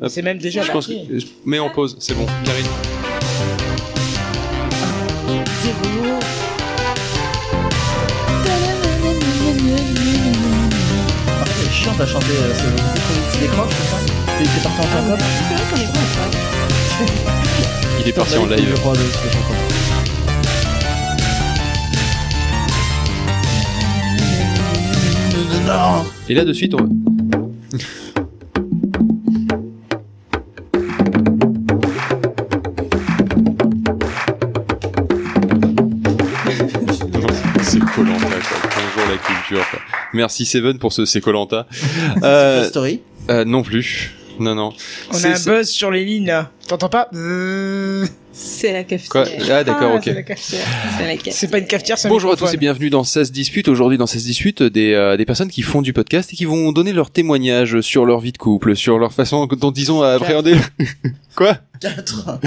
Mais C'est même déjà Euh, Je pense que... parti. je- Mais on pause, c'est bon. Karine. En fait, c'est chiant, t'as chanté euh, ce quand tu décroches, c'est ça T'es t'es parti en syncope Il est parti en Je live. crois, de ce que j'ai encore. Et là de suite, on... C'est Colanta, quoi. Bonjour la culture. quoi. Merci Seven pour ce c'est Colanta. Secret Euh, Story. euh, non plus. Non non. On C'est- a un c'est- buzz sur les lignes là. T'entends pas Bzzz. C'est la Quoi cafetière. Ah d'accord, Ah, ok. c'est la cafetière. C'est la cafetière. C'est pas une cafetière, c'est un Bonjour à tous et microphone. bienvenue dans 16 disputes. Aujourd'hui dans 16 disputes, des, euh, des personnes qui font du podcast et qui vont donner leur témoignage sur leur vie de couple, sur leur façon dont ils ont à appréhender. Quoi 4.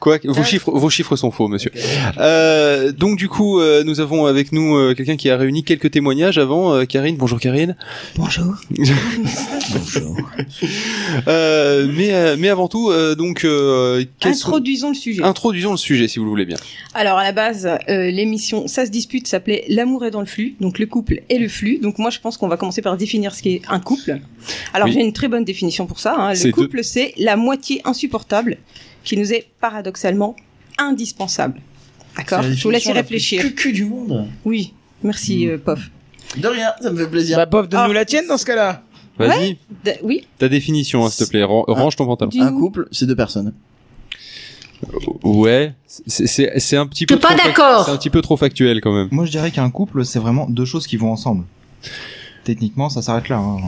Quoi vos chiffres, vos chiffres sont faux, monsieur. Euh, donc du coup, euh, nous avons avec nous euh, quelqu'un qui a réuni quelques témoignages avant. euh, Karine, bonjour Karine. Bonjour. Bonjour. Euh, mais euh, mais avant tout, euh, donc euh, quels sont- Introduisons le sujet. introduisons le sujet si vous le voulez bien. Alors à la base, euh, l'émission Ça se dispute s'appelait L'amour est dans le flux, donc le couple et le flux. Donc moi je pense qu'on va commencer par définir ce qu'est un couple. Alors Oui. j'ai une très bonne définition pour ça. hein. C'est Le couple c'est la moitié insupportable qui nous est paradoxalement indispensable. D'accord Je vous laisse y réfléchir. Cucu du monde. Oui, merci Hmm. Mm. euh, Pof. De rien, ça me fait plaisir. Bah, bof, donne-nous Ah. la tienne dans ce cas-là. Vas-y, D- oui, ta définition, hein, s'il te plaît. Ran- range ton pantalon. Euh, Un dis-nous. couple, c'est deux personnes. Ouais, c'est c'est c'est un petit peu. T'es pas trop fac- d'accord. C'est un petit peu trop factuel quand même. Moi, je dirais qu'un couple, c'est vraiment deux choses qui vont ensemble. Techniquement, ça s'arrête là. hein.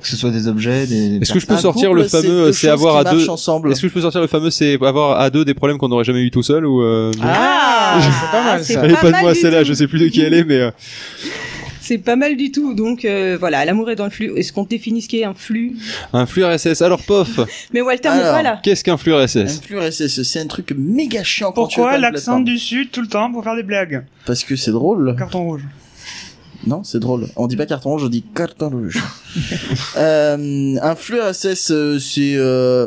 Que ce soit des objets, des. Est-ce que je peux Un sortir couple, le fameux euh, deux c'est choses avoir qui à deux marchent ensemble. Est-ce que je peux sortir le fameux c'est avoir à deux des problèmes qu'on n'aurait jamais eu tout seul ou euh, Ah, c'est pas mal, c'est ça. Elle est pas de mal moi du celle-là, tout. je sais plus de qui elle est, mais euh, C'est pas mal du tout. Donc euh, voilà, l'amour est dans le flux. Est-ce qu'on définit ce qu'est un flux un flux RSS. Alors pof, Mais Walter n'est Alors. pas là. qu'est-ce qu'un flux Un RSS flux RSS, c'est un truc méga chiant quand tu veux Pourquoi faire une l'accent plateforme. du sud tout le temps pour faire des blagues Parce que c'est drôle. Carton rouge. Non, c'est drôle. On dit pas carton rouge, on dit carton rouge. euh, un flux RSS, euh, c'est... Euh,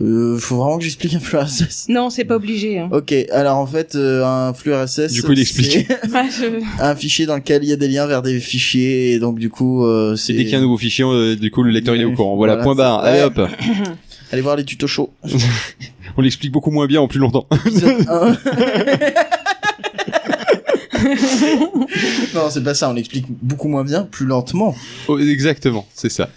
euh, faut vraiment que j'explique un flux RSS. Non, c'est pas obligé. hein. Ok, alors en fait, euh, un flux RSS... Du coup, il explique. c'est Ouais, je- un fichier dans lequel il y a des liens vers des fichiers, et donc du coup... euh, C'est dès qu'il y a un nouveau fichier, euh, du coup le lecteur il est au courant. Voilà, Voilà, point barre. c'est- Allez ouais. hop, Allez voir les tutos chauds. on l'explique beaucoup moins bien en plus longtemps. Hein non, c'est pas ça, on l'explique beaucoup moins bien, plus lentement. Oh, Exactement, c'est ça.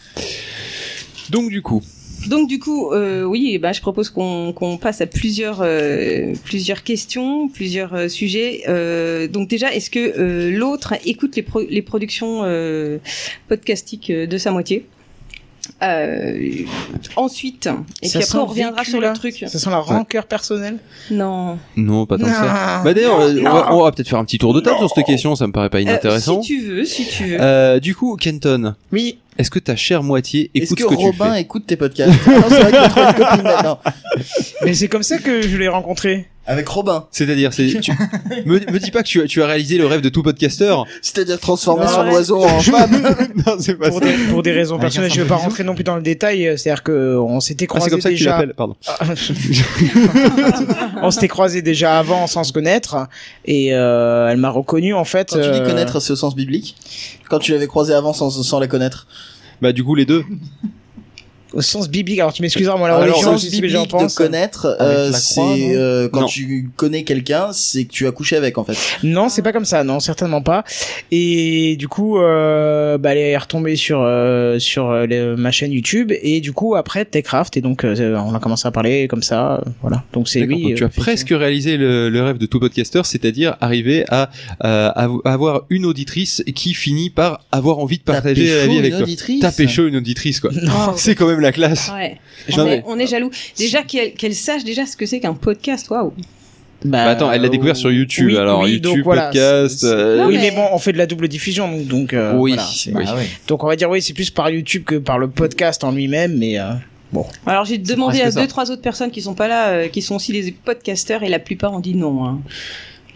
Donc du coup, Donc du coup, euh, oui, bah, je propose qu'on qu'on passe à plusieurs, euh, plusieurs questions, plusieurs euh, sujets. Euh, donc déjà, est-ce que euh, l'autre écoute les, pro- les productions euh, podcastiques euh, de sa moitié Euh, ensuite, et Ça puis sent après on le reviendra vécu, sur le là. truc. Ça sent la rancœur personnelle. Non. non, pas tant que ça. Non. Bah d'ailleurs, euh, on va, non. on va peut-être faire un petit tour de table sur cette question, ça me paraît pas Euh, inintéressant. si tu veux, si tu veux. Euh, du coup, Kenton, Oui. est-ce que ta chère moitié Est-ce écoute que, ce que Robin tu fais écoute tes podcasts Non, c'est vrai que notre copine, maintenant. Mais c'est comme ça que je l'ai rencontré. Avec Robin. C'est-à-dire, c'est tu... me, me dis pas que tu as, tu as réalisé le rêve de tout podcasteur. C'est-à-dire transformer Non, son Ah ouais. oiseau en femme. non, c'est pas Pour des, pour des raisons Avec un personnelles, je vais pas certain rentrer non plus dans le détail. euh, C'est-à-dire que on s'était Ah, croisés c'est comme ça que tu déjà. l'appelles, pardon. on s'était croisés déjà avant sans se connaître et euh, elle m'a reconnu en fait. Quand tu dis euh, connaître, c'est au sens biblique. Quand tu l'avais croisée avant sans, sans la connaître. Bah du coup les deux. Au sens biblique. Alors tu m'excuseras, moi la Alors, religion, le c'est sens ce que biblique j'en de pense. connaître, Avec euh, la croix, c'est non euh, quand euh, Non. tu connais quelqu'un, c'est que tu as couché avec en fait. Non, c'est pas comme ça, non, certainement pas. Et du coup, euh, bah, elle est retombée sur euh, sur euh, le- ma chaîne YouTube et du coup après Techcraft et donc euh, on a commencé à parler comme ça, euh, voilà. Donc c'est D'accord, oui. donc tu euh, as presque réalisé le, le rêve de tout podcaster, c'est-à-dire arriver à, euh, av- avoir une auditrice qui finit par avoir envie de partager Taper la vie chaud avec une toi. auditrice. Taper chaud une auditrice, quoi. Non. C'est quand même la classe. Ouais. Non, On, mais- est, on est jaloux. Déjà qu'elle qu'elle sache déjà ce que c'est qu'un podcast, waouh. Bah, attends, elle l'a découvert sur YouTube, oui, alors, oui, YouTube, donc voilà, podcast, c'est- c'est- euh, Non, oui, mais- mais bon, on fait de la double diffusion, nous, donc. euh, Oui, voilà, c'est- oui. Ah ouais. Donc on va dire oui, c'est plus par YouTube que par le podcast en lui-même, mais. euh, Alors j'ai demandé presque à ça. deux trois autres personnes qui sont pas là, euh, qui sont aussi des podcasteurs et la plupart ont dit non. hein.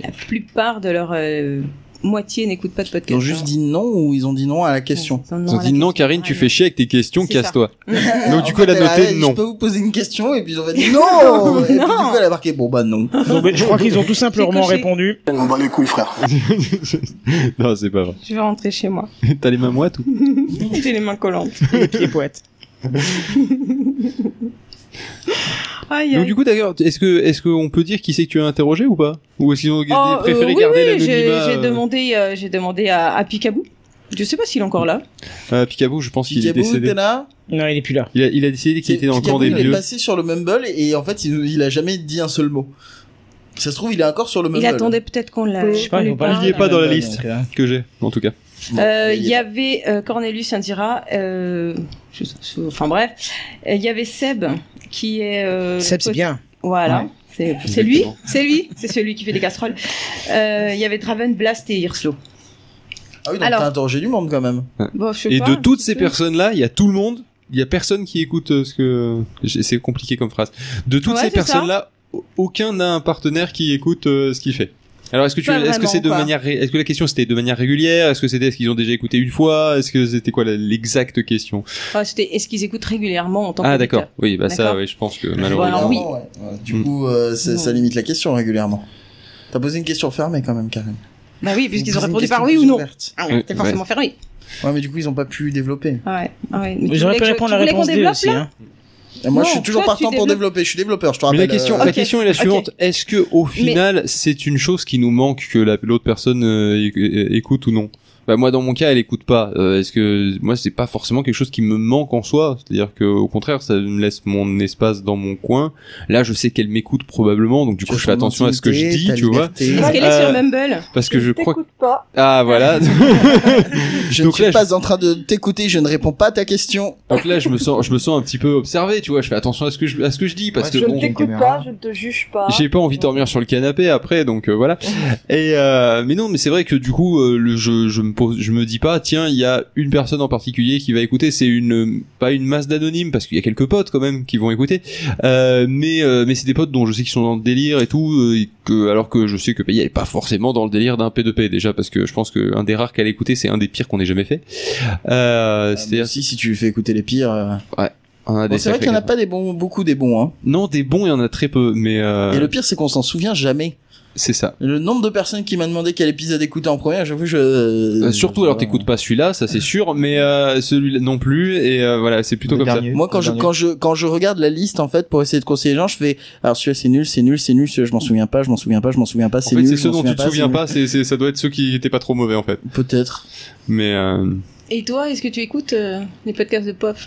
La plupart de leurs euh, moitié n'écoute pas de podcast. Ils ont juste dit non ou ils ont dit non à la question Ils ont à Ils ont dit la non, question, Karine, tu ouais. fais chier avec tes questions, C'est ça. casse-toi. Donc, du En coup, elle a fait, noté dit, non. Je peux vous poser une question et puis ils ont dit non. Et puis, du Non. coup, elle a marqué bon bah non. Donc, je crois qu'ils ont tout simplement coché. répondu. On bat les couilles, frère. non, c'est pas vrai. Je vais rentrer chez moi. T'as les mains moites ou J'ai les mains collantes. Les pieds poètes. Aïe, Donc aïe. du coup d'ailleurs, est-ce que est-ce qu'on peut dire qui c'est que tu as interrogé ou pas Ou est-ce qu'ils ont Oh, gardé- préféré euh, oui, garder oui, j'ai l'anonymat j'ai euh, demandé, euh, j'ai demandé à, à Picabou. Je sais pas s'il est encore là. euh, Picabou, je pense qu'il est Picabou, t'es décédé. là Non, il est plus là. Il a, il a décidé qu'il était dans le Picabou, camp des il est vieux. passé sur le Mumble et en fait il, il a jamais dit un seul mot. Ça se trouve il est encore sur le Mumble. Il attendait peut-être qu'on l'a. Je sais pas, ils vont pas Il y est le- pas dans la donc, liste. euh, Que j'ai, en tout cas. bah, Bon, Euh, Il il y est- avait euh, Cornelius Indira, euh, je- je- enfin bref, Euh, il y avait Seb qui est. euh, Seb, c'est pote- bien. Voilà. Ouais. C'est c'est lui, Exactement. c'est lui, c'est celui qui fait des casseroles. Euh, Il y avait Draven, Blast et Hirslo. Ah oui donc Alors- t'as interrogé du monde quand même. Bon, je sais Et pas, de un toutes petit ces peu. personnes-là, il y a tout le monde, il y a personne qui écoute euh, ce que j'ai- c'est compliqué comme phrase. De toutes Ouais, ces c'est ça. personnes-là, au- aucun n'a un partenaire qui écoute euh, ce qu'il fait. Alors est-ce que tu Pas est-ce que vraiment, c'est de quoi. manière ré- est-ce que la question c'était de manière régulière Est-ce que c'était est-ce qu'ils ont déjà écouté une fois Est-ce que c'était quoi la- l'exacte question Enfin, Ah, C'était est-ce qu'ils écoutent régulièrement en tant Ah qu'auditeur d'accord. Oui, bah ça D'accord. oui, je pense que Voilà, malheureusement. oui. Ouais, ouais. Du Mm. coup euh, ça, Non. ça limite la question régulièrement. T'as posé une question fermée quand même Karen. Bah oui, puisqu'ils ont Vous répondu posez une par question oui ou plus non. ouverte. Ah, Ouais, ouais, C'était forcément faire oui. Ouais mais du coup ils ont pas pu développer. Ouais, ouais. Mais tu Vous auriez voulais pu que- répondre tu à la voulais qu'on réponse D développe, aussi. là Hein. Et moi Non, je suis toujours toi, tu partant pour développes. développer, je suis développeur, je te Mais rappelle. la question, euh, la Ok. question est la suivante. Est-ce que au final, c'est une chose qui nous manque que la- l'autre personne euh, éc- euh, écoute ou non Bah moi, dans mon cas, elle écoute pas. Euh, Est-ce que moi, c'est pas forcément quelque chose qui me manque en soi C'est-à-dire que au contraire, ça me laisse mon espace dans mon coin. Là, je sais qu'elle m'écoute probablement, donc du coup, je fais attention à ce que je dis, tu vois, Est-ce qu'elle est Euh, sur Mumble parce que je crois. que- t'écoute pas. Ah voilà. Je Donc ne suis là, je- pas en train de t'écouter, je ne réponds pas à ta question. Donc là, je me sens, je me sens un petit peu observé, tu vois. Je fais attention à ce que je, à ce que je dis, parce Je Ouais, que bon, ne bon, t'écoute caméra. pas, je ne te juge pas. J'ai pas envie de dormir sur le canapé après, donc euh, voilà. Et euh, mais non, mais c'est vrai que du coup, euh, le, je, je me pose, je me dis pas, tiens, il y a une personne en particulier qui va écouter. C'est une euh, pas une masse d'anonymes parce qu'il y a quelques potes quand même qui vont écouter. Euh, mais euh, mais c'est des potes dont je sais qu'ils sont dans le délire et tout. euh, et que, alors que je sais que Paya est pas forcément dans le délire d'un P2P déjà parce que je pense que un des rares qu'elle écouter, c'est un des pires qu'on ait jamais fait. Euh, Ah, mais C'est-à-dire si, si tu fais écouter les pires. euh. on a Bon, des c'est vrai sacrés qu'il y en a gars. pas des bons, beaucoup des bons. Hein. Non, des bons, il y en a très peu, mais euh, Et le pire, c'est qu'on s'en souvient jamais. c'est ça. Le nombre de personnes qui m'a demandé quel épisode écouter en premier, j'avoue, je. Euh, surtout, alors t'écoutes pas celui-là, ça c'est sûr, mais euh, celui-là non plus, et euh, voilà, c'est plutôt Le comme dernier, Moi, quand le je, dernier. quand je, quand je regarde la liste, en fait, pour essayer de conseiller les gens, je fais, alors celui-là, c'est nul, c'est nul, c'est nul, celui-là, je m'en souviens pas, je m'en souviens pas, je m'en souviens pas, ça. c'est En fait, nul. c'est je ceux m'en dont tu te c'est souviens nul. pas, c'est, c'est- ça doit être ceux qui étaient pas trop mauvais en fait. Peut-être. Mais euh, Et toi, est-ce que tu écoutes euh, les podcasts de Pop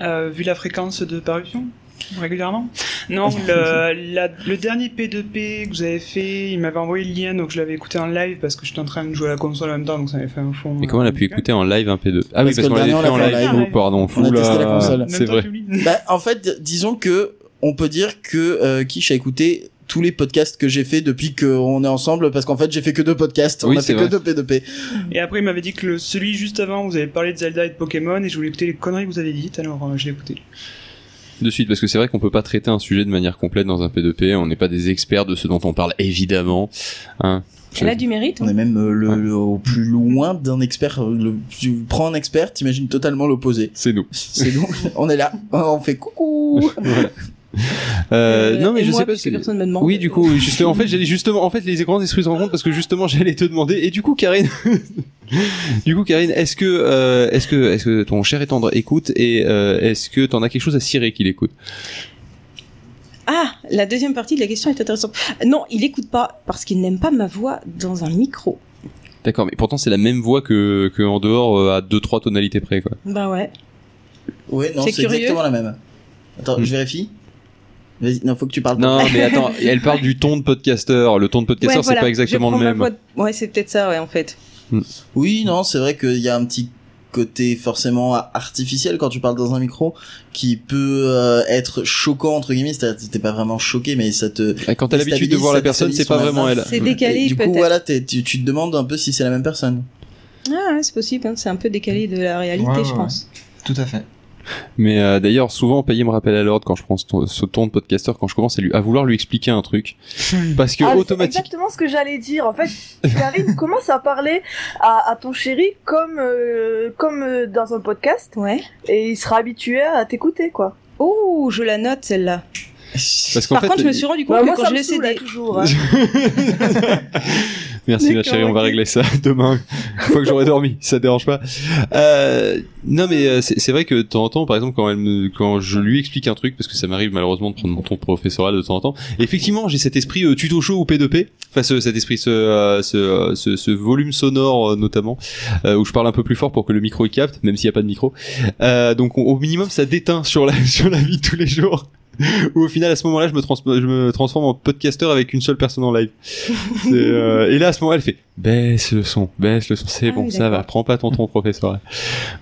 Euh, vu la fréquence de parution régulièrement. Non, le, la- le dernier P2P que vous avez fait, il m'avait envoyé le lien, donc je l'avais écouté en live parce que j'étais en train de jouer à la console en même temps, donc ça m'avait fait un fond. euh, mais comment on a pu écouter en live un P2 Ah oui, Parce parce, que qu'on le l'avait fait dernier, en on l'a fait live. en live. oh, pardon, On a oula, testé la console. C'est vrai. Bah, en fait, disons que on peut dire que euh, Kish a écouté tous les podcasts que j'ai fait depuis qu'on est ensemble parce qu'en fait j'ai fait que deux podcasts Oui, on a c'est fait vrai. que deux P2P Et après, il m'avait dit que le, celui juste avant, vous avez parlé de Zelda et de Pokémon, et je voulais écouter les conneries que vous avez dites, alors euh, je l'ai écouté. De suite, parce que c'est vrai qu'on peut pas traiter un sujet de manière complète dans un P2P. On n'est pas des experts de ce dont on parle, évidemment. Hein. Elle a du mérite. hein. on est même euh, le, Ouais. le- au plus loin d'un expert euh, le, tu prends un expert t'imagines totalement l'opposé C'est nous. c'est donc on est là on fait coucou Voilà. Euh, Euh, non, mais et je moi, sais pas. puisque si- personne me demande. Oui, du coup, justement, en fait, j'allais justement, en fait, les grands esprits se rencontrent parce que justement, j'allais te demander. Et du coup, Karine, du coup, Karine, est-ce que, euh, est-ce que, est-ce que ton cher et tendre écoute et euh, est-ce que t'en as quelque chose à cirer qu'il écoute Ah, la deuxième partie de la question est intéressante. Non, il écoute pas parce qu'il n'aime pas ma voix dans un micro. D'accord, mais pourtant, c'est la même voix que, que en dehors euh, à deux trois tonalités près, quoi. Bah ouais. ouais non C'est c'est curieux. exactement la même attends Hmm. je vérifie vas-y non faut que tu parles Non, mais attends, elle parle du ton de podcasteur. Le ton de Ouais, podcasteur, c'est voilà, pas je exactement le prends ma même. voix de- Ouais, c'est peut-être ça, ouais, en fait. Oui, non, c'est vrai qu'il y a un petit côté forcément artificiel quand tu parles dans un micro qui peut euh, être choquant entre guillemets c'est-à-dire que t'es pas vraiment choqué mais ça te Et Quand t'as l'habitude de déstabilise, voir la ça personne, c'est déstabilise pas son vraiment elle. instinct. C'est décalé, Et du coup peut-être. voilà t'es- tu, tu te demandes un peu si c'est la même personne Ah, ouais, c'est possible, hein, c'est un peu décalé de la réalité, Ouais, je ouais, pense. Tout à fait. Mais euh, d'ailleurs, souvent, Payé me rappelle à l'ordre quand je prends ce ton- ce ton de podcasteur, quand je commence à, lui, à vouloir lui expliquer un truc. Parce que Ah, C'est automatique. exactement ce que j'allais dire. En fait, Karine commence à parler à, à ton chéri comme, euh, comme euh, dans un podcast Ouais. et il sera habitué à t'écouter, quoi. Oh, je la note celle-là. Parce qu'en Par fait, contre, je me suis rendu compte Bah, que moi, quand ça je me laissais saoule, là, des- toujours. hein. Merci ma D'accord, chérie, on va ok. régler ça demain, une fois que j'aurai dormi, ça te dérange pas. Euh, non mais euh, c'est c'est vrai que de temps en temps, par exemple quand, elle me, quand je lui explique un truc, parce que ça m'arrive malheureusement de prendre mon ton professoral de temps en temps, effectivement j'ai cet esprit euh, tuto show ou P2P, enfin ce- cet esprit, ce, euh, ce, euh, ce, ce volume sonore euh, notamment, euh, où je parle un peu plus fort pour que le micro y capte, même s'il n'y a pas de micro. Euh, donc on- au minimum ça déteint sur la, sur la vie de tous les jours. Ou au final, à ce moment-là, je me, trans- je me transforme en podcasteur avec une seule personne en live. C'est, euh, et là, à ce moment-là, elle fait baisse le son, baisse le son, c'est Ah bon, oui, ça va, d'accord. prends pas ton ton, professeur.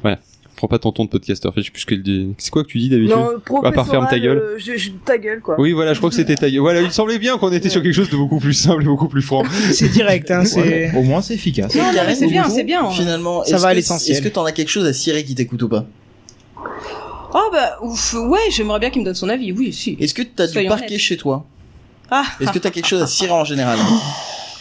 Voilà, prends pas ton ton de podcasteur. Enfin, je sais plus ce qu'elle dit. C'est quoi que tu dis d'habitude Non, professoral, À part Ah, ferme ta gueule. euh, je, je- ta gueule, quoi. Oui, voilà, je crois que c'était taillé. Voilà, il me semblait bien qu'on était sur quelque chose de beaucoup plus simple et beaucoup plus franc. C'est direct, hein, c'est. Au moins, c'est efficace. Non, non, mais Karen, c'est du bien, coup, c'est bien. Finalement, Ça est-ce va à que- l'essentiel. Est-ce que t'en as quelque chose à cirer qui t'écoute ou pas Oh bah ouf, ouais, j'aimerais bien qu'il me donne son avis. Oui, si. Est-ce que t'as du Soyons parquet honnêtes. chez toi Ah. Est-ce que t'as quelque chose à cirer en général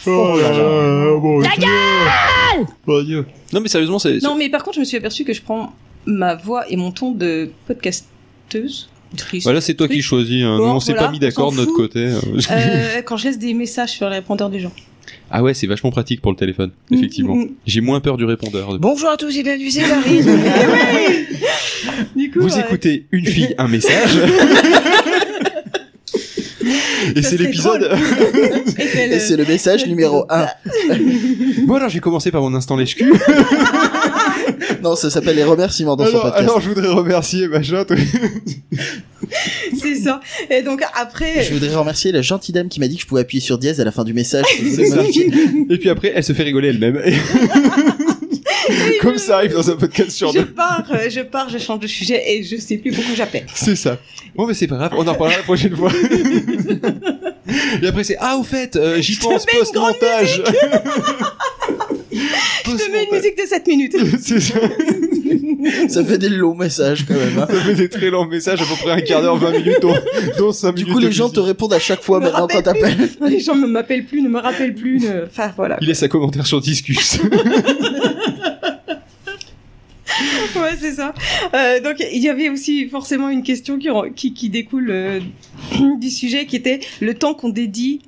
Oh là là, bon Dieu. Non, mais sérieusement, c'est. Non, mais par contre, je me suis aperçu que je prends ma voix et mon ton de podcasteuse. triste. Voilà, c'est toi qui Oui. choisis. hein. Nous, Bon, on s'est voilà, pas mis d'accord de on s'en notre fout. côté. hein. Euh, quand je laisse des messages sur les répondeurs des gens. Ah ouais, c'est vachement pratique pour le téléphone, effectivement. Mm, mm, J'ai moins peur du répondeur. Bonjour à tous et bienvenue, c'est Ah Karine. mm. Du coup, Vous euh, écoutez une fille, un message. Et Ça c'est serait l'épisode. et c'est le- Et c'est le message numéro 1. Bon alors, j'ai commencé par mon instant lèche Non, ça s'appelle les remerciements dans son Alors, podcast. alors, je voudrais remercier machin. tout- c'est ça. Et donc après, Je voudrais remercier la gentille dame qui m'a dit que je pouvais appuyer sur dièse à la fin du message. C'est ça. Et puis après, elle se fait rigoler elle-même. Comme ça arrive dans un podcast sur je deux. pars, euh, je pars, je change de sujet et je sais plus pourquoi j'appelle. C'est ça. Bon, mais c'est pas grave, on en reparlera la prochaine fois. Et après, c'est Ah, au fait, euh, j'y pense, mets une grande post-montage. Je te mets une Post-montage. musique de 7 minutes. C'est ça. Ça fait des longs messages quand même. hein. Ça fait des très longs messages, à peu près un quart d'heure, 20 minutes, dont, dont 5 Du minutes. coup, de les gens te musique. répondent à chaque fois Me maintenant quand rappelle t'appelles. Les gens ne m'appellent plus, ne me rappellent plus. ne- Enfin voilà. Il laisse un commentaire sur Discus. Ouais, c'est ça. Euh, donc, il y avait aussi forcément une question qui, en- qui, qui découle euh, du sujet qui était le temps qu'on dédie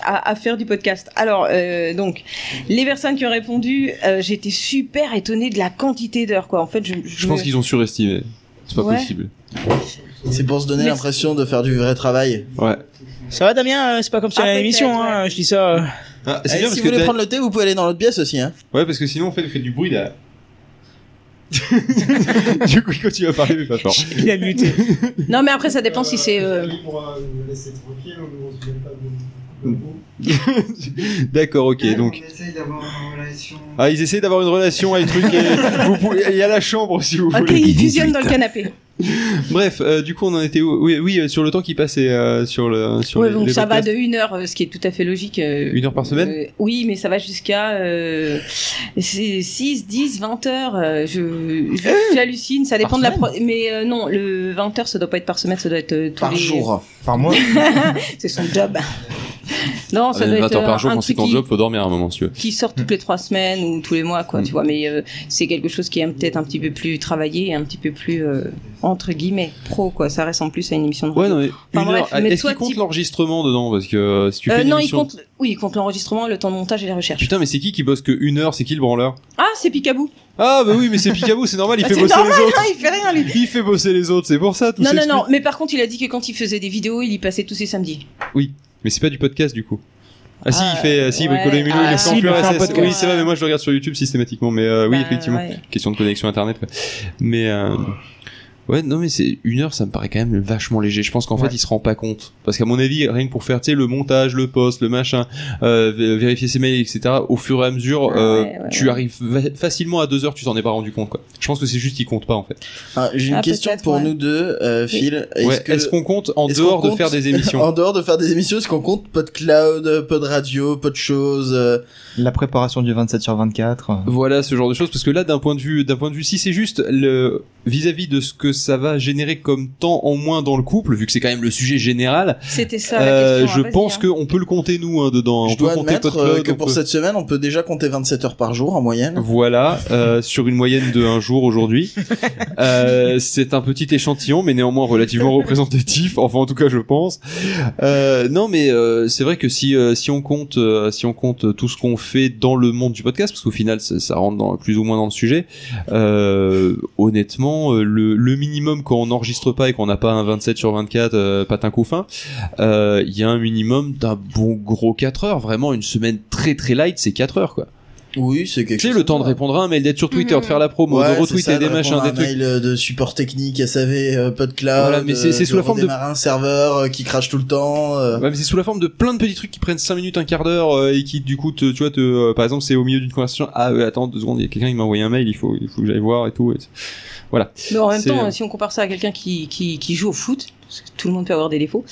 à, à faire du podcast. Alors, euh, donc, les personnes qui ont répondu, euh, j'étais super étonnée de la quantité d'heures, quoi. En fait, je, Je pense me- qu'ils ont surestimé. C'est pas Ouais. possible. C'est pour se donner Mais- l'impression de faire du vrai travail. Ouais. Ça va Damien, euh, c'est pas comme sur Ah, la l'émission, peut-être, hein, je dis ça. euh. Ah, Eh, si vous voulez prendre le thé, vous pouvez aller dans l'autre pièce aussi. Hein. Ouais, parce que sinon, on fait, fait du bruit là. du coup, quand tu vas parler, mais pas fort. Il a muté. Non, mais après, ça dépend si c'est. euh, D'accord, ok. Donc, On essaye d'avoir une relation. ah, ils essaient d'avoir une relation avec le truc. Et, vous pouvez, il y a la chambre si vous Ok, voulez. ils fusionnent dans le canapé. Bref, euh, du coup, on en était où Oui, oui, euh, sur le temps qui passait euh, sur le. Sur Ouais, les- donc les ça va podcasts. de une heure, euh, ce qui est tout à fait logique. euh, Une heure par semaine euh, Oui, mais ça va jusqu'à euh, c'est 6, 10, 20 heures. euh, je Eh je- j'hallucine, ça dépend Par de la. pro- mais euh, non, le 20 heures, ça doit pas être par semaine, ça doit être euh, tous Par les- jour. Par mois, C'est son job. Ah, non, ça doit être euh, un quand c'est truc ton qui, job, faut dormir à un moment, si tu veux. qui sort Hmm. toutes les trois semaines ou tous les mois, quoi. Mm. Tu vois, mais euh, c'est quelque chose qui est peut-être un petit peu plus travaillé, et un petit peu plus euh, entre guillemets pro, quoi. Ça ressemble plus à une émission de Ouais, radio. non, mais Enfin, une bref, heure. ah, mais Est-ce toi, qu'il compte type- l'enregistrement dedans Parce que euh, si tu fais Euh, une non, il émission- Ah, compte, oui, il compte l'enregistrement, le temps de montage et les recherches. Putain, mais c'est qui qui bosse que une heure C'est qui le branleur Ah, c'est Picabou. Ah, bah oui, mais c'est Picabou, c'est normal, il Bah, fait c'est bosser normal, les autres. il fait rien, lui. Il fait bosser les autres, c'est pour ça tout Non, non, s'explique. non, mais par contre, il a dit que quand il faisait des vidéos, il y passait tous ses samedis. Mais c'est pas du podcast du coup. Ah, si, Ah, il fait, ah, ouais. si, Bricolo et Milo, il Ah, est si, sans il plus fait un RSS. podcast. Oui, c'est vrai, mais moi je le regarde sur YouTube systématiquement, mais euh, oui, Bah, effectivement. ouais. Question de connexion internet, quoi. Mais, euh, ouais, non, mais c'est une heure, ça me paraît quand même vachement léger. Je pense qu'en fait, il se rend pas compte. Parce qu'à mon avis, rien que pour faire, tu sais, le montage, le post, le machin, euh, vé- vérifier ses mails, etc., au fur et à mesure, Ouais, euh, Ah, ouais, tu arrives va- facilement à deux heures, tu t'en es pas rendu compte, quoi. Je pense que c'est juste qu'il compte pas, en fait. Ah, J'ai une Ah, question peut-être, pour ouais. nous deux, euh, Phil. Est-ce Ouais, que- Est-ce qu'on compte en est-ce dehors qu'on de faire compte- des émissions En dehors de faire des émissions, est-ce qu'on compte pas de cloud, pas de radio, pas de choses euh, la préparation du 27 sur 24. euh, Voilà ce genre de choses parce que là d'un point de vue d'un point de vue si c'est juste le vis-à-vis de ce que ça va générer comme temps en moins dans le couple, vu que c'est quand même le sujet général. C'était ça euh, la question. hein, je vas-y, pense hein. qu'on peut le compter nous hein, dedans. Je on peut dois compter admettre PodCloud, euh, que on pour peut- cette semaine, on peut déjà compter 27 heures par jour en moyenne. Voilà, euh, sur une moyenne de un jour aujourd'hui. Euh, c'est un petit échantillon, mais néanmoins relativement représentatif. Enfin, en tout cas, je pense. Euh, non, mais euh, c'est vrai que si euh, si on compte euh, si on compte tout ce qu'on fait dans le monde du podcast, parce qu'au final, ça, ça rentre dans, plus ou moins dans le sujet. euh, honnêtement, euh, le, le minimum quand on n'enregistre pas et qu'on n'a pas un 27 sur 24 euh, patin coup fin, euh, il y a un minimum d'un bon gros 4 heures. Vraiment, une semaine très très light, c'est 4 heures quoi. Oui, c'est quelque Tu chose. sais, le temps de répondre à un mail, d'être sur Twitter, Mhm. de faire la promo, Ouais, de retweeter c'est ça, des de machins, répondre à des un trucs. mail euh, de support technique, SAV, euh, PodCloud. Voilà, mais c'est- euh, c'est sous la forme de- redémarrer un serveur euh, qui crache tout le temps. euh. Ouais, mais c'est sous la forme de plein de petits trucs qui prennent 5 minutes, un quart d'heure euh, et qui du coup, te, tu vois, te, euh, par exemple, c'est au milieu d'une conversation. Ah, euh, attends deux secondes, il y a quelqu'un qui m'a envoyé un mail, il faut, il faut que j'aille voir et tout. et c'est- Mais en même C'est- euh, temps, si on compare ça à quelqu'un qui, qui, qui joue au foot, parce que tout le monde peut avoir des défauts.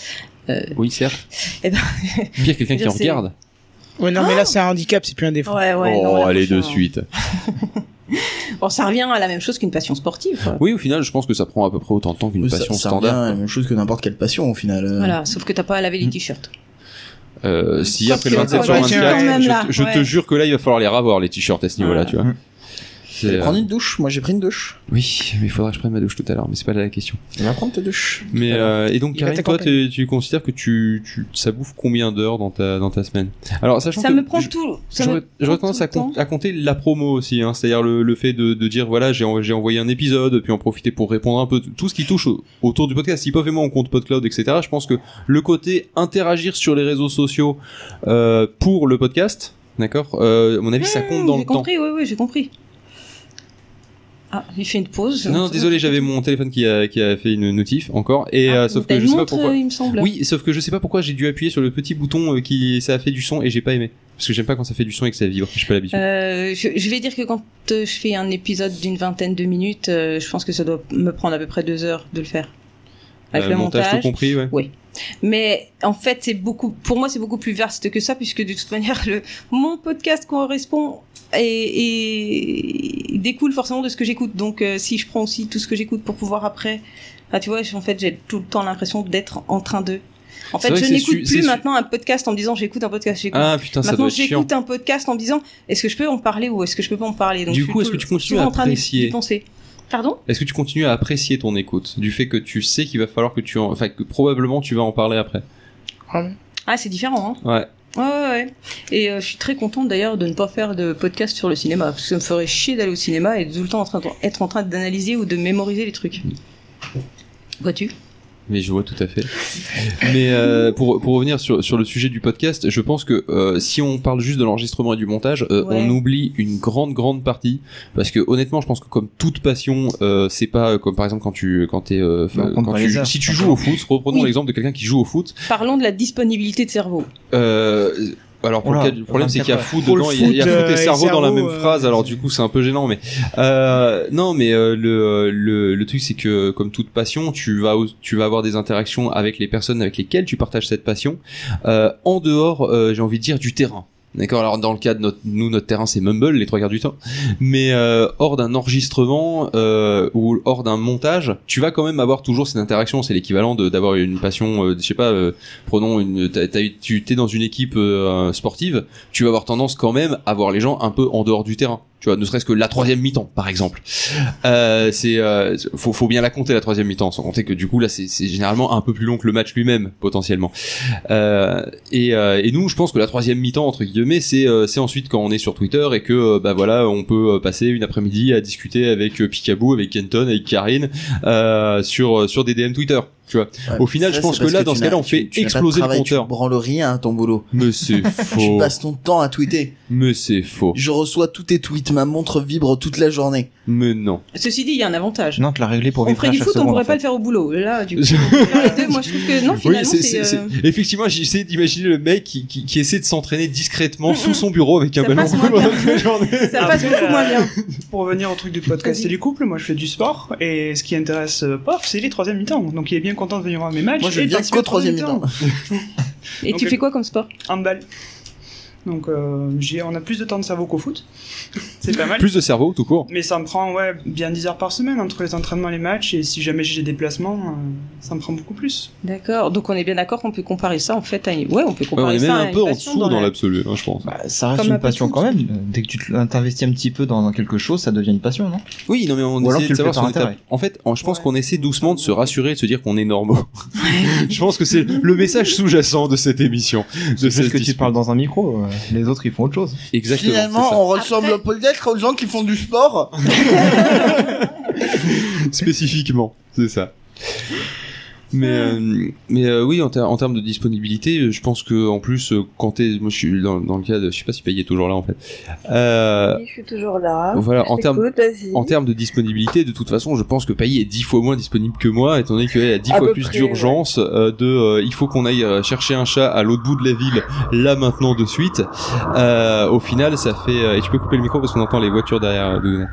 euh, Oui, certes. Eh ben- Puis il y a quelqu'un qui Je sais. Ah regarde. Ouais, non, mais là, c'est un handicap, c'est plus un défaut. Ouais, ouais. oh, non, là, allez de franchement, hein. suite. Bon, ça revient à la même chose qu'une passion sportive. quoi. Oui, au final, je pense que ça prend à peu près autant de temps qu'une Ça- passion ça revient à standard. la même chose que n'importe quelle passion au final. euh. Voilà, sauf que t'as pas à laver les Mm. t-shirts. Euh, si Quoi après le que, 27 ouais, sur bah, tiens, 24, quand même, je, là, te- je te ouais. jure que là, il va falloir les ravoir les t-shirts à ce niveau-là, tu vois. Mmh. Mhm. C'est, euh, Prendre une douche, moi j'ai pris une douche. Oui, mais il faudra que je prenne ma douche tout à l'heure, mais c'est pas là la question. Va prendre ta douche. Mais Voilà. euh, et donc Il va Karine, toi, t'accompagner. tu, tu considères que tu, tu ça bouffe combien d'heures dans ta dans ta semaine Alors sachant Ça que me prend je- tout. ça me J'aurais j'aurais prend tendance tout à, le temps. com- à compter la promo aussi, hein, c'est-à-dire le, le fait de, de dire voilà j'ai en- j'ai envoyé un épisode, puis en profiter pour répondre un peu tout ce qui touche au- autour du podcast. Si Pov et moi on compte PodCloud, etc. Je pense que le côté interagir sur les réseaux sociaux euh, pour le podcast, d'accord euh, À mon avis, ça compte Mmh, dans j'ai le temps. compris, oui, oui, j'ai compris. Ah, il fait une pause. Non, non, désolé, j'avais mon téléphone qui a, qui a fait une notif encore, et euh, Ah, sauf t'as que je une sais pas montre, pourquoi. euh, Il me semble. Oui, sauf que je sais pas pourquoi j'ai dû appuyer sur le petit bouton euh, qui ça a fait du son et j'ai pas aimé parce que j'aime pas quand ça fait du son et que ça vibre. Je suis pas l'habitude. Euh, je, je vais dire que quand euh, je fais un épisode d'une vingtaine de minutes, euh, je pense que ça doit me prendre à peu près deux heures de le faire. Avec Euh, le montage, montage. tout compris, ouais. Mais en fait, c'est beaucoup. Pour moi, c'est beaucoup plus vaste que ça, puisque de toute manière, le, mon podcast correspond et, et découle forcément de ce que j'écoute. Donc, euh, si je prends aussi tout ce que j'écoute pour pouvoir après, ah, tu vois, en fait, j'ai tout le temps l'impression d'être en train de. En C'est fait, vrai je que c'est su- n'écoute c'est plus su- maintenant un podcast en me disant j'écoute un podcast, j'écoute. Ah putain, ça doit Maintenant, être chiant. j'écoute un podcast en me disant est-ce que je peux en parler ou est-ce que je peux pas en parler. Donc, Du je suis coup, est-ce tout- que tu continues souvent à en train d'y- apprécier d'y penser. Pardon Est-ce que tu continues à apprécier ton écoute du fait que tu sais qu'il va falloir que tu en... enfin que probablement tu vas en parler après. Ah, c'est différent. Hein. Ouais. Ouais, ouais, ouais. Et euh, je suis très contente d'ailleurs de ne pas faire de podcast sur le cinéma, parce que ça me ferait chier d'aller au cinéma et de tout le temps en train de- être en train d'analyser ou de mémoriser les trucs. Vois-tu Mais je vois tout à fait. Mais euh, pour, pour revenir sur, sur le sujet du podcast, je pense que euh, si on parle juste de l'enregistrement et du montage, euh, Ouais. on oublie une grande grande partie parce que honnêtement, je pense que comme toute passion, euh, c'est pas euh, comme par exemple quand tu quand t'es euh, Mais on compte quand pas tu, les heures. si tu joues au foot, reprenons Oui. l'exemple de quelqu'un qui joue au foot. Parlons de la disponibilité de cerveau. Euh, alors pour Oula, le cas, le problème c'est qu'il y a foot Pour le dedans, il y a- il y a foot, foot et euh, et cerveau dans la cerveau, même euh, phrase. Alors du coup c'est un peu gênant, mais euh, non mais euh, le, le le truc c'est que comme toute passion, tu vas au- tu vas avoir des interactions avec les personnes avec lesquelles tu partages cette passion euh, en dehors, euh, j'ai envie de dire du terrain. D'accord. Alors dans le cas de notre, nous notre terrain c'est Mumble les trois quarts du temps, mais euh, hors d'un enregistrement euh, ou hors d'un montage, tu vas quand même avoir toujours cette interaction. C'est l'équivalent de- d'avoir une passion, euh, je sais pas, euh, prenons une, t'as- t'as eu- tu t'es dans une équipe euh, sportive, tu vas avoir tendance quand même à voir les gens un peu en dehors du terrain. Tu vois, ne serait-ce que la troisième mi-temps, par exemple. Euh, c'est, euh, faut, faut bien la compter la troisième mi-temps, sans compter que du coup là, c'est c'est généralement un peu plus long que le match lui-même potentiellement. Euh, et, euh, et nous, je pense que la troisième mi-temps entre guillemets, c'est euh, c'est ensuite quand on est sur Twitter et que euh, bah voilà, on peut euh, passer une après-midi à discuter avec euh, Picaboo, avec Kenton, avec Karine euh, sur sur des DM Twitter. Tu vois. Ouais, Au final, ça, je pense c'est que parce là, dans tu ce cas-là, n'as- on fait tu- tu n'as pas de exploser le travail, compteur. Tu branles rien à ton boulot. Mais Tu c'est faux. passes ton temps à tweeter. Mais c'est faux. Je reçois tous tes tweets, ma montre vibre toute la journée. Mais non. Ceci dit, il y a un avantage. Non, te l'as réglé pour on vibrer ferait à du chaque foot, on seconde. pourrait en pas fait. le faire au boulot. Là, du coup, on peut faire les deux. moi je trouve que non, Oui, finalement, c'est, c'est. c'est- euh, c'est- Effectivement, j'essaie d'imaginer le mec qui, qui, qui essaie de s'entraîner discrètement sous son bureau avec un Ça ballon passe moins bien. toute la journée. Ça passe Après, beaucoup moins bien. Ah, Pour revenir au truc du podcast Vas-y. et du couple, moi je fais du sport et ce qui intéresse euh, Pof, c'est les troisièmes mi-temps. Donc il est bien content de venir voir mes matchs. Moi, je et viens participer qu'au au troisième mi-temps. Et Donc, tu euh, fais quoi comme sport Handball. Donc euh, j'ai- on a plus de temps de cerveau qu'au foot. c'est pas mal. Plus de cerveau, tout court. Mais ça me prend ouais, bien 10 heures par semaine entre les entraînements et les matchs. Et si jamais j'ai des déplacements, euh, ça me prend beaucoup plus. D'accord. Donc on est bien d'accord qu'on peut comparer ça en fait à une... ouais, on peut Ouais, on comparer est ça même à un une peu en passion dessous la- dans l'absolu, hein, je pense. Bah, ça Comme reste un une peu de passion foot. quand même. Dès que tu te- t'investis un petit peu dans quelque chose, ça devient une passion, non Oui, non, mais on Ou alors essaie tu de le fais savoir si par on est à- intérêt. En fait, en- je pense qu'on essaie doucement de se rassurer, de se dire qu'on est normaux. je pense que c'est le message sous-jacent de cette émission. De C'est cette que tu dis- parles dans un micro, euh, les autres ils font autre chose. Exactement. c'est Finalement, ça. on ressemble peut-être aux gens qui font du sport. Spécifiquement, c'est ça. Mais euh, mais euh, oui en, ter- en termes de disponibilité, euh, je pense que en plus euh, quand t'es, moi je suis dans, dans le cas, de, je sais pas si Payet est toujours là en fait. Euh, Oui, je suis toujours là. voilà en Je termes t'écoute, vas-y. En termes de disponibilité, de toute façon, je pense que Pailly est dix fois moins disponible que moi, étant donné qu'il y a dix À fois peu plus près, d'urgence euh, de euh, il faut qu'on aille euh, chercher un chat à l'autre bout de la ville, là maintenant de suite. Euh, au final, ça fait euh, et tu peux couper le micro parce qu'on entend les voitures derrière. euh, de-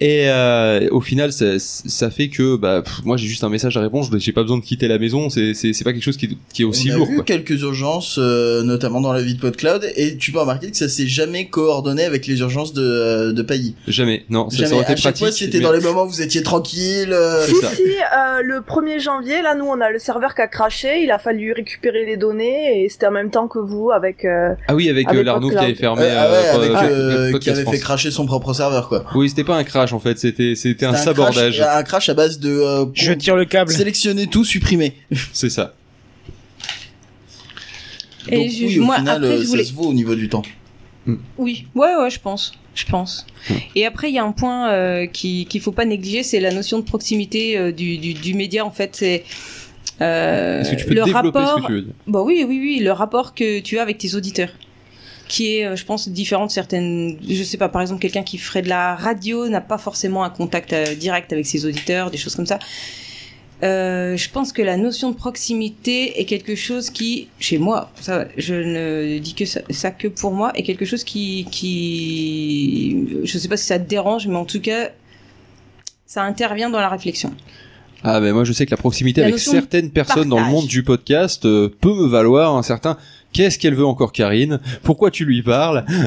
Et euh, au final, ça, ça fait que bah pff, moi j'ai juste un message à répondre, j'ai pas besoin de quitter la maison, c'est c'est c'est pas quelque chose qui est, qui est aussi on a lourd. vu quoi. quelques urgences, euh, notamment dans la vie de PodCloud, et tu peux remarquer que ça s'est jamais coordonné avec les urgences de, euh, de Pailly. Jamais, non, ça, ça Jamais. aurait été à chaque pratique. fois, c'était mais- dans les moments où vous étiez tranquille. euh, Si, ça. si, euh, le 1er janvier, là, nous, on a le serveur qui a craché, il a fallu récupérer les données, et c'était en même temps que vous, avec... euh, Ah oui, avec, euh, Avec l'Arnaud qui Podcloud. avait fermé. euh, ah ouais, euh, avec, Pod- euh, qui Podcast avait fait France. cracher son propre serveur, quoi. Oui, c'était pas un crash en fait, c'était c'était un, C'était sabordage. Crash, un crash à base de euh, Je pour- tire le câble. sélectionner tout, supprimer. C'est ça. Et Donc je- oui, au moi, final, après, euh, je ça voulais- se vaut au niveau du temps. Oui, ouais, ouais, je pense, je pense. Mm. Et après, il y a un point euh, qui qu'il faut pas négliger, c'est la notion de proximité euh, du, du, du média. En fait, c'est euh, Est-ce que tu peux le développer rapport. ce que tu veux dire Bah oui, oui, oui, le rapport que tu as avec tes auditeurs, qui est, euh, je pense, différent de certaines. Je sais pas, par exemple, quelqu'un qui ferait de la radio n'a pas forcément un contact euh, direct avec ses auditeurs, des choses comme ça. Euh, je pense que la notion de proximité est quelque chose qui, chez moi, ça, je ne dis que ça, ça que pour moi, est quelque chose qui, qui, je sais pas si ça te dérange, mais en tout cas, ça intervient dans la réflexion. Ah ben moi je sais que la proximité La avec notion de certaines personnes dans le partage. monde du podcast euh, peut me valoir un certain qu'est-ce qu'elle veut encore Karine Pourquoi tu lui parles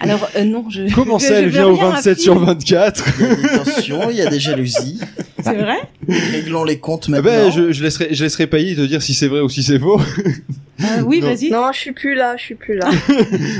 Alors euh, non, je Comment je- je ça elle veux vient au rien 27 sur 24 Il y a des tensions, il y a des jalousies. C'est vrai. Réglons les comptes maintenant. Ben je, je laisserai je laisserai Pailly te dire si c'est vrai ou si c'est faux. Ah oui, Non. vas-y. Non, je suis plus là, je suis plus là.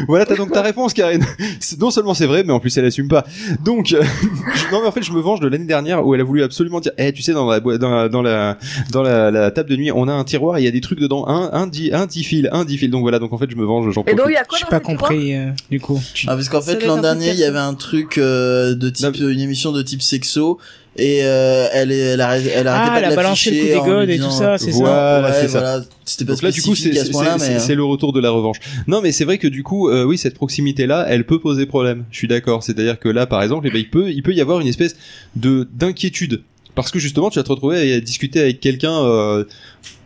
voilà t'as donc ta réponse Karine. C'est- Non seulement c'est vrai mais en plus elle assume pas. Donc euh, je- non mais en fait je me venge de l'année dernière où elle a voulu absolument dire eh tu sais dans la boi- dans la dans la dans la, la table de nuit on a un tiroir et il y a des trucs dedans un un di- un dix fils un dix fils donc voilà donc en fait je me venge j'en Et profite. donc, il y a quoi J'ai dans pas ces tiroirs compris euh, du coup. Tu- Ah, parce qu'en Ça fait doit l'an être un truc dernier il y avait un truc euh, de type une émission de type sexo et euh, elle est- elle a elle a Ah, arrêté pas elle de a la balancé le coup ficher des en godes lui et tout disant, ça, c'est ça. Voilà, ouais, c'est ça. voilà, c'était pas Donc là, du coup, c'est spécifique à ce c'est- point-là, c'est- mais c'est euh, le retour de la revanche. Non, mais c'est vrai que du coup, euh, oui, cette proximité-là, elle peut poser problème. Je suis d'accord. C'est-à-dire que là, par exemple, eh ben, il peut, il peut y avoir une espèce de d'inquiétude parce que justement, tu vas te retrouver à discuter avec quelqu'un euh,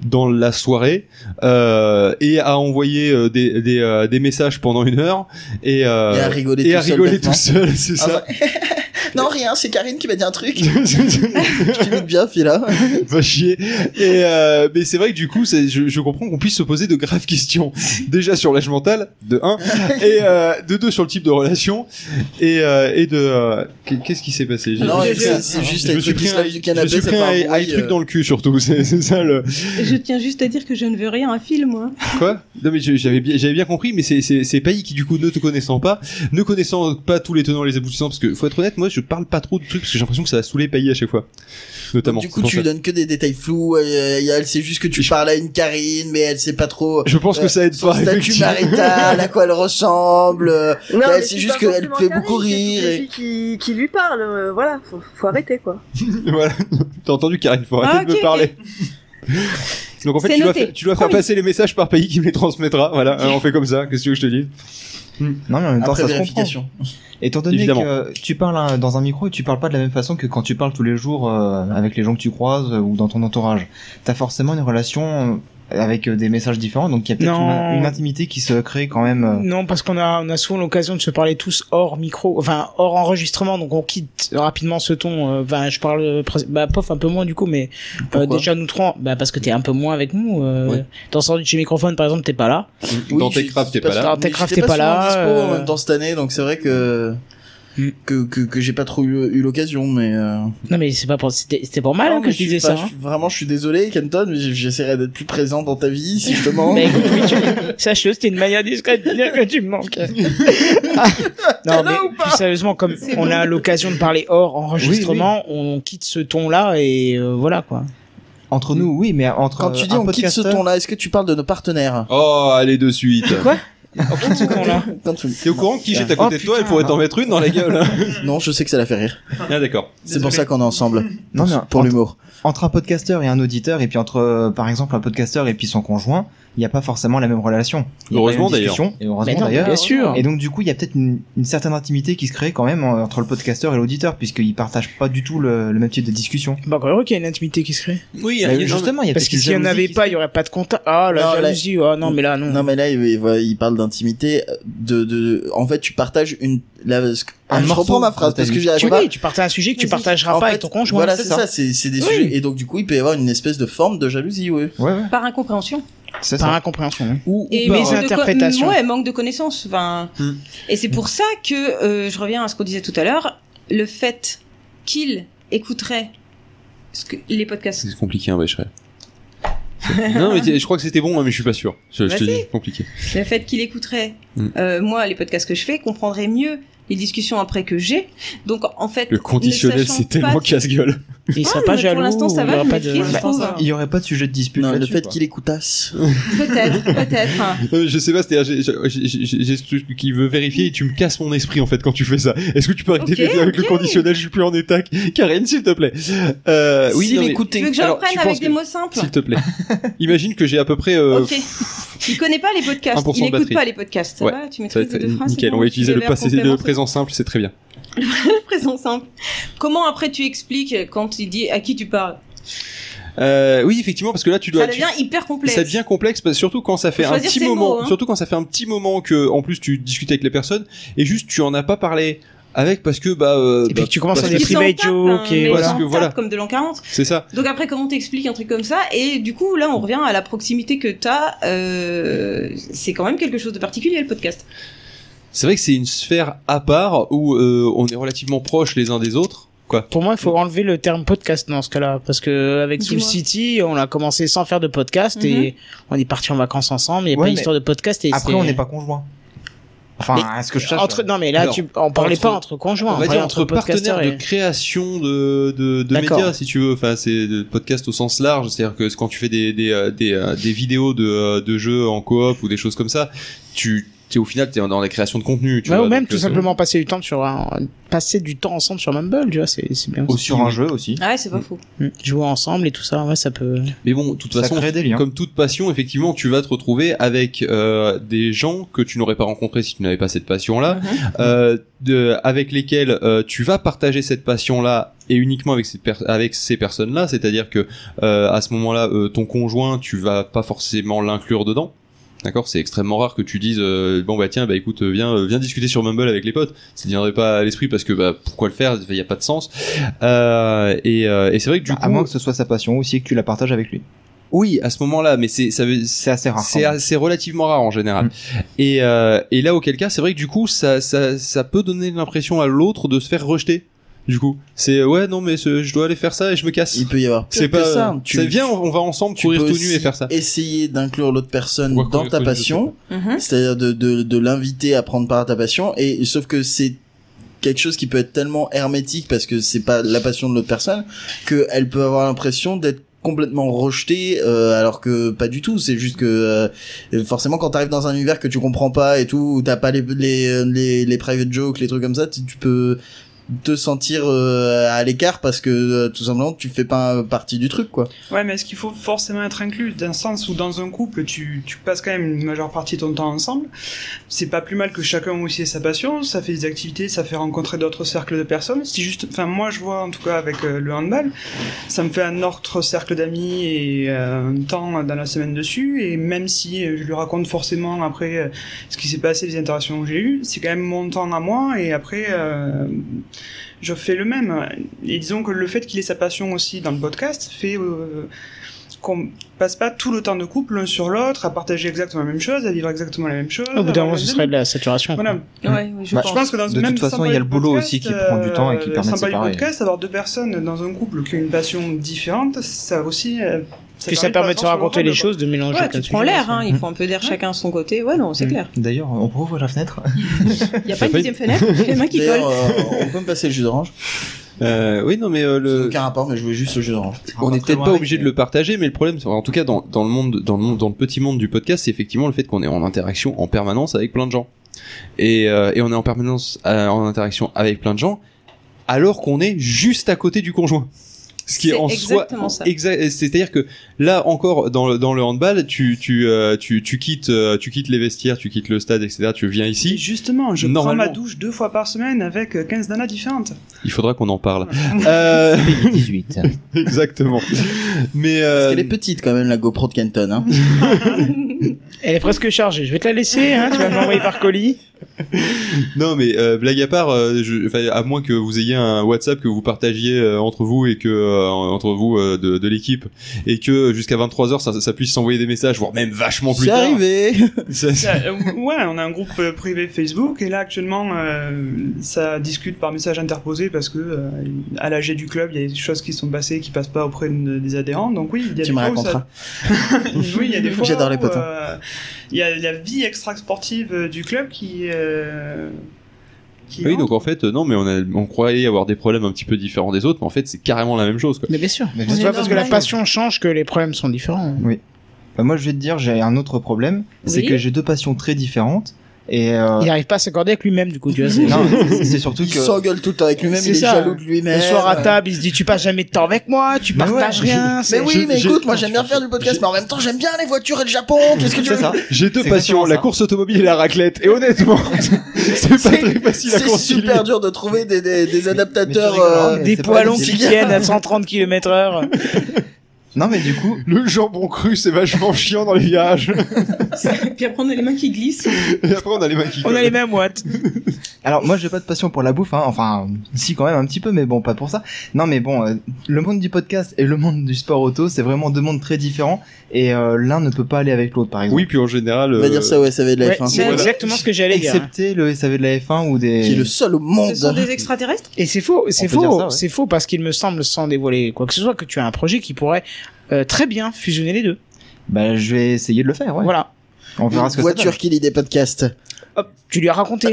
dans la soirée euh, et à envoyer euh, des des, euh, des messages pendant une heure et euh, et à rigoler et tout à seul rigoler bêtement. tout seul, c'est bah, Ah, ça. non rien c'est Karine qui m'a dit un truc je t'imite bien Fila Va chier. Et euh, mais c'est vrai que du coup, c'est- je, je comprends qu'on puisse se poser de graves questions. Déjà sur l'âge mental, de 1, et euh, de 2 sur le type de relation, et, euh, et de... euh, qu'est- Qu'est-ce qui s'est passé J'ai- non j'ai- c'est c'est juste je me les suis trucs qui pris se un, lèvent du je me canapé suis ça pris fait un, un un bruit, truc euh, dans le cul surtout, c'est c'est ça le... Je tiens juste à dire que je ne veux rien à Phil, moi. Quoi Non mais je- j'avais bien, j'avais bien compris, mais c'est c'est c'est Pailly qui du coup ne te connaissant pas, ne connaissant pas tous les tenants et les aboutissants, parce que faut être honnête, moi je parle pas trop de trucs parce que j'ai l'impression que ça va saouler Pailly à chaque fois, notamment. du C'est coup pour tu ça. lui donnes que des détails flous euh, et elle sait juste que tu Je- parles à une Karine mais elle sait pas trop euh, Je pense que ça aide son pas. statut effectivement. marital à quoi elle ressemble euh, Non, Bah, mais c'est je suis juste pas qu'elle forcément fait carrée, c'est beaucoup toutes rire les et- filles qui, qui lui parlent, euh, voilà, faut, faut arrêter quoi. Voilà, t'as entendu Karine, faut arrêter Ah, de me ok, parler. Donc en fait, C'est tu dois, noté. fa- tu dois faire Promis. passer les messages par pays qui me les transmettra. Voilà, hein, on fait comme ça, qu'est-ce que je te dis Hmm. Non, mais en même temps, après ça se comprend. vérification Étant donné Évidemment. que euh, tu parles euh, dans un micro et tu parles pas de la même façon que quand tu parles tous les jours euh, avec les gens que tu croises euh, ou dans ton entourage, t'as forcément une relation euh, avec euh, des messages différents. Donc il y a peut-être Non. une, une intimité qui se crée quand même. euh, Non, parce qu'on a, on a souvent l'occasion de se parler tous hors micro, enfin hors enregistrement, donc on quitte rapidement ce ton. euh, Enfin, je parle, euh, pres- bah, pof, un peu moins du coup, mais euh, Pourquoi déjà nous trois, bah, parce que t'es un peu moins avec nous. Euh, Ouais. Dans Sandwich et Microphone, par exemple, t'es pas là. Dans Oui, Techcraft, t'es j'étais pas là. Dans mais Techcraft, j'étais t'es pas là, souvent dispo en euh, même temps cette année, donc c'est vrai que Hmm. que que, que j'ai pas trop eu, eu l'occasion, mais. euh, Non, mais c'est pas pour, c'était c'était pour mal non, hein, que mais je suis disais pas- ça. je hein. suis- vraiment, je suis désolé, Kenton, mais j- j'essaierai d'être plus présent dans ta vie, si je te manque. Bah, écoute, oui, tu- sache-le, c'était une manière discrète de dire que tu me manques. non, mais plus sérieusement, comme on a l'occasion de parler hors enregistrement, on quitte ce ton-là et euh, voilà quoi. Entre nous, oui, mais entre. Quand euh, tu dis un on quitte ce podcasteur- ton-là, est-ce que tu parles de nos partenaires Oh, allez de suite. On quitte ce ton-là. Quand tu- T'es au courant que Quichette à Oh, côté de toi, elle putain. pourrait t'en mettre une dans la gueule. hein Non, je sais que ça la fait rire. ah d'accord. C'est pour ça qu'on est ensemble. Non, mais pour entre- l'humour. entre un podcasteur et un auditeur, et puis entre, euh, par exemple, un podcasteur et puis son conjoint, il n'y a pas forcément la même relation. Il y a pas la même Heureusement, d'ailleurs. discussion, et Mais Heureusement non, d'ailleurs. bien sûr. Et donc, du coup, il y a peut-être une, une certaine intimité qui se crée quand même euh, entre le podcasteur et l'auditeur, puisqu'ils partagent pas du tout le, le même type de discussion. Bah, quand même qu'il y a une intimité qui se crée. Oui, Bah, justement, il y a Parce peut-être que une s'il n'y en jalousie avait qui- pas, il n'y aurait pas de contact. Ah, la Non, là- jalousie, ah non, mais là, non. Non mais là il, il va- il parle d'intimité de, de en fait tu partages une la, ce que- Un Ah, je morceau reprends ma de phrase ta parce vie. que j'y tu arrive pas. oui, tu partages un sujet que tu Vas-y. partageant En pas fait, avec ton conjoint. Voilà c'est c'est ça. ça, c'est c'est des Oui. sujets et donc du coup il peut y avoir une espèce de forme de jalousie ouais. Ouais, ouais, Par incompréhension. c'est Par ça. incompréhension. hein. Ou, Et pas, manque ouais. de co- Mésinterprétation. ouais, manque de connaissances. Enfin, Hmm. et c'est pour ça que euh, je reviens à ce qu'on disait tout à l'heure. Le fait qu'il écouterait ce que- les podcasts. C'est compliqué, un Bécheret. non, mais t'es- je crois que c'était bon, hein, mais je suis pas sûr. Je, je te Vas-y. dis, compliqué. Le fait qu'il écouterait, Mm. euh, moi, les podcasts que je fais, comprendrait mieux les discussions après que j'ai. Donc, en fait, Le ne conditionnel, sachant c'est pas tellement qu'il- casse-gueule. Il Ah, serait mais pas pour jaloux. l'instant, ça il va, aurait je pas maîtrise, de- je Bah, pense, hein. Il n'y aurait pas de sujet de dispute. non, le là-dessus, fait quoi. qu'il écoutasse. Peut-être, peut-être. hein. Euh, je sais pas, c'était- j'ai- j'ai j'ai- j'ai ce truc qui veut vérifier et tu me casses mon esprit en fait quand tu fais ça. Est-ce que tu peux arrêter Ok, de le dire avec ok. le conditionnel Je suis plus en état. Karine, s'il te plaît. Euh, oui, S'il non, mais- Tu écoutait. veux que j'en Alors, tu prenne penses avec des que- mots simples S'il te plaît. Imagine que j'ai à peu près. euh, Ok. Il connaît pas les podcasts. 1% Il de écoute batterie. pas les podcasts. Ça Ouais. va Tu Ça va maîtrises être les deux phrases c'est nickel. bon, On va utiliser tu le les passé, verres le complémentaires. présent simple, c'est très bien. présent simple. Comment après tu expliques quand il dit à qui tu parles Euh, oui, effectivement, parce que là, tu dois. Ça tu- devient hyper complexe. Ça devient complexe parce surtout quand ça fait Faut un choisir petit ses moment, mots, hein. surtout quand ça fait un petit moment que en plus tu discutes avec les personnes et juste tu en as pas parlé avec parce que bah, euh, Et bah, puis que tu commences à parce des Ils que- s'en private tapent, hein, jokes mais et ils voilà. s'en que tapent voilà. comme de l'an 40. c'est ça. Donc après comment t'expliques un truc comme ça Et du coup là on revient à la proximité que t'as. Euh, c'est quand même quelque chose de particulier le podcast. C'est vrai que c'est une sphère à part où euh, on est relativement proches les uns des autres. Quoi Pour moi, il faut enlever le terme podcast dans ce cas-là, parce que avec Soul Dis-moi. City, on a commencé sans faire de podcast Mm-hmm. et on est parti en vacances ensemble. Il n'y a Ouais, pas mais d'histoire de podcast et Après, c'est- on n'est pas conjoint. Enfin, Mais à ce que je cherche. euh, Entre... Non, mais là, Alors, tu... on parlait entre- pas entre conjoints, on va parlait dire entre podcasteurs partenaires de et- création de, de, de D'accord. médias, si tu veux. Enfin, c'est de podcast au sens large. C'est-à-dire que quand tu fais des, des, euh, des, euh, des vidéos de, euh, de jeux en coop ou des choses comme ça, tu es au final t'es dans la création de contenu. Tu Ouais, vois, ou même donc, tout euh, simplement passer du temps sur un... passer du temps ensemble sur Mumble, tu vois, c'est c'est bien. Aussi, Sur un jeu aussi. Ah ouais c'est pas faux. Mm. Jouer ensemble et tout ça, ouais, ça peut. Mais bon, de toute Ça façon, crée des liens. Comme toute passion, effectivement, tu vas te retrouver avec euh, des gens que tu n'aurais pas rencontrés si tu n'avais pas cette passion-là, euh, de- avec lesquels euh, tu vas partager cette passion-là et uniquement avec ces, per- avec ces personnes-là. C'est-à-dire que euh, à ce moment-là, euh, ton conjoint, tu vas pas forcément l'inclure dedans. D'accord, c'est extrêmement rare que tu dises euh, bon bah tiens bah écoute euh, viens euh, viens discuter sur Mumble avec les potes. Ça ne viendrait pas à l'esprit parce que bah pourquoi le faire Il n'y a pas de sens. Euh, et euh, et c'est vrai que du Bah, à coup moins que ce soit sa passion aussi et que tu la partages avec lui. oui à ce moment-là mais c'est ça veut C'est assez rare. c'est quand même. assez relativement rare en général. Mm. Et, euh, et là, auquel cas, c'est vrai que du coup, ça, ça, ça peut donner l'impression à l'autre de se faire rejeter. Du coup, c'est ouais, non, mais ce- je dois aller faire ça et je me casse. Il peut y avoir pire C'est que pas ça. ça. Tu- Viens, on, on va ensemble tu courir peux tout nu et aussi faire ça. Essayer d'inclure l'autre personne Ou à dans courir ta tout nu, je sais passion, Mhm. c'est-à-dire de, de, de l'inviter à prendre part à ta passion et sauf que c'est quelque chose qui peut être tellement hermétique parce que c'est pas la passion de l'autre personne que elle peut avoir l'impression d'être complètement rejetée euh, alors que pas du tout c'est juste que euh, forcément quand t'arrives dans un univers que tu comprends pas et tout où t'as pas les les, les les private jokes les trucs comme ça tu, tu peux te sentir euh, à l'écart parce que euh, tout simplement tu fais pas euh, partie du truc quoi. Ouais, mais est-ce qu'il faut forcément être inclus D'un sens où dans un couple, tu, tu passes quand même une majeure partie de ton temps ensemble. C'est pas plus mal que chacun aussi ait sa passion, ça fait des activités, ça fait rencontrer d'autres cercles de personnes. C'est juste, enfin, moi je vois en tout cas avec euh, le handball, ça me fait un autre cercle d'amis et euh, un temps dans la semaine dessus. Et même si euh, je lui raconte forcément après euh, ce qui s'est passé, les interactions que j'ai eues, c'est quand même mon temps à moi. Et après, euh, je fais le même. Et disons que le fait qu'il ait sa passion aussi dans le podcast fait euh, qu'on passe pas tout le temps de couple l'un sur l'autre, à partager exactement la même chose, à vivre exactement la même chose. Au bout d'un avoir moment, les ce mêmes- serait de la saturation. quoi. Voilà. Ouais, ouais, je Bah, Je pense. pense que dans De même toute façon, sans il y a le parler de boulot podcast, aussi qui prend du temps et qui euh, permet de sans parler séparer. podcast, avoir deux personnes dans un couple qui ont une passion différente, ça aussi. euh, Puis ça permet de se passer sur raconter l'ensemble, les quoi. choses, de mélanger Ouais, plein tu de prends sujets, l'air, ça. hein, il faut un peu d'air chacun de son côté. Ouais, non, c'est Mmh. Mm. clair. D'ailleurs, on peut ouvrir la fenêtre Il y a pas une pas deuxième fenêtre, il y en a qui colle. D'ailleurs, euh, on peut me passer le jus d'orange. Euh, oui, non, mais euh, Ça n'a le, Aucun rapport, mais je voulais juste le jus d'orange. on n'est peut-être pas obligé de le partager, mais le problème, c'est- en tout cas, dans, dans le monde, dans le monde, dans le petit monde du podcast, c'est effectivement le fait qu'on est en interaction en permanence avec plein de gens. Et, euh, et on est en permanence euh, en interaction avec plein de gens, alors qu'on est juste à côté du conjoint. Ce qui est C'est en soi, exactement ça. Exa- C'est-à-dire que là encore dans le, dans le handball, tu tu euh, tu tu quittes euh, tu quittes les vestiaires, tu quittes le stade, etc. Tu viens Et ici. justement, je prends Normalement. ma douche deux fois par semaine avec euh, 15 nanas différentes. Il faudra qu'on en parle. Euh, 18. exactement. Parce Mais euh, qu'elle est petite quand même la GoPro de Kenton. Hein. Elle est presque chargée. Je vais te la laisser. Hein, tu vas me l'envoyer par colis. non, mais euh, blague à part, euh, je- enfin, à moins que vous ayez un WhatsApp que vous partagiez euh, entre vous et que euh, entre vous euh, de, de l'équipe et que jusqu'à 23 h ça, ça puisse s'envoyer des messages, voire même vachement plus C'est tard. arrivé. Ça- Ça, euh, ouais, on a un groupe euh, privé Facebook et là actuellement euh, ça discute par message interposé parce que euh, à l'AG du club il y a des choses qui sont passées qui passent pas auprès de- des adhérents donc oui il y a Tu des me fois où ça- raconteras. oui il y a des fois J'adore les où, potins. euh, il y a la vie extra sportive euh, du club qui euh, qui Oui, manque. donc en fait, euh, non, mais on, a, on croyait avoir des problèmes un petit peu différents des autres, mais en fait, c'est carrément la même chose. Quoi. Mais bien sûr. Mais bien C'est sûr. pas parce que la normal. passion change que les problèmes sont différents. Bah, moi, je vais te dire, j'ai un autre problème, c'est Oui. que j'ai deux passions très différentes et euh, Il n'arrive pas à s'accorder avec lui-même, du coup, tu vois. c'est- non, c'est- c'est surtout Il que s'engueule tout le temps avec lui-même, C'est il est ça. jaloux de lui-même. Le soir à table, il se dit tu passes jamais de temps avec moi, tu Mais ouais, partages je- rien. Mais c'est- oui, je- mais je- écoute, moi j'aime bien faire du podcast, mais en même temps j'aime bien les voitures et le Japon. Qu'est-ce que tu c'est veux ça. J'ai deux C'est passions, exactement la ça. course automobile et la raclette. Et honnêtement, c'est pas C'est- très facile à C'est concilier. super dur de trouver des, des, des adaptateurs. rigoles, hein, euh, mais Des c'est pas poilons possible. qui tiennent à 130 km heure. Non, mais du coup, Le jambon cru, c'est vachement chiant dans les virages. Puis après, on a les mains qui glissent. Et après, on a les mains qui On a les mêmes watts. alors moi, j'ai pas de passion pour la bouffe, hein. enfin, si quand même un petit peu, mais bon, pas pour ça. Non, mais bon, euh, le monde du podcast et le monde du sport auto, c'est vraiment deux mondes très différents et euh, l'un ne peut pas aller avec l'autre, par exemple. Oui, puis en général. On euh, va dire ça au SAV de la Ouais, F1. c'est Voilà. exactement ce que j'allais dire. Excepté le SAV de la F1 ou des. Qui est le seul au monde. Ce sont des extraterrestres Et c'est faux, c'est peut dire faux, ça, ouais. c'est faux parce qu'il me semble, sans dévoiler quoi que ce soit, que tu as un projet qui pourrait euh, très bien fusionner les deux. Bah, je vais essayer de le faire, ouais. Voilà. On verra ce que ça voiture qui lit des podcasts. Hop, tu lui as raconté.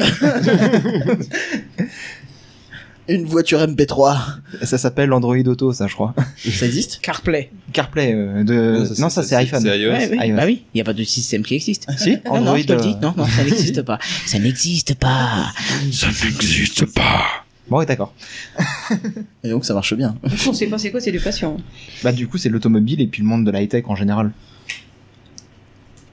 Une voiture MP3. donne. Ça s'appelle Android Auto, ça, je crois. Ça existe CarPlay. CarPlay euh, de. Non, Non, ça, ça, c'est- c'est iPhone. c'est iOS. Ouais, oui. iOS. Ah, Bah oui, il n'y a pas de système qui existe. Si, Non, non, je te le dis. euh, Non, non, ça n'existe pas. Ça n'existe pas. Bon, ouais, d'accord. Et donc ça marche bien. On sait pas c'est quoi, c'est des patients. Bah, du coup, c'est l'automobile et puis le monde de la high tech en général.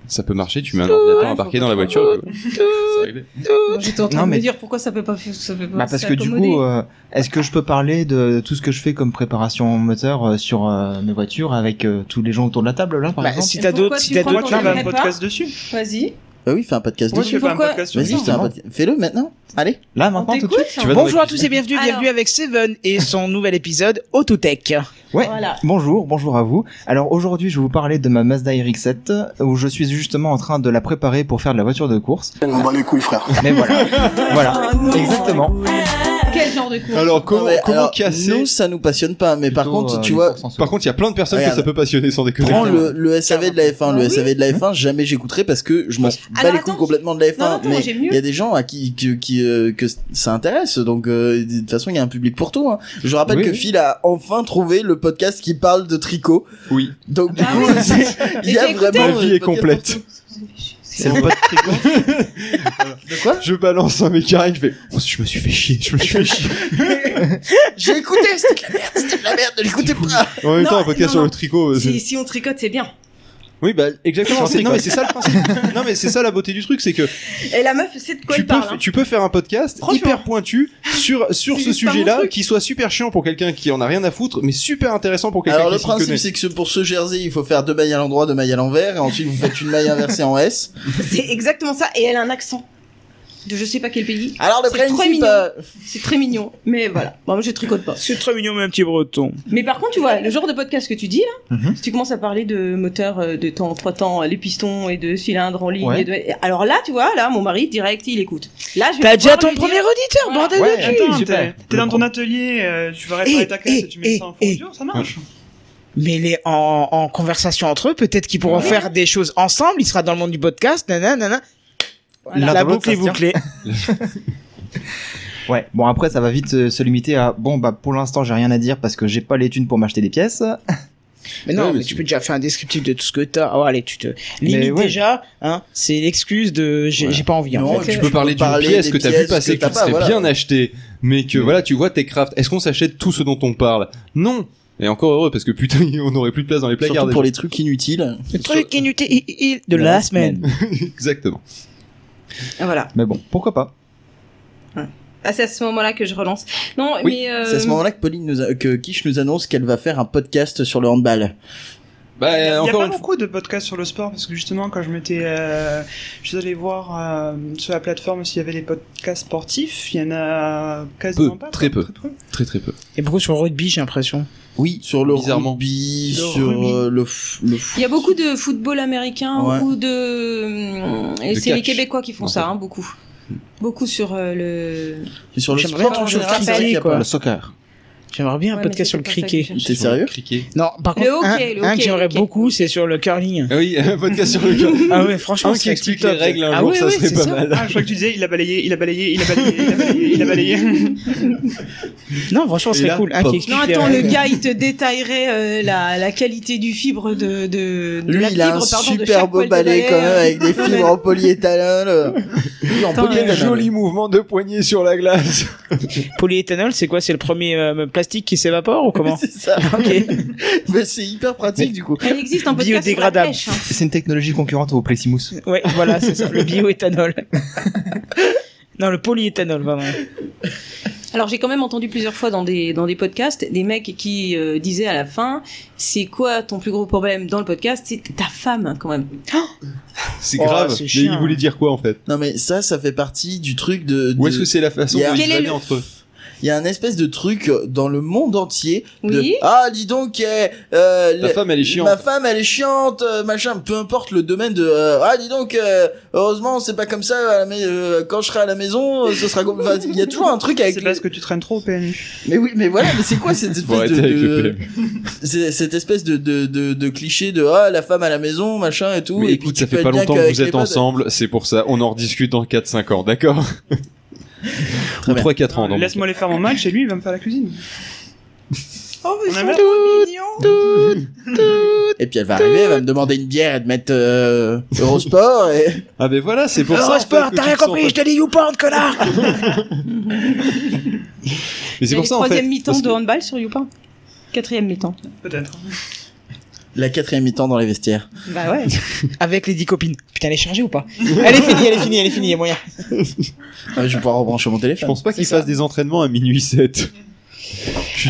Ça peut marcher, tu mets un ordinateur embarqué dans la voiture. C'est réglé. Moi, J'étais en train Non, de mais- me dire pourquoi ça peut pas faire- ça peut pas Bah parce que du s'accommoder. coup, euh, est-ce que je peux parler de tout ce que je fais comme préparation moteur euh, sur euh, mes voitures avec euh, tous les gens autour de la table là par Bah, exemple si Et t'as pourquoi d'autres, tu si t'as prends Moi, d'autres, tu ton fais non, un mais- prépare podcast dessus. Vas-y. Bah oui, fais un podcast Moi, dessus. je fais un Pourquoi podcast Vas-y, dessus. fais un podcast. Fais-le maintenant. Allez. Là On maintenant tout de t'écoute suite. Tu vas dans hein. Bonjour la à tous et bienvenue, Alors. bienvenue avec Seven et son nouvel épisode Autotech. Ouais. Voilà. Bonjour, bonjour à vous. Alors aujourd'hui, je vais vous parler de ma Mazda RX-7 où je suis justement en train de la préparer pour faire de la voiture de course. On bat les couilles, frère. Mais voilà, voilà, Ah, non. exactement. Quel genre de cours Alors, comment, Non, mais comment alors, casser Nous, ça nous passionne pas, mais par Plutôt, contre, euh, tu les vois, courses en solo. Par contre, il y a plein de personnes que Regarde. ça peut passionner sans déconner. prends le, le SAV de la F1. Le SAV de la F1, jamais j'écouterai parce que je m'en bats Ah Alors, les couilles attends. complètement de la F1. Non, attends, mais j'ai mieux. il y a des gens à qui, qui, qui, euh, que ça intéresse. Donc, euh, de toute façon, il y a un public pour tout. hein. Je rappelle Oui, que oui. Phil a enfin trouvé le podcast qui parle de tricot. Oui. Donc, du Ah coup, oui. c'est- il y Mais a j'ai écouté. vraiment. La vie est complète. C'est C'est le pote frigo. De quoi Je balance un mécarin, je fais, Oh, je me suis fait chier, je me suis fait chier. J'ai écouté, c'était de la merde, c'était de la merde, ne l'écoutez pas. En même Non, temps, un podcast non, sur non. le tricot. c'est- Si, si on tricote, c'est bien. Oui, bah, exactement. Sur c'est- le Non, mais tricot. c'est ça le principe. non, mais c'est ça la beauté du truc, c'est que Et la meuf sait de quoi tu elle peux, parle. f- hein. tu peux faire un podcast Franchement. hyper pointu sur, sur C'est ce juste pas mon sujet-là truc. qui soit super chiant pour quelqu'un qui en a rien à foutre, mais super intéressant pour quelqu'un Alors le qui s'y connaît. principe c'est que ce- pour ce jersey il faut faire deux mailles à l'endroit, deux mailles à l'envers, et ensuite vous faites une maille inversée en S. C'est exactement ça. Et elle a un accent de je sais pas quel pays. Alors le C'est trop principe, mignon. euh, C'est très mignon. Mais voilà. Bon, moi, je tricote pas. C'est très mignon, mon petit breton. Mais par contre, tu vois, le genre de podcast que tu dis là, Mhm. si tu commences à parler de moteur euh, de temps, trois temps, les pistons et de cylindres en ligne. Ouais. et de- Alors là, tu vois, là, mon mari direct, il écoute. Là, je vais T'as déjà pouvoir ton lui dire- premier auditeur, Voilà. bordel Ouais, de cul Attends, j'ai t'es pas- t'es dans ton atelier, euh, tu vas réparer Eh, ta caisse eh, et tu mets ça en eh, fondu, ça marche. Mais les, en, en conversation entre eux, peut-être qu'ils pourront faire des choses ensemble. Il sera dans le monde du podcast. Nanana, nanana. Voilà. L'un La dans l'autre, boucle est ça se tient. bouclée. Ouais. Bon après ça va vite euh, se limiter à bon bah pour l'instant j'ai rien à dire parce que j'ai pas les thunes pour m'acheter des pièces. Mais non, Ouais, mais mais, c'est- tu peux déjà faire un descriptif de tout ce que t'as. Oh, allez, tu te limites ouais. déjà. Hein, c'est l'excuse de j'ai j'ai pas envie. Non, en et fait. puis Tu peux parler d'une parler pièce des que t'as pièces vu passer, que que, t'as tu pas, serais voilà. Mm. bien acheté, mais que voilà, tu vois Techcraft. Est-ce qu'on s'achète tout ce dont on parle Non. Et encore heureux parce que putain, on aurait plus de place dans les placards. surtout pour les trucs inutiles. Le truc inutile i- i- de la, semaine. Exactement. Ah, Voilà. Mais bon pourquoi pas. Ah, c'est à ce moment-là que je relance. Non, Oui, mais. euh, C'est à ce moment-là que Pauline nous a- que Kish nous annonce qu'elle va faire un podcast sur le handball. Bah Il y a- il y a encore pas une fois. beaucoup de podcasts sur le sport parce que justement quand je m'étais, euh, je suis allé voir euh, sur la plateforme s'il y avait des podcasts sportifs, il y en a quasiment Peu, pas. très quoi. peu. Très très peu. Et beaucoup sur le rugby, j'ai l'impression. Oui. Sur le Bizarrement. Le rugby, sur rugby. euh, le, f- le f- Il y a beaucoup de football américain, Ouais. beaucoup de. Et De c'est les catch. Québécois qui font En ça, hein, beaucoup. Beaucoup sur euh, le. sur le J'aimerais sport bien en toucher au général, cricket, c'est vrai qu'il y a quoi. pas- Le soccer. J'aimerais bien un Ouais, mais podcast sur le c'était pas ça que cricket. je cherchais. Ah, T'es sérieux Criquet. Non, par Le contre, un, hockey, le un hockey, que j'aimerais le hockey. beaucoup, c'est sur le curling. Ah oui, un podcast sur le cœur. Ah ouais, franchement, Un ce qui serait explique tip-top. les règles un Ah jour, oui, ça oui, serait c'est pas ça. mal. Ah, je crois que tu disais il a balayé, il a balayé, il a balayé, il a balayé, il a balayé. Non, franchement, Et ce serait là, cool. Un pop. qui explique Non, les attends, le règles. gars, il te détaillerait euh, la, la qualité du fibre de. de, de Lui, la il a fibre, un pardon, de super chaque beau poil de balai balai, quand même euh. avec des fibres en polyéthalène. euh. Lui, en Attends, polyéthalène. Joli mouvement de poignée sur la glace. Polyéthanol, c'est quoi C'est le premier euh, plastique qui s'évapore ou comment C'est ça. Ok. Mais c'est hyper pratique du coup. Il existe un podcast sur la Biodégradable. pêche, hein. C'est une technologie concurrente au Pleximousse. Ouais, voilà, c'est ça, le bioéthanol. non, le polyéthanol, pardon. Alors j'ai quand même entendu plusieurs fois dans des dans des podcasts des mecs qui euh, disaient à la fin c'est quoi ton plus gros problème dans le podcast c'est ta femme quand même. C'est Oh, grave. c'est Mais chiant. il hein. voulait dire quoi en fait Non mais ça, ça fait partie du truc de. Ou de- est-ce que c'est la façon Il y a- dont ils Quel est allaient le- entre eux Il y a un espèce de truc euh, dans le monde entier. de- Oui. Ah, dis donc, eh, euh, La le- femme elle est chiante. Ma femme, elle est chiante, euh, machin. Peu importe le domaine de. euh, ah, dis donc. euh, heureusement, c'est pas comme ça. à la mai- euh, quand je serai à la maison, euh, ce sera. comme- enfin, Il y a toujours un truc avec. C'est les- parce que tu traînes trop au PMU. Mais oui, mais voilà. Mais c'est quoi cette espèce Faut arrêter de, avec de- le PMU. c'est- cette espèce de, de, de, de cliché de ah la femme à la maison, machin et tout. Mais et écoute, puis ça tu peux fait être pas bien longtemps que qu'avec vous les êtes potes. ensemble, c'est pour ça, on en rediscute dans 4-5 ans, d'accord Ou bien. 3-4 Ah, ans, donc. Laisse-moi aller faire mon match et lui il va me faire la cuisine. Oh mais On ils a sont même- trop mignons. Et puis elle va arriver, elle va me demander une bière et de mettre euh, Eurosport et. Ah ben voilà, c'est pour ça. en fait, Eurosport, que Euh, t'as tu rien te sens compris, pas- je te dis YouPorn, connard Mais c'est Il y a pour les ça en fait. troisième mi-temps parce de que- handball sur YouPorn. Quatrième mi-temps. Peut-être. La quatrième mi-temps dans les vestiaires. Bah ouais. Avec les 10 copines. Putain, elle est chargée ou pas Elle est finie, elle est finie, elle est finie, il y a moyen. Ah, je vais pouvoir rebrancher mon Je téléphone. pense pas qu'ils ça. fassent des entraînements à minuit 7.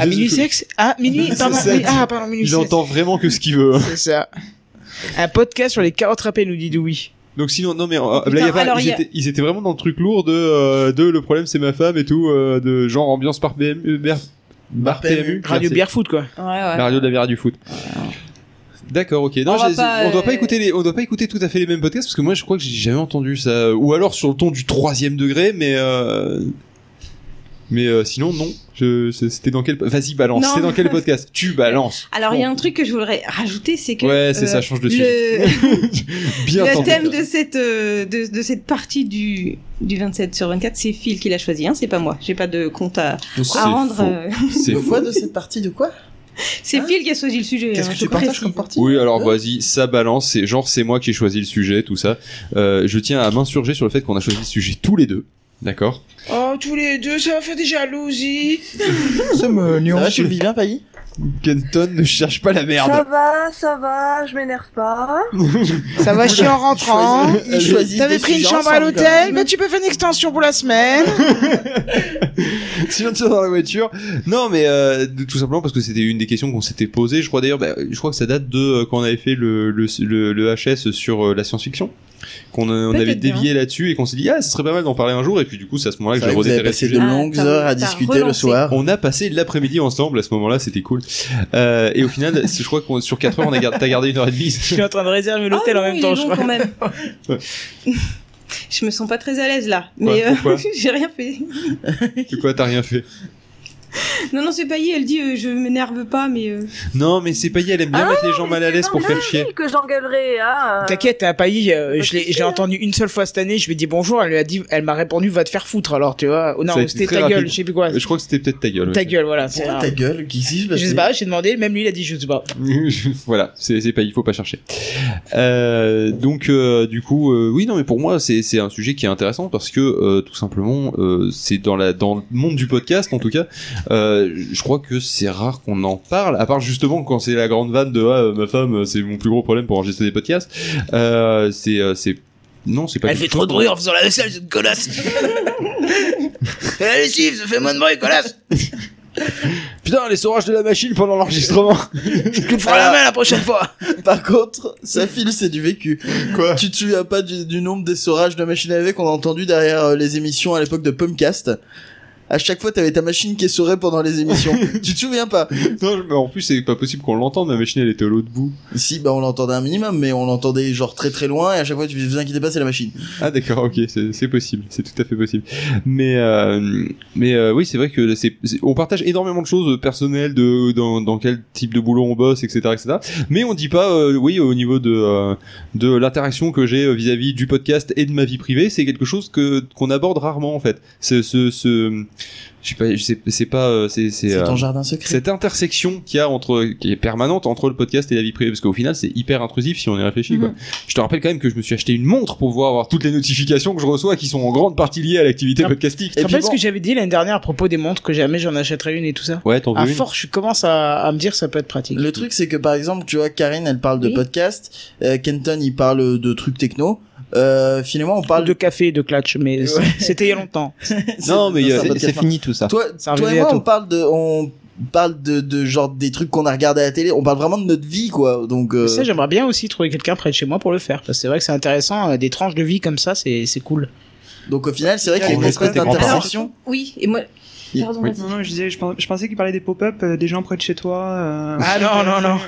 À minuit sexe À minuit, C'est pardon, ça, oui, tu- ah, pardon, minuit Il sexe. entend vraiment que ce qu'il veut. hein. C'est ça. Un podcast sur les carottes râpées, nous dit Doui. Donc sinon, non mais euh, Putain, blague à part, alors, ils, il y a- étaient, ils étaient vraiment dans le truc lourd de, euh, de le problème c'est ma femme et tout, euh, de genre ambiance par PMU, bar, bar PMU, Radio merci. Beer Food, quoi. Ouais ouais. La radio de la bière et du foot. Ah. D'accord, ok. Non, On va j'ai- pas, on doit pas euh, écouter les, on doit pas écouter tout à fait les mêmes podcasts parce que moi je crois que j'ai jamais entendu ça. Ou alors sur le ton du troisième degré, mais euh, mais euh, sinon non. Je, c'est- c'était dans quel, vas-y balance. Non. C'était dans quel podcast Tu balances. Alors il y a un truc que je voudrais rajouter c'est que Ouais, c'est euh, ça, change de sujet. le Bien le tenté. thème de cette euh, de, de cette partie du du 27 sur 24 c'est Phil qui l'a choisi hein, c'est pas moi j'ai pas de compte à, C'est à rendre faux. euh, C'est De faux. quoi de cette partie de quoi C'est Phil qui a choisi le sujet. Qu'est-ce hein, que je tu partages précise. comme partie Oui, alors vas-y, ça balance. C'est genre c'est moi qui ai choisi le sujet, tout ça. Euh, je tiens à m'insurger sur le fait qu'on a choisi le sujet tous les deux. D'accord. Oh, tous les deux, ça va faire des jalousies. C'est Ça mignon. va, tu le vis bien, Pailly Kenton ne cherche pas la Ça merde. va, ça va, je m'énerve pas. Ça va chier en rentrant. Ils choisissent T'avais des pris une sujets chambre à ensemble, quand l'hôtel, même. mais tu peux faire une extension pour la semaine. Si on tire dans la voiture. Non, mais euh, tout simplement parce que c'était une des questions qu'on s'était posées. Je crois d'ailleurs, bah, je crois que ça date de euh, quand on avait fait le le, le, le HS sur euh, la science-fiction. Qu'on euh, on Peut-être avait bien. dévié là-dessus et qu'on s'est dit ah, ce serait pas mal d'en parler un jour. Et puis du coup, c'est à ce moment-là C'est que j'ai vrai que Vous avez redéterré le passé sujet. de Ah, longues t'as- heures à t'as discuter le relancé. soir. On a passé l'après-midi ensemble à ce moment-là, c'était cool. Euh, et au final, je crois qu'on sur 4 heures, on a gardé, t'as gardé une heure et demie. Je suis en train de réserver l'hôtel Ah en oui, même il temps, est je long crois. quand même. Ouais. je me sens pas très à l'aise là, mais Ouais, euh, pourquoi j'ai rien fait. C'est quoi, t'as rien fait Non, non, c'est Paillé, elle dit euh, je m'énerve pas, mais euh, Non, mais c'est Payet, elle aime Ah bien mettre les gens mal à l'aise pour faire chier. que j'engueulerai, Euh, hein. T'inquiète, à Pailly, euh, bah, je l'ai je l'ai entendu une seule fois cette année, je lui ai dit bonjour, elle lui a dit, elle m'a répondu va te faire foutre alors, tu vois. Oh, Ça a non, été c'était très ta gueule, rapide. je sais plus quoi. Je crois que c'était peut-être ta gueule. Ta ouais. gueule, voilà. c'est Pourquoi rare. ta gueule Qu'est-ce qui se passe Je sais pas, j'ai demandé, même lui il a dit je sais pas. voilà, c'est c'est pas, il faut pas chercher. Euh, donc euh, du coup, euh, oui, non, mais pour moi, c'est c'est un sujet qui est intéressant parce que euh, tout simplement, euh, c'est dans la dans le monde du podcast en tout cas, euh, je crois que c'est rare qu'on en parle, à part justement quand c'est la grande vanne de ah, euh, ma femme, euh, c'est mon plus gros problème pour enregistrer des podcasts. Euh, c'est euh, c'est non, c'est pas. Elle du fait tout- trop de bruit en faisant la vaisselle, cette connasse. Fais Eh, la lessive, ça fait moins de bruit, connasse. Putain, les sourages de la machine pendant l'enregistrement. Tu te feras la main la prochaine fois. Par contre, ça file, c'est du vécu. Quoi Tu te souviens pas du, du nombre d'essorages de machines à laver qu'on a entendu derrière euh, les émissions à l'époque de Pumpcast À chaque fois, t'avais ta machine qui essorait pendant les émissions. tu te souviens pas Non, je- mais en plus, c'est pas possible qu'on l'entende. Ma machine, elle était à l'autre bout. Si, bah on l'entendait un minimum, mais on l'entendait genre très très loin, et à chaque fois, tu faisais, vous inquiétez pas, c'est la machine. Ah, d'accord, ok, c'est c'est possible, c'est tout à fait possible. Mais, euh, mais euh, oui, c'est vrai que c'est c'est- on partage énormément de choses euh, personnelles, de dans, dans quel type de boulot on bosse, etc., etc. Mais on dit pas, euh, oui, au niveau de euh, de l'interaction que j'ai euh, vis-à-vis du podcast et de ma vie privée, c'est quelque chose que qu'on aborde rarement en fait. Ce, ce, ce je sais pas, je sais- c'est pas, euh, c'est c'est C'est euh, ton jardin secret. cette intersection qu'il y a entre qui est permanente entre le podcast et la vie privée parce qu'au final c'est hyper intrusif si on y réfléchit quoi. Mm. Mhm. Je te rappelle quand même que je me suis acheté une montre pour pouvoir avoir toutes les notifications que je reçois qui sont en grande partie liées à l'activité Ah. podcastique. Tu te puis rappelles ce bon. que j'avais dit l'année dernière à propos des montres que jamais j'en achèterais une et tout ça Ouais, t'en À veux une force, je commence à, à me dire ça peut être pratique. Le truc, c'est que par exemple, tu vois, Karine, elle parle de Oui. podcast, euh, Kenton, il parle de trucs techno. Euh, finalement, on parle de café et de clutch, mais c'est- c'était il y a longtemps. Non, mais euh, il y c'est a- un C'est podcast c'est fini tout ça. Toi, Ça toi et revenait à moi, tout. on parle de, on parle de, de genre des trucs qu'on a regardé à la télé. On parle vraiment de notre vie, quoi. Donc, euh, Mais Ça, j'aimerais bien aussi trouver quelqu'un près de chez moi pour le faire. Parce que c'est vrai que c'est intéressant, euh, des tranches de vie comme ça, c'est c'est cool. donc au final, c'est vrai qu'il y a On une laisse espèce tes grands-parents. d'intersection. oui. Et moi, Il- pardon. oui. vas-y. Non, non, je, disais, je, pens- je pensais qu'il parlait des pop-up, euh, des gens près de chez toi. euh, Ah non, non, non.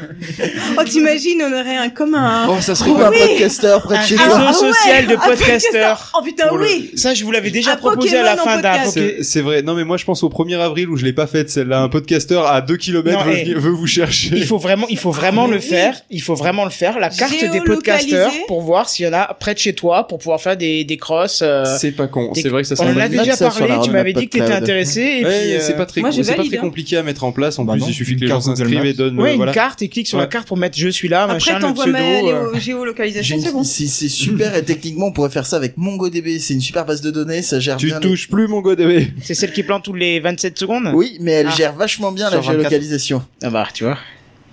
Oh, t'imagines, on aurait un commun. hein. Oh, ça se trouve un Oui. Ah, podcasteur près de chez Un toi. réseau social de podcasteurs. Oh putain, Pour le- oui. Ça, je vous l'avais déjà Un proposé à la Pokémon en fin d'un podcast. Poké- C'est c'est vrai. Non, mais moi je pense au 1er avril où je l'ai pas faite celle-là. Un podcasteur à 2 km Non, veut, eh. veut vous chercher. Il faut vraiment, il faut vraiment Ah, le faire. Il faut vraiment le faire. La carte des Géolocaliser. podcasteurs pour voir s'il y en a près de chez toi pour pouvoir faire des, des crosses. euh, C'est pas con. des- C'est vrai que ça on serait en a une bonne déjà ça sur la parlé. Tu roadmap m'avais dit que t'étais PodCloud. intéressé. Et idée. Ouais, puis, euh, c'est pas très, Moi, con- je c'est pas valide, très hein. compliqué à mettre en place. En Bah plus, non, il suffit une que les gens carte Google s'inscrivent Maps. et donnent. euh, ouais, voilà. une carte et clique sur la Ouais. carte pour mettre je suis là, Après, machin, le t'envoies pseudo. ma euh. géo- J'ai géolocalisation, une- c'est bon. C'est c'est super et techniquement on pourrait faire ça avec MongoDB, c'est une super base de données, ça gère Tu bien. les- touches plus mon godébé. C'est celle qui plante tous les 27 secondes. Oui, mais elle Ah. gère vachement bien Sur la 24. géolocalisation. Ah bah, tu vois.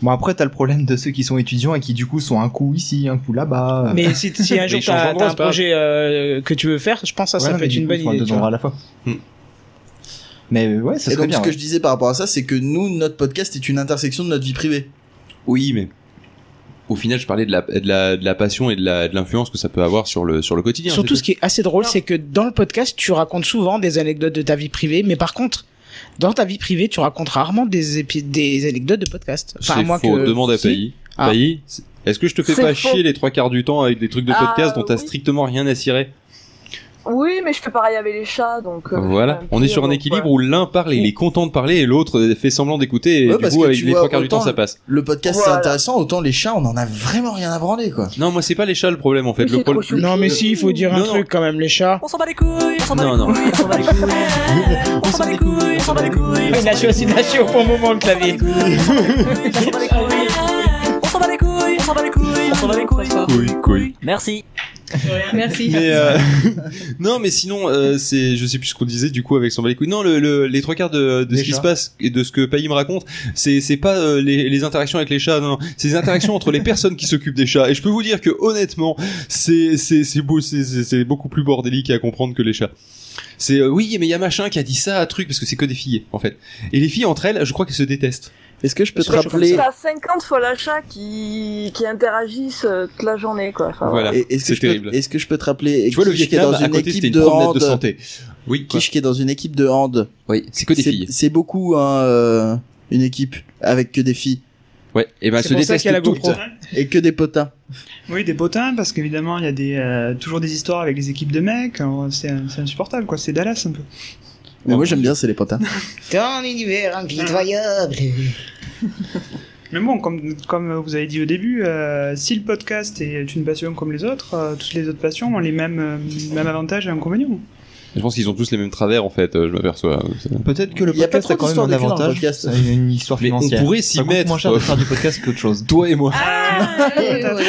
Bon après t'as le problème de ceux qui sont étudiants et qui du coup sont un coup ici, un coup là-bas. Mais si, si un jour ils changent t'as d'endroit, t'as un c'est pas projet euh, que tu veux faire, je pense que ça, Ouais, ça non, peut mais être du une coup, bonne ils font idée. deux tu vois. endroits à la fois. Hmm. Mais euh, ouais, ça Et serait donc bien. ce que ouais. je disais par rapport à ça, c'est que nous, notre podcast est une intersection de notre vie privée. Oui, mais au final, je parlais de la, de la, de la passion et de la- de l'influence que ça peut avoir sur le, sur le hein, quotidien. Surtout, ce c'est qui est assez drôle, Non. c'est que dans le podcast, tu racontes souvent des anecdotes de ta vie privée, mais par contre, dans ta vie privée, tu racontes rarement des, épi- des anecdotes de podcast. tout. Enfin, à C'est moins faux. que. Demande à Si. Pailly. Ah. Pailly, c'est- est-ce que je te fais C'est pas faux. chier les trois quarts du temps avec des trucs de Ah, podcast dont t'as oui. strictement rien à cirer Oui, mais je fais pareil avec les chats, donc. euh, Voilà, c'est on est sur un pire, équilibre donc, où l'un parle, et il est content de parler, et l'autre fait semblant d'écouter, et Ouais, du parce coup, que avec tu les vois, trois quarts du temps, autant- ça passe. Le podcast c'est Voilà. intéressant, autant les chats on en a vraiment rien à branler quoi. Non, moi, c'est pas les chats le problème, en fait. Mais Le c'est problème- trop chou- Non, mais si, il faut dire un Non, non. truc quand même, les chats. On s'en Oh. bat les couilles, on s'en bat Non, les non. couilles, on s'en bat les couilles, on s'en bat les couilles, on s'en bat les couilles. Il a choisi de lâcher au bon moment le clavier. On s'en bat les couilles, on s'en bat les couilles, on s'en bat les couilles, on s'en bat les couilles. Couille, couille. Merci. Merci. Mais euh, non, mais sinon, euh, c'est, je sais plus ce qu'on disait du coup avec son balai couille. Non, le, le- les trois quarts de, de ce Les qui chats. se passe et de ce que Pailly me raconte, c'est, c'est pas euh, les, les interactions avec les chats, non, non. c'est les interactions entre les personnes qui s'occupent des chats. Et je peux vous dire que honnêtement, c'est, c'est, c'est beau, c'est, c'est, c'est beaucoup plus bordélique à comprendre que les chats. C'est euh, oui, mais il y a machin qui a dit ça à truc parce que c'est que des filles en fait. Et les filles entre elles, je crois qu'elles se détestent. Est-ce que je peux te Parce que je rappeler T'as 50 fois la chat qui, qui interagissent euh, toute la journée, quoi. Enfin, Voilà, Et- est-ce que c'est je peux- terrible. Est-ce que je peux te rappeler Tu vois le Kish qui est Vietnam dans à une côté, c'était équipe une de promenade hand de santé. Oui, quoi. Kish qui est dans une équipe de hand. oui, c'est que des C'est- filles. C'est beaucoup hein, euh, une équipe avec que des filles Ouais, et ben elles C'est se pour ça détestent qu'il y a la toutes. GoPro. et que des potins. Oui, des potins, parce qu'évidemment, il y a des, euh, toujours des histoires avec les équipes de mecs. alors C'est c'est insupportable, quoi. C'est Dallas un peu. Mais moi j'aime bien c'est les potins. Dans l'univers impitoyable. Mais bon, comme, comme vous avez dit au début, euh, si le podcast est une passion comme les autres, euh, toutes les autres passions ont les mêmes, euh, mêmes avantages et inconvénients. Je pense qu'ils ont tous les mêmes travers en fait, euh, je m'aperçois. Peut-être que le Il y a pas podcast a trop quand d'histoire même un de cul dans le avantage. podcast. C'est une histoire Mais on financière. pourrait s'y Ça coûte mettre, moins cher de quoi. faire du podcast qu'autre chose. Toi et moi. Ah, ouais, ouais, ouais.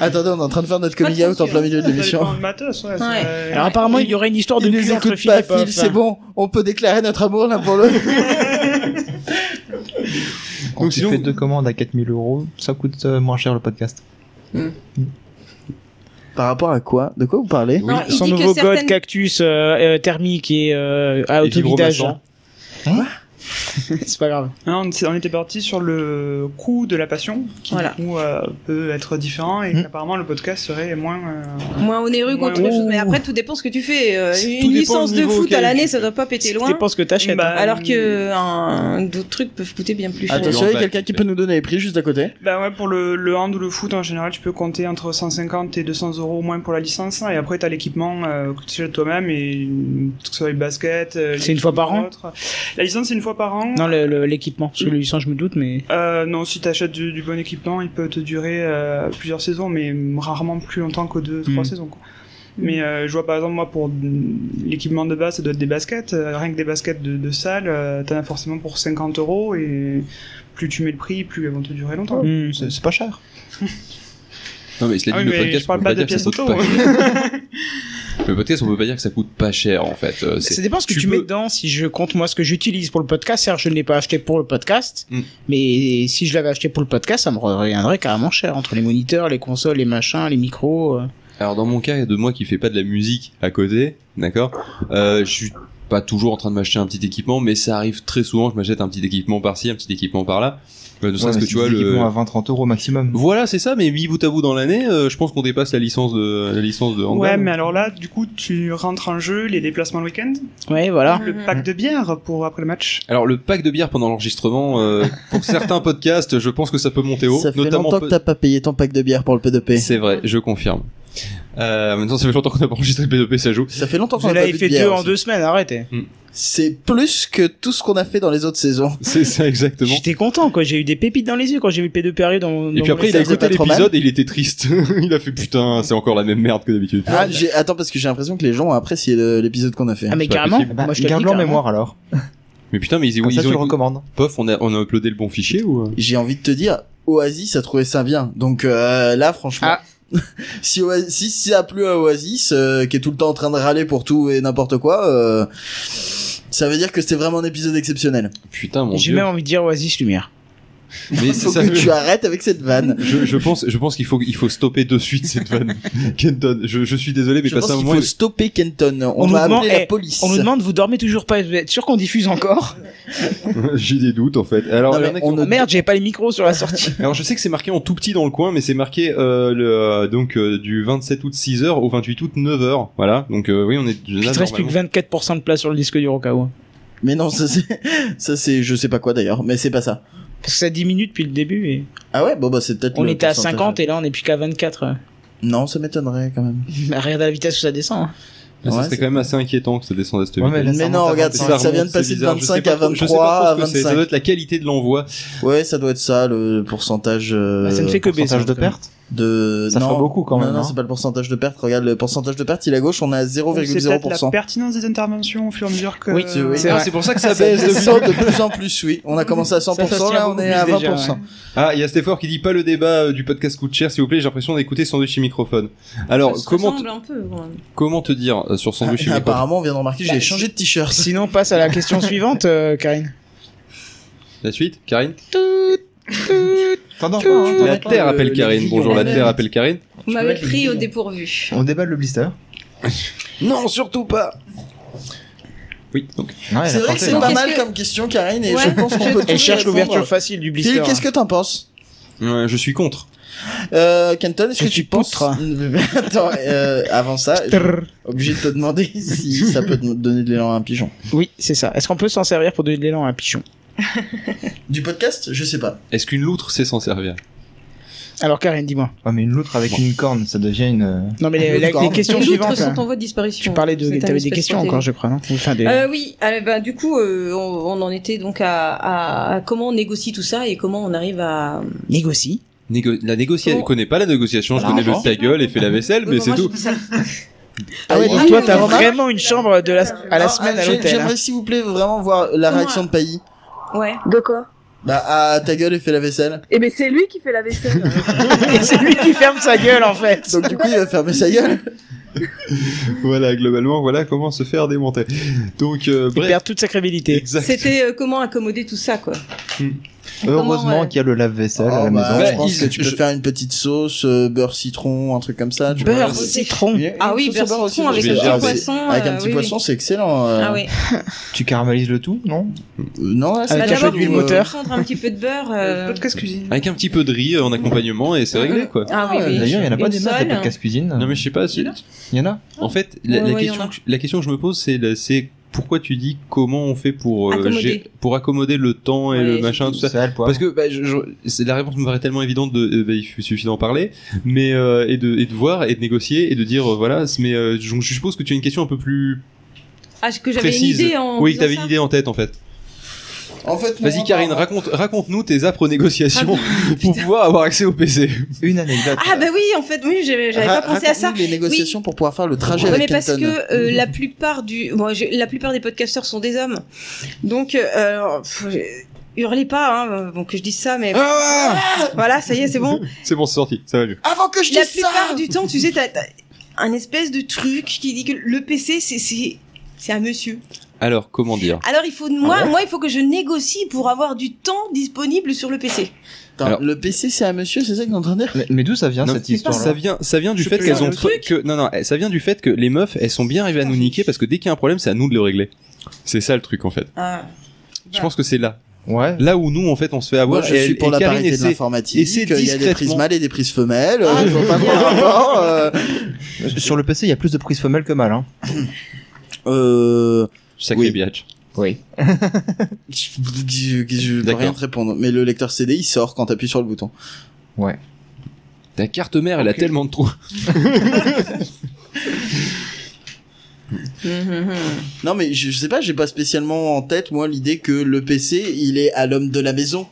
Attendez, on est en train de faire notre coming out en plein milieu de Ça dépend l'émission. de matos, ouais. Ouais. c'est- Alors apparemment, il y aurait une histoire de Il cul nous entre écoute Philippe pas, et Puff. Phil, c'est bon, on peut déclarer notre amour l'un pour l'autre. Quand Donc tu sinon- fais deux commandes à 4000 euros, ça coûte euh, moins cher le podcast. Hmm. Par rapport à quoi De quoi vous parlez Non, il Son dit que nouveau god certaines- cactus euh, euh, thermique et euh, à Et autovidage. vibromassant. Hein C'est pas grave. Non, on s'est- on était parti sur le coût de la passion, qui Voilà. du coup, euh, peut être différent et Hmm. Mm. apparemment le podcast serait moins. euh, Moins onéreux Ouais, qu'autre ouais. chose. Mais après, tout dépend ce que tu fais. Euh, Tout Une dépend licence du de niveau foot auquel à l'année, tu- ça doit pas péter C'est loin. dépend ce que t'achètes. hein. Bah, Alors que un- d'autres trucs peuvent coûter bien plus cher. Attends. Attention, il y a quelqu'un qui peut nous donner les prix juste à côté. Bah ouais, pour le, le hand ou le foot en général, tu peux compter entre 150 et 200 euros au moins pour la licence. Et après, t'as l'équipement euh, que tu achètes toi-même, et que ce soit les baskets. euh, C'est une fois par an autres. La licence, c'est une fois par an. Non, le- le- l'équipement. Parce que le licence, je me doute, mais. Euh, non, si t'achètes du, du bon équipement, il peut te durer euh, plusieurs saisons, mais mm, rarement plus longtemps que deux, trois Mm. saisons. Quoi. Mais euh, je vois par exemple, moi, pour mm, l'équipement de base, ça doit être des baskets. euh, rien que des baskets de, de salle, euh, t'en as forcément pour 50 euros, et plus tu mets le prix, plus elles vont te durer longtemps. Hmm. C'est c'est pas cher. Non mais cela Ah dit, oui, le mais podcast, je on parle peut pas pas de dire que ça pièces coûte auto. hein. pas cher. Le podcast, on peut pas dire que ça coûte pas cher en fait. Euh, Ça c'est- dépend ce que tu tu, peux- mets dedans. Si je compte moi ce que j'utilise pour le podcast, c'est-à-dire je ne l'ai pas acheté pour le podcast, Mm. mais si je l'avais acheté pour le podcast, ça me reviendrait carrément cher entre les moniteurs, les consoles, les machins, les micros. euh. Alors dans mon cas, de moi qui fais pas de la musique à côté, d'accord, euh, je suis pas toujours en train de m'acheter un petit équipement, mais ça arrive très souvent. Je m'achète un petit équipement par-ci, un petit équipement par-là. Euh, ne serait-ce Ouais, que mais tu c'est vois des le. équipements à 20-30 euros maximum. Voilà, c'est ça. Mais mis bout à bout dans l'année, euh, je pense qu'on dépasse la licence de la licence de. Ouais, Handball. mais alors là, du coup, tu rentres en jeu les déplacements le week-end, Ouais, voilà. le pack de bière pour après le match. Alors le pack de bière pendant l'enregistrement, euh, pour certains podcasts, je pense que ça peut monter haut, Ça fait notamment longtemps que po- t'as pas payé ton pack de bière pour le P2P. C'est vrai, je confirme. Euh, en même temps, ça fait longtemps qu'on n'a pas enregistré le P2P, ça joue. Ça fait longtemps Vous qu'on a en pas avez bu de fait bière deux en aussi. deux semaines, arrêtez. Mm. C'est plus que tout ce qu'on a fait dans les autres saisons. C'est ça, exactement. J'étais content, quoi. J'ai eu des pépites dans les yeux quand j'ai vu le P2P arriver dans mon. Et dans puis mon après, il message. ça a faisait écouté pas trop l'épisode et il était triste. il a fait putain, c'est encore la même merde que d'habitude. Ah, j'ai- attends parce que j'ai l'impression que les gens ont apprécié le- l'épisode qu'on a fait. Ah, mais c'est pas carrément. possible. Bah, moi, je te le garde dis, en carrément. mémoire alors. Mais putain, mais ils, Comme ils ça, je ont le recommande. Pof, on a, on a uploadé le bon fichier ou euh J'ai envie de te dire, Oasis a trouvé ça bien. Donc euh, là, franchement, Ah. si, Oasis, si ça a plu à Oasis, euh, qui est tout le temps en train de râler pour tout et n'importe quoi, euh, ça veut dire que c'était vraiment un épisode exceptionnel. Putain, Ah, mon J'ai dieu. même envie de dire Oasis Lumière. Mais c'est Faut ça. que tu arrêtes avec cette vanne. Je, je pense, je pense qu'il faut, il faut stopper de suite cette vanne. Kenton, je, je suis désolé, mais Je passer pense un qu'il moment. faut stopper Kenton. On, On nous va demande- appeler la eh, police. On nous demande, vous dormez toujours pas Vous êtes sûr qu'on diffuse encore J'ai des doutes en fait. Alors, euh, Non, mais il y en a qui on ont- ne- Oh Merde, j'avais pas les micros sur la sortie. Alors je sais que c'est marqué en tout petit dans le coin, mais c'est marqué euh, le, euh, donc euh, du 27 août 6h au 28 août 9h. Voilà, donc euh, oui on est Il là, te reste plus que normalement. 24% de place sur le disque du Rokawa. Mais non, ça c'est, ça c'est, je sais pas quoi d'ailleurs, mais c'est pas ça. Parce que ça diminue depuis le début et. Ah ouais, bon bah c'est peut-être. On le était à pourcentage. 50 et là on est plus qu'à 24. Non, ça m'étonnerait quand même. Bah, Regarde à la vitesse où ça descend. hein. Mais Ah, ça Ouais, serait c'est- quand même assez inquiétant que ça descende à cette Ouais, mais vitesse. là, Mais ça non, remonte à regarde, 25. ça, ça vient de C'est passer de bizarre, 25 je sais à pas trop- je sais 23 pas trop à ce que c'est. Ça doit 25. être la qualité de l'envoi. Ouais, ça doit être ça, le pourcentage euh, Bah, ça ne fait que baisser. Pourcentage de perte. de... Ça non, ferait beaucoup quand même, Non, non, hein. c'est pas le pourcentage de perte. Regarde, le pourcentage de perte, il est à gauche, on est à C'est peut-être la 0,0%. pertinence des interventions au fur et à mesure que. Oui, c'est- oui. C'est Ah, vrai. pour ça que Ça descend de plus en plus, oui. On a commencé à 100%, là on est à 20%. Ah, il y a Stéphore qui dit pas le débat euh, du podcast coûte cher, s'il vous plaît, j'ai l'impression d'écouter Sandwich et Microphone. Alors, comment, ressemble un peu. ouais. te- comment te dire euh, sur Sandwich et Microphone Ah, Apparemment, on vient de remarquer, Bah, j'ai changé de t-shirt. Sinon, passe à la question suivante, euh, Karine. La suite, Karine T'endors pas, hein, t'endors La pas. Terre le- appelle le Karine, big bonjour, la bang. Terre appelle Karine. Vous peux m'avez mettre les pris au billets. dépourvu. On déballe le blister. Non, surtout pas. Oui, donc. Ouais, C'est il a vrai que tenté, c'est hein. pas Qu'est-ce mal que- comme question, Karine, et Ouais. je pense qu'on peut tous Elle y cherche répondre. l'ouverture facile du blister. Phil, qu'est-ce que t'en penses Euh, je suis contre. euh, Kenton, est-ce Je que suis tu penses poutre. Attends, euh, avant ça, je suis Trrr. obligé de te demander si ça peut te donner de l'élan à un pigeon. Oui, c'est ça. Est-ce qu'on peut s'en servir pour donner de l'élan à un pigeon Du podcast, je sais pas. Est-ce qu'une loutre sait s'en servir Alors, Karine, dis-moi. Ouais, mais une loutre avec une corne, ça devient une. Non, mais les, L'autre la- corne. les questions Les autres suivantes. sont là. en voie de disparition. Tu parlais de. C'est un T'avais des espèce questions protégé. encore, je crois, non Enfin, des- Euh, oui, ah, bah, du coup, euh, on, on en était donc à, à- à comment on négocie tout ça et comment on arrive à. Négocie. Négo- La négociation, Bon. je connais pas la négociation, je L'argent. connais le ta gueule et fais la vaisselle, mais c'est tout. Ah ouais, Aïe. donc Ah, toi, oui, t'as oui, oui. vraiment une chambre de la, à la Ah, semaine à j'ai- l'hôtel. hein. J'aimerais s'il vous plaît vraiment voir la Comment réaction de Pailly. Ouais. De quoi Bah, ah, ta gueule et fais la vaisselle. Eh ben c'est lui qui fait la vaisselle. Et c'est lui qui ferme sa gueule, en fait. Donc du coup, il va fermer sa gueule. voilà, globalement, voilà comment se faire démonter. Donc, euh, Il bref. perd toute sa crédibilité. Exact. C'était euh, comment accommoder tout ça, quoi. Hmm. Heureusement ouais. qu'il y a le lave-vaisselle à Oh, la bah, maison. je pense que tu peux je- faire une petite sauce euh, beurre citron, un truc comme ça. tu Beurre, vois. citron. Une- une Ah oui, sauce au beurre au citron avec je vais un dire, petit mais- poisson. Avec un euh, petit oui, poisson, c'est excellent. euh. oui. Ah oui. Tu caramelises le tout, non Euh, Non, là, c'est Bah, Avec un pas peu D'abord, du d'huile tout, vous euh, moteur. fondre un petit peu de beurre. euh, Podcast cuisine. Avec un petit peu de riz euh, en accompagnement et c'est réglé, quoi. Ah oui, oui. D'ailleurs, il y en a pas Une des masses seule. de podcasts cuisine. Non, mais je sais pas. c'est- Il y en a. En fait, la, Ouais, la ouais, y en question a. que, je- la question que je me pose, c'est la- c'est pourquoi tu dis comment on fait pour euh, Accommoder. gérer- pour accommoder le temps et Ouais, le machin tout ça. C'est elle, le poivre. Parce que bah, je- je- c'est- la réponse me paraît tellement évidente, de, euh, bah, il suffit d'en parler, mais euh, et, de, et de voir et de négocier et de dire euh, voilà. c'est- Mais euh, je, je suppose que tu as une question un peu plus Ah, que j'avais une précise. idée en. oui, disant t'avais ça. une idée en tête en fait. En fait, Vas-y non, Karine, non. raconte raconte nous tes appres aux négociations pour pouvoir avoir accès au PC. Une anecdote. Ah bah oui, en fait, oui, j'avais j'avais Ra- pas pensé à ça. raconte-nous les négociations pour pouvoir faire le trajet Ouais, mais avec parce Kenton. que euh, la plupart du, bon, je- la plupart des podcasteurs sont des hommes, donc euh, alors, pff, je- hurlez pas, hein, bon que je dise ça, mais voilà, ça y est, c'est bon. c'est bon, c'est sorti, ça va mieux. Avant que je la dise plupart ça du temps, tu sais, t'as t'as un espèce de truc qui dit que le PC, c'est c'est c'est un monsieur. Alors comment dire Alors il faut moi, Ah moi, il faut que je négocie pour avoir du temps disponible sur le PC. Attends, Alors- Le PC, c'est un monsieur, c'est ça que t'es en train de dire Mais, mais d'où ça vient Non, cette mais histoire Ça vient, ça vient du Je fait peux qu'elles dire ont le tr- que non non, eh, ça vient du fait que les meufs, elles sont bien arrivées à nous niquer parce que dès qu'il y a un problème, c'est à nous de le régler. C'est ça le truc en fait. Ah. Je pense que c'est là, Ouais. là où nous en fait, on se fait avoir. Moi, je Ah et suis elle- pour et la Karine parité de essaie- et l'informatique. c'est Il y a des prises discrètement. mâles et des prises femelles. euh, je vois pas trop le rapport, euh, Sur le PC, il y a plus de prises femelles que mâles. Hein. euh, Sacré Oui. biatch. Je, je, je- je peux D'accord. rien te répondre. Mais le lecteur CD, il sort quand t'appuies sur le bouton. Ta carte mère, elle a tellement de trous. Non, mais je, je sais pas, j'ai pas spécialement en tête, moi, l'idée que le PC, il est à l'homme de la maison.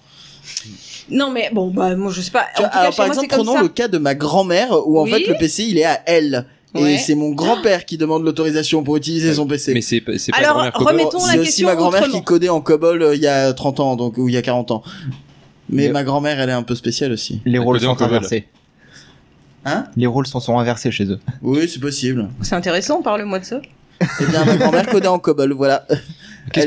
Non mais bon, bah moi je sais pas. En Tu vois, tout cas, alors, chez par moi, exemple, c'est comme prenons ça. le cas de ma grand-mère, où en Oui. fait, le PC, il est à elle. Et Ouais. c'est mon grand-père qui demande l'autorisation pour utiliser son PC. Mais c'est pas- c'est pas Alors, grand-mère Cobol. remettons- mettons la C'est aussi question ma grand-mère qui autrement. codait en COBOL euh, il y a 30 ans, donc, ou il y a 40 ans. Mais Yep. ma grand-mère, elle est un peu spéciale aussi. Les À rôles côté, on sont cobble. inversés. Hein Les rôles sont, sont inversés chez eux. Oui, c'est possible. C'est intéressant, parle-moi de ça. Eh bien, ma grand-mère codait en COBOL, voilà. Qu'est-ce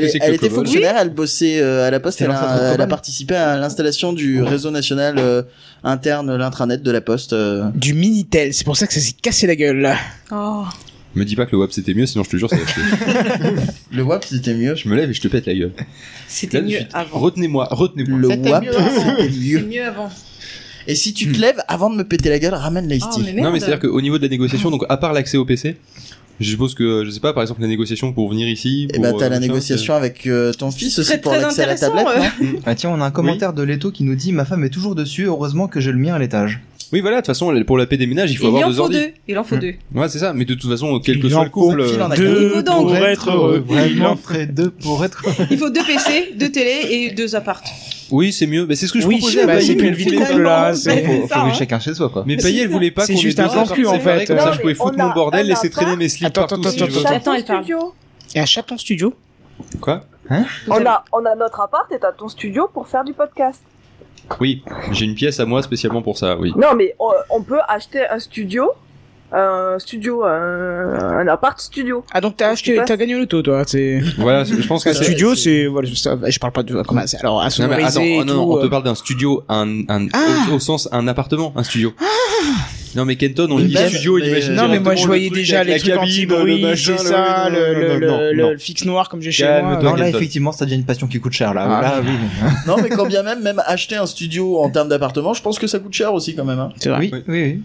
Elle, que est- c'est que elle le était Cobol fonctionnaire, elle bossait euh, à la Poste, C'est elle l'ancêtre de a, elle a Cobol. participé à l'installation du réseau national euh, interne, l'intranet de la Poste. euh. Du Minitel. C'est pour ça que ça s'est cassé la gueule, là. Oh. Me dis pas que le WAP c'était mieux, sinon je te jure, ça va chier. Le WAP, c'était mieux. Je me lève et je te pète la gueule. C'était Là, de mieux suite. avant. Retenez-moi, retenez-moi. Le C'était WAP, mieux avant. Ah, c'était C'était mieux. mieux avant. Et si tu te lèves avant de me péter la gueule, ramène la Oh, mais Isti. merde. Non, mais c'est-à-dire qu'au niveau de la négociation, donc à part l'accès au PC, je suppose que, je sais pas, par exemple, la négociation pour venir ici. Et bah, pour, t'as euh, la machin, négociation avec euh, ton fils aussi Très, pour très l'accès à la intéressant, tablette. euh. non Ah tiens, on a un commentaire de Leto qui nous dit Ma femme est toujours dessus, heureusement que j'ai le mien à l'étage. Oui, voilà, de toute façon, pour la paix des ménages, il faut Il avoir en deux faut ordi. deux. Il en faut Hmm. Mm. deux. Ouais, c'est ça. Mais de toute façon, quel que Il soit en le couple. faut- il en a euh, Deux Niveau d'angle. pour être heureux. Vraiment, ferait deux pour être Il faut deux PC, deux télé et deux apparts. Oui, c'est mieux. Mais c'est ce que je Oui, proposais à bah, Payet, c'est plus mais le vide Payet- couple là. Finalement, c'est- mais- faut, c'est ça, faut hein. que chacun chez soi quoi. Mais Payet, elle voulait pas C'est qu'on ait juste deux un plan apparts cul, en séparés, fait. Comme Non, ça, je pouvais mais foutre on mon a- bordel, on a laisser pas- traîner mes slips Attends, partout. attends, si je attends, veux. attends. elle parle. studio. Et à chaton studio. Quoi Hein On a, on a notre appart et t'as ton studio pour faire du podcast. Oui, j'ai une pièce à moi spécialement pour ça, oui. Non, mais on, on peut acheter un studio, un studio, un, un appart studio. Ah donc t'as acheté, pas. t'as gagné l'auto toi. C'est Voilà, c'est- je pense que un c'est. studio, c'est voilà. ça- Je parle pas de comment. c'est- Alors à Non, mais attends, oh, sonoriser et non, non, tout. on te euh, parle d'un studio, un, un, Ah. au, au sens un appartement, un studio. Non mais Kenton, on Mais dit même- studio, il mais- imagine. Non mais moi directement je le voyais truc déjà avec les la trucs cabine, anti-bruit, le c'est machin, ça, le- le, le, non, le, non. le fixe noir comme j'ai chez moi. euh, Calme-toi. Non, là Kenton. effectivement ça devient une passion qui coûte cher là. Ah. Là, oui. Non, mais quand bien même, même acheter un studio en termes d'appartement, je pense que ça coûte cher aussi quand même. Hein. C'est vrai. oui, oui, oui.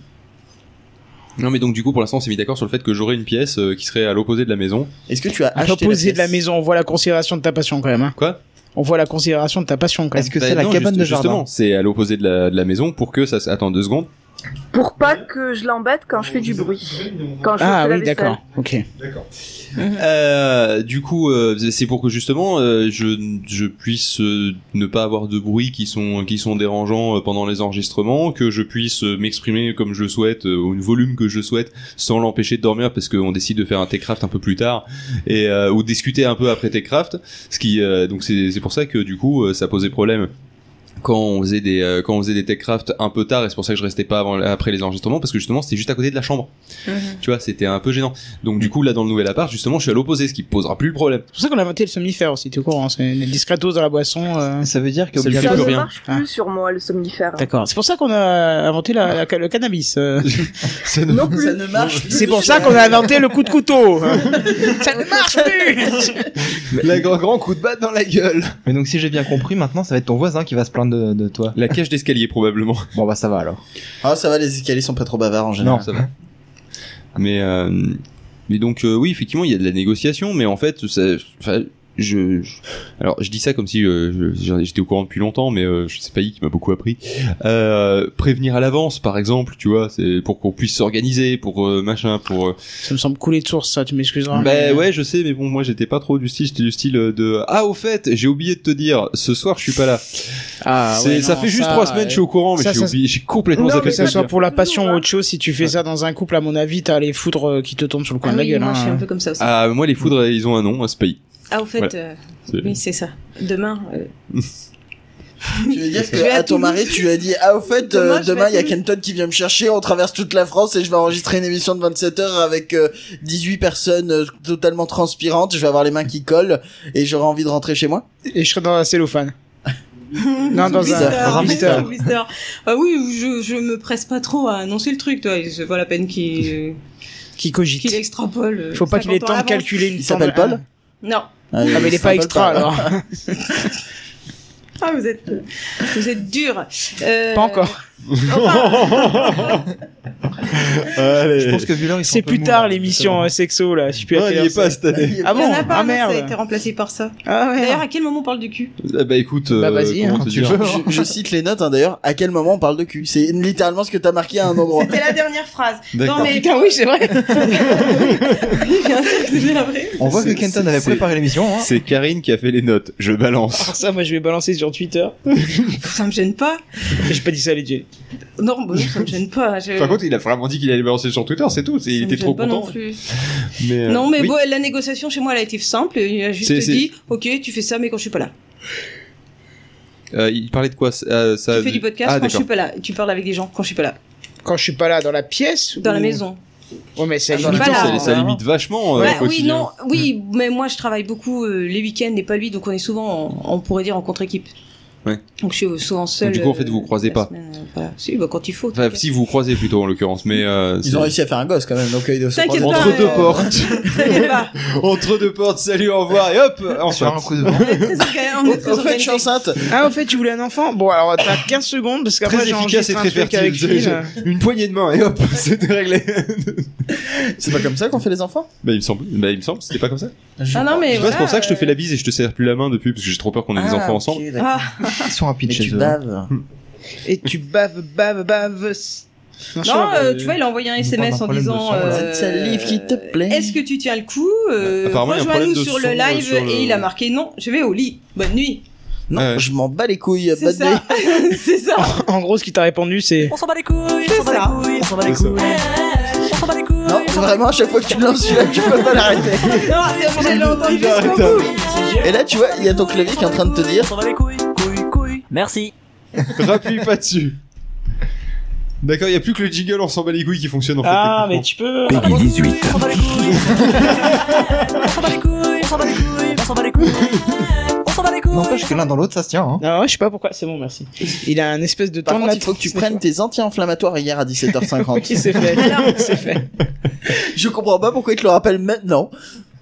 Non mais donc du coup pour l'instant on s'est mis d'accord sur le fait que j'aurais une pièce euh, qui serait à l'opposé de la maison. Est-ce que tu as À acheté l'opposé de la pièce maison, on voit la considération de ta passion quand même. hein. Quoi On voit la considération de ta passion quand même. Est-ce que Bah, c'est la non, cabane juste- de jardin Justement, c'est à l'opposé de la, de la maison pour que ça. s- Attends deux secondes. Pour pas que je l'embête quand je fais du bruit. Quand je Ah fais la oui, vaisselle. d'accord. Ok. Euh, du coup, euh, c'est pour que justement euh, je, je puisse euh, ne pas avoir de bruit qui sont qui sont dérangeants euh, pendant les enregistrements, que je puisse euh, m'exprimer comme je souhaite, euh, au volume que je souhaite, sans l'empêcher de dormir parce qu'on décide de faire un Techcraft un peu plus tard et euh, ou discuter un peu après Techcraft. Ce qui euh, donc c'est c'est pour ça que du coup euh, ça posait problème. Quand on faisait des euh, quand on faisait des Techcraft un peu tard et c'est pour ça que je restais pas avant après les enregistrements parce que justement c'était juste à côté de la chambre tu vois c'était un peu gênant donc du coup là dans le nouvel appart justement je suis à l'opposé ce qui posera plus le problème C'est pour ça qu'on a inventé le somnifère aussi, t'es au courant. C'est une discrète dose dans la boisson. euh, Hein. Ça veut dire que Ça lui Ça Plus ne rien. marche plus sur moi, le somnifère. D'accord. C'est pour ça qu'on a inventé la, la- le cannabis. euh. Non plus. Ça ne marche plus. C'est pour ça qu'on a inventé le coup de couteau. hein. ça ne marche plus. la grand, grand coup de batte dans la gueule Mais donc si j'ai bien compris, maintenant ça va être ton voisin qui va se plaindre de, de toi. la cage d'escalier probablement Bon bah ça va alors. Ah, ça va, les escaliers sont pas trop bavards en général. ça va mais euh, mais donc euh, oui effectivement il y a de la négociation mais en fait ça enfin, je, je- alors je dis ça comme si euh, je- j'étais au courant depuis longtemps mais euh, je sais pas qui m'a beaucoup appris euh, prévenir à l'avance par exemple tu vois c'est pour qu'on puisse s'organiser pour euh, machin pour euh, Ça me semble couler de source, ça. Tu m'excuseras. Ben ouais, je sais, mais bon, moi j'étais pas trop du style, j'étais du style euh, de ah au fait, j'ai oublié de te dire, ce soir je suis pas là. Ah, C'est- ouais, ça non, fait juste trois semaines, je suis au courant, mais ça, j'ai ça- oublié, j'ai complètement Non, zappé mais Que de ça le soit dire. pour la passion Nous, ou hein. autre chose, si tu fais ça dans un couple, à mon avis, t'as les foudres euh, qui te tombent sur le coin Ah de la oui, gueule. moi, je suis hein. un peu comme ça aussi. Ah, Ah moi les foudres ils ont un nom, c'est pays. au fait, Voilà. euh, C'est- Ah, oui, c'est ça. Demain, euh, Tu veux dire que Je vais à à ton Toulouse. mari, tu as dit Ah, au fait, euh, Demain, je vais demain, à il y a Toulouse. Kenton qui vient me chercher, on traverse toute la France et je vais enregistrer une émission de 27 heures avec euh, 18 personnes euh, totalement transpirantes. Je vais avoir les mains qui collent et j'aurai envie de rentrer chez moi. Et je serai dans un cellophane. non, dans Blister. un. dans un blister, blister. blister. Ah oui, je, je me presse pas trop à annoncer le truc, toi. C'est pas la peine qu'il qu'il Qui cogite. extrapole. euh, Faut pas qu'il ait 50 ans temps de avant. calculer une Il temps de- s'appelle Paul Non. Ah, Ah, mais il est pas extra alors. Ah, vous êtes, vous êtes dur. Euh, Pas encore. enfin, Je pense que vu l'heure ils sont C'est un peu plus mous, hein, tard là. l'émission euh, sexo là. Je sais plus à Ah, quelle il heure est pas c'est. cette il Ah année. y en bon a pas, Ah non, ça a merde. été remplacé par ça. Ah ouais. D'ailleurs, à quel moment on parle du cul Ah, bah écoute, euh, Bah, vas-y, comment hein, te tu dire veux. Je, je cite les notes hein, d'ailleurs. À quel moment on parle de cul C'est littéralement ce que t'as marqué à un endroit. C'était la dernière phrase. D'accord. Non, mais Putain, oui, c'est vrai. Bien sûr que c'est bien vrai. On voit que C'est- Kenton c'est- avait c'est- préparé l'émission. Hein. C'est Karine qui a fait les notes, je balance. Alors ça, moi, je vais balancer sur Twitter. Ça me gêne pas. J'ai pas dit ça, les dieux. Non, bah non, ça me gêne pas. Je... Par contre, il a vraiment dit qu'il allait balancer sur Twitter, c'est tout. c'est- ça Il me était gêne trop pas content. Non, plus. Mais, euh, non mais oui. bon, la négociation chez moi, elle a été simple. Il a juste C'est- c'est- dit, ok, tu fais ça, mais quand je suis pas là. Euh, il parlait de quoi ça, euh, ça- tu fais du podcast Ah, quand je d'accord. suis pas là. Tu parles avec des gens quand je suis pas là. Quand je suis pas là, dans la pièce Dans la ou- maison. Ouais, mais c'est Ah, à dans la limite. maison, Putain, Voilà. ça, ça limite vachement. euh, Ouais, au oui, quotidien. non, oui, mais moi je travaille beaucoup euh, les week-ends et pas lui, donc on est souvent, en- on pourrait dire, en contre-équipe. Ouais. Donc je suis souvent seul. Donc, du coup, en fait, vous vous euh, croisez la pas. semaine, euh, voilà. Si, bah, quand il faut. Enfin, si vous vous croisez plutôt en l'occurrence, mais euh, Ils c'est- ont réussi à faire un gosse quand même, donc euh, ils doivent se T'inquiète prendre- pas, entre euh, deux portes. T'inquiète pas. Entre deux portes, salut, au revoir, et hop, On se fait un ensuite. coup de vent. On est très orga- on est très Au fait, je organisé. suis enceinte. Ah, au fait, tu voulais un enfant Bon, alors t'as 15 secondes parce qu'après Très j'ai efficace enregistré et un très truc avec fertile. Phil. Une poignée de main, et hop, c'était réglé. C'est pas comme ça qu'on fait les enfants bah, il me semble, bah, il me semble, c'était pas comme ça. Ah non, mais. Tu vois, c'est voilà, pour ça que je te euh, fais la bise et je te serre plus la main depuis, parce que j'ai trop peur qu'on ait des enfants ensemble. Ah, Ils sont rapides Mais chez tu eux. baves. Et tu baves, baves, baves. Non, euh, tu vois, il a envoyé un parle SMS d'un en problème de disant son, là. euh, C'est le livre qui te plaît. Est-ce que tu tiens le coup euh, Apparemment, il y a un Rejoins-nous problème de sur son, le live euh, sur le- et il a marqué non, je vais au lit. Bonne nuit. Non, Ouais. je m'en bats les couilles. C'est Bad day. ça. C'est ça. Euh. En gros, ce qui t'a répondu, c'est On s'en bat les couilles, on s'en bat les couilles, on s'en bat les C'est ça. couilles. On s'en bat les couilles. Non, vraiment, à chaque fois que tu lances celui-là, tu peux pas l'arrêter. Non, t'es obligé de l'entendre jusqu'au bout. Et là, tu vois, il y a ton clavier qui est en train de te dire On s'en bat les couilles, couilles, couilles. Merci. Rappuie pas dessus. D'accord, il y a plus que le jingle on s'en bat les couilles qui fonctionne en fait. Ah, mais techniquement. tu peux. Peggy 18. On s'en bat les couilles. On s'en bat les couilles, on s'en bat les couilles, on s'en bat les couilles. On s'en bat les couilles. N'empêche que l'un dans l'autre, ça se tient. Hein. Non, ouais, je sais pas pourquoi. C'est bon, merci. Il a un espèce de Par temps de contre, il latence. faut que tu prennes tes anti-inflammatoires hier à 17h50. Oui, c'est fait. c'est fait. Je comprends pas pourquoi il te le rappelle maintenant.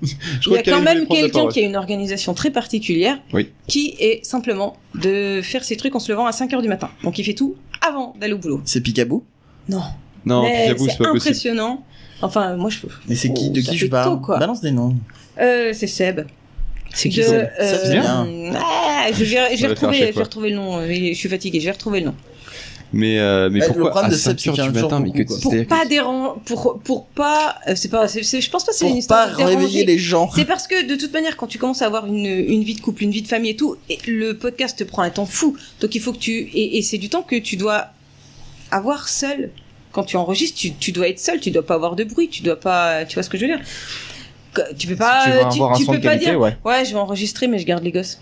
Je Il y crois a que quand Karine même voulait prendre la quelqu'un parole. qui a une organisation très particulière Oui. qui est simplement de faire ses trucs en se levant à 5h du matin. Donc il fait tout avant d'aller au boulot. C'est Picabou. Non, Non, Mais j'avoue, c'est c'est pas possible. impressionnant. Enfin, moi je peux. Mais c'est qui De Ça qui je fait parle tôt, quoi. Balance des noms. Euh, c'est Seb. C'est De, ça euh, Ça, c'est bien. ah, je vais, je vais On va faire à retrouver, chaque je vais fois. retrouver le nom. euh, Je suis fatiguée, je vais retrouver le nom. Mais, euh, mais Eh, le pourquoi problème à de Seb, 5 heures c'est qu'il y a du un matin jour mais que beaucoup, Pour c'est-à-dire pas que- déranger, pour pour pas, euh, c'est pas, c'est- c'est- je pense pas c'est une Pour histoire pas de déranger. réveiller les gens. C'est parce que de toute manière, quand tu commences à avoir une, une vie de couple, une vie de famille et tout, et le podcast te prend un temps fou. Donc il faut que tu et, et c'est du temps que tu dois avoir seul. Quand tu enregistres, tu, tu dois être seul, tu dois pas avoir de bruit, tu dois pas, tu vois ce que je veux dire Que- Tu peux pas, si tu veux tu, avoir un tu son peux de pas qualité, dire. ouais. Ouais, je vais enregistrer, mais je garde les gosses.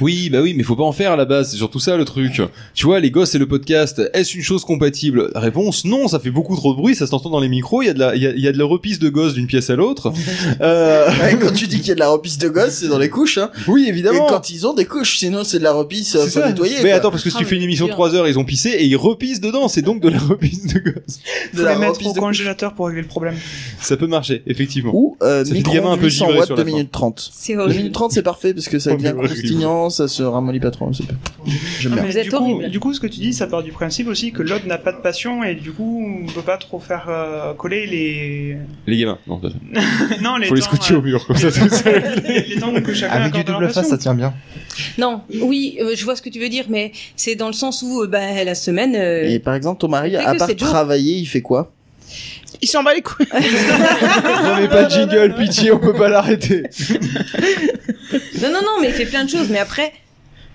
Oui, bah oui, mais faut pas en faire à la base, c'est surtout ça le truc. Tu vois, les gosses et le podcast, est-ce une chose compatible Réponse non, ça fait beaucoup trop de bruit, ça s'entend dans les micros, il y a de la il y a, il y a de la repisse de gosses d'une pièce à l'autre. euh, Ouais, quand tu dis qu'il y a de la repisse de gosse, c'est dans les couches. Hein. oui, Et évidemment. quand ils ont des couches, sinon c'est de la repisse euh, C'est faut ça. nettoyer. mais quoi. attends, parce que si Ah, tu mais fais une émission de bien. 3 heures, ils ont pissé et ils repissent dedans, c'est donc de la repisse de gosses. de Faut la les mettre repisse au de congélateur pour régler le problème. Ça peut marcher, effectivement. Ou euh, Ça fait le gamin un peu micro-ondes 800 givré watts sur 2 la fin. minutes 30. C'est 2 minutes horrible. 30 c'est parfait parce que ça Oh, devient mais ouais. croustillant, ça se ramollit pas trop, c'est bien. J'aime Ah, bien. mais Vous êtes du, coup, horrible. du coup, ce que tu dis, ça part du principe aussi que l'autre n'a pas de passion et du coup, on peut pas trop faire euh, coller les. Les gamins, non, ça- non, les faut les temps, scotcher euh, au mur comme ça. tout seul. les, les temps que chacun Avec du accorde à leur double face, passion. ça tient bien. Non, oui, euh, je vois ce que tu veux dire, mais c'est dans le sens où euh, bah, la semaine. euh, Et par exemple, ton mari, Fait à que part c'est dur. travailler, il fait quoi Il s'en bat les couilles. Non mais pas de jingle, pitié, on peut pas l'arrêter. Non, non, non, mais il fait plein de choses, mais après.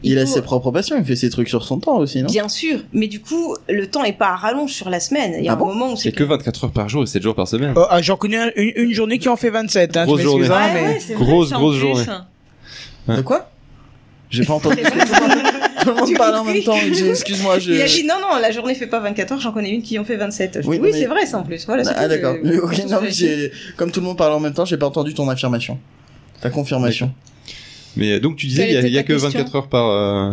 Il a faut- ses propres passions, il fait ses trucs sur son temps aussi, non Bien sûr, mais du coup, le temps est pas à rallonge sur la semaine. Il y a Ah un bon moment où c'est. C'est que 24 heures par jour et 7 jours par semaine. Oh, ah, J'en connais un- une, une journée qui en fait 27. Hein, tu Grosse m'excuses, journée. Ouais, hein, mais- ouais, c'est Grosse, ça, en grosse plus. hein. journée. De quoi J'ai pas entendu. C'est vrai. Tout le monde Tu parle en même cliques. temps. il dit, Excuse-moi, je. Il a dit non, non, la journée fait pas 24 heures, j'en connais une qui en fait 27. Je Oui, dis, oui, mais- c'est vrai ça en plus. Voilà, c'est Ah tout, d'accord. je- Ok, je- non, mais j'ai- comme tout le monde parle en même temps, j'ai pas entendu ton affirmation. Ta confirmation. Mais euh, donc tu disais, Quelle il y a, était il y a ta que question 24 heures par. euh,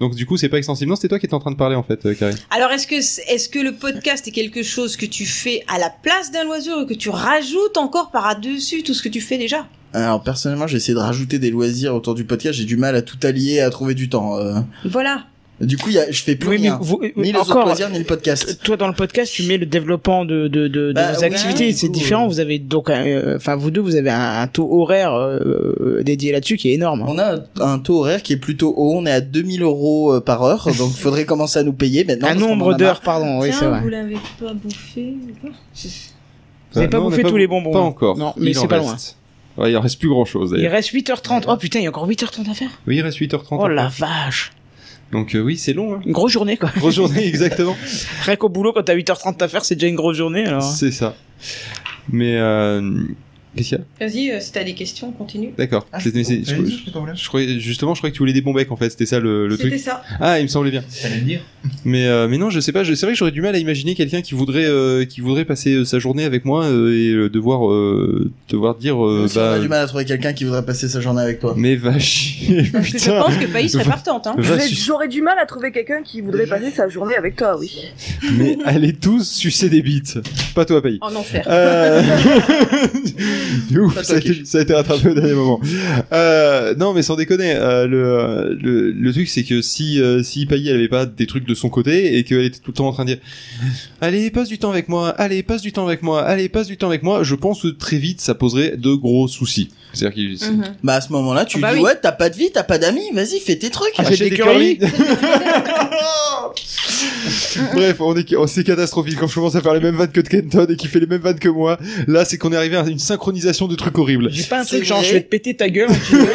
Donc du coup, c'est pas extensible. Non, c'était toi qui étais en train de parler en fait, euh, Karine. Alors, est-ce que, c'est- est-ce que le podcast est quelque chose que tu fais à la place d'un loisir ou que tu rajoutes encore par-dessus tout ce que tu fais déjà Alors personnellement, j'ai essayé de rajouter des loisirs autour du podcast. J'ai du mal à tout allier, à trouver du temps. euh. Voilà. Du coup, il y a- je fais plus Oui, mais rien. vous- Ni les autres encore, Euh, loisirs, ni le podcast. toi dans le podcast, tu mets le développement de, de, de, de Bah, vos oui, activités, du c'est coup, différent. euh. Vous avez donc, un- euh, enfin, vous deux, vous avez un, un taux horaire euh, dédié là-dessus qui est énorme. On a un taux horaire qui est plutôt haut. On est à 2000 euros euh, par heure, donc faudrait commencer à nous payer maintenant. un parce qu'on en nombre a d'heures, pardon. Oui, c'est Tiens, vrai. vous l'avez pas bouffé ou pas Vous avez Ah, pas non, on bouffé a tous les bonbons. hein. Pas encore. Non, Il mais en c'est pas loin. reste. Ouais, il en reste plus grand chose Il d'ailleurs. reste 8h30. Oh putain, il y a encore 8h30 à faire. Oui, il reste 8h30. Oh la vache. Donc euh, oui, c'est long. Hein. Une grosse journée, quoi. Grosse journée, exactement. Rien qu'au boulot, quand t'as 8h30 à faire, c'est déjà une grosse journée, alors. C'est ça. Mais euh... qu'est-ce qu'il y a Vas-y, euh, si t'as des questions, continue. D'accord. Ah. C'était- c'est- je, je- je croyais justement, je croyais que tu voulais des bons becs en fait. C'était ça le, le C'était truc. ça. Ah, il me semblait bien. le dire. Mais euh, mais non, je sais pas. je- C'est vrai que j'aurais du mal à imaginer quelqu'un qui voudrait euh, qui voudrait passer euh, sa journée avec moi euh, et euh, devoir euh, devoir dire euh, Même si on bah a du mal à trouver quelqu'un qui voudrait passer sa journée avec toi. mais va chier, Parce que je putain. pense que Païs serait partante. Hein. Va J'aurais- su- J'aurais du mal à trouver quelqu'un qui voudrait passer sa journée avec toi, oui. mais allez tous sucer des bites. Pas toi, Paye. En enfer. Euh... de ouf, Pas toi, ça a, été, Kish. ça a été rattrapé au dernier moment. Euh, non, mais sans déconner, euh, le, le, le truc c'est que si euh, si Pailly elle avait pas des trucs de son côté et qu'elle était tout le temps en train de dire allez passe du temps avec moi, allez passe du temps avec moi, allez passe du temps avec moi, je pense que très vite ça poserait de gros soucis. C'est-à-dire qu'il c'est- Mhm. Bah à ce moment-là, tu Ah bah dis oui. ouais, t'as pas de vie, t'as pas d'amis, vas-y, Bah, fais tes trucs. Ah, j'ai Acheter des curly. curly. Bref, on est, on- c'est catastrophique. Quand je commence à faire les mêmes vannes que de Kenton et qui fait les mêmes vannes que moi, là, c'est qu'on est arrivé à une synchronisation de trucs horribles. J'ai pas un C'est truc genre vrai. je vais te péter ta gueule. en duel.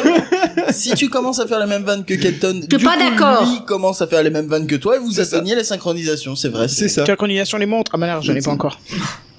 si tu commences à faire les mêmes vannes que Kelton, T'es du pas coup, d'accord. lui commence à faire les mêmes vannes que toi et vous C'est ça. atteignez la synchronisation, c'est vrai. C'est ça. Tu as coordination les montres Ah bah merde, j'en ai pas encore.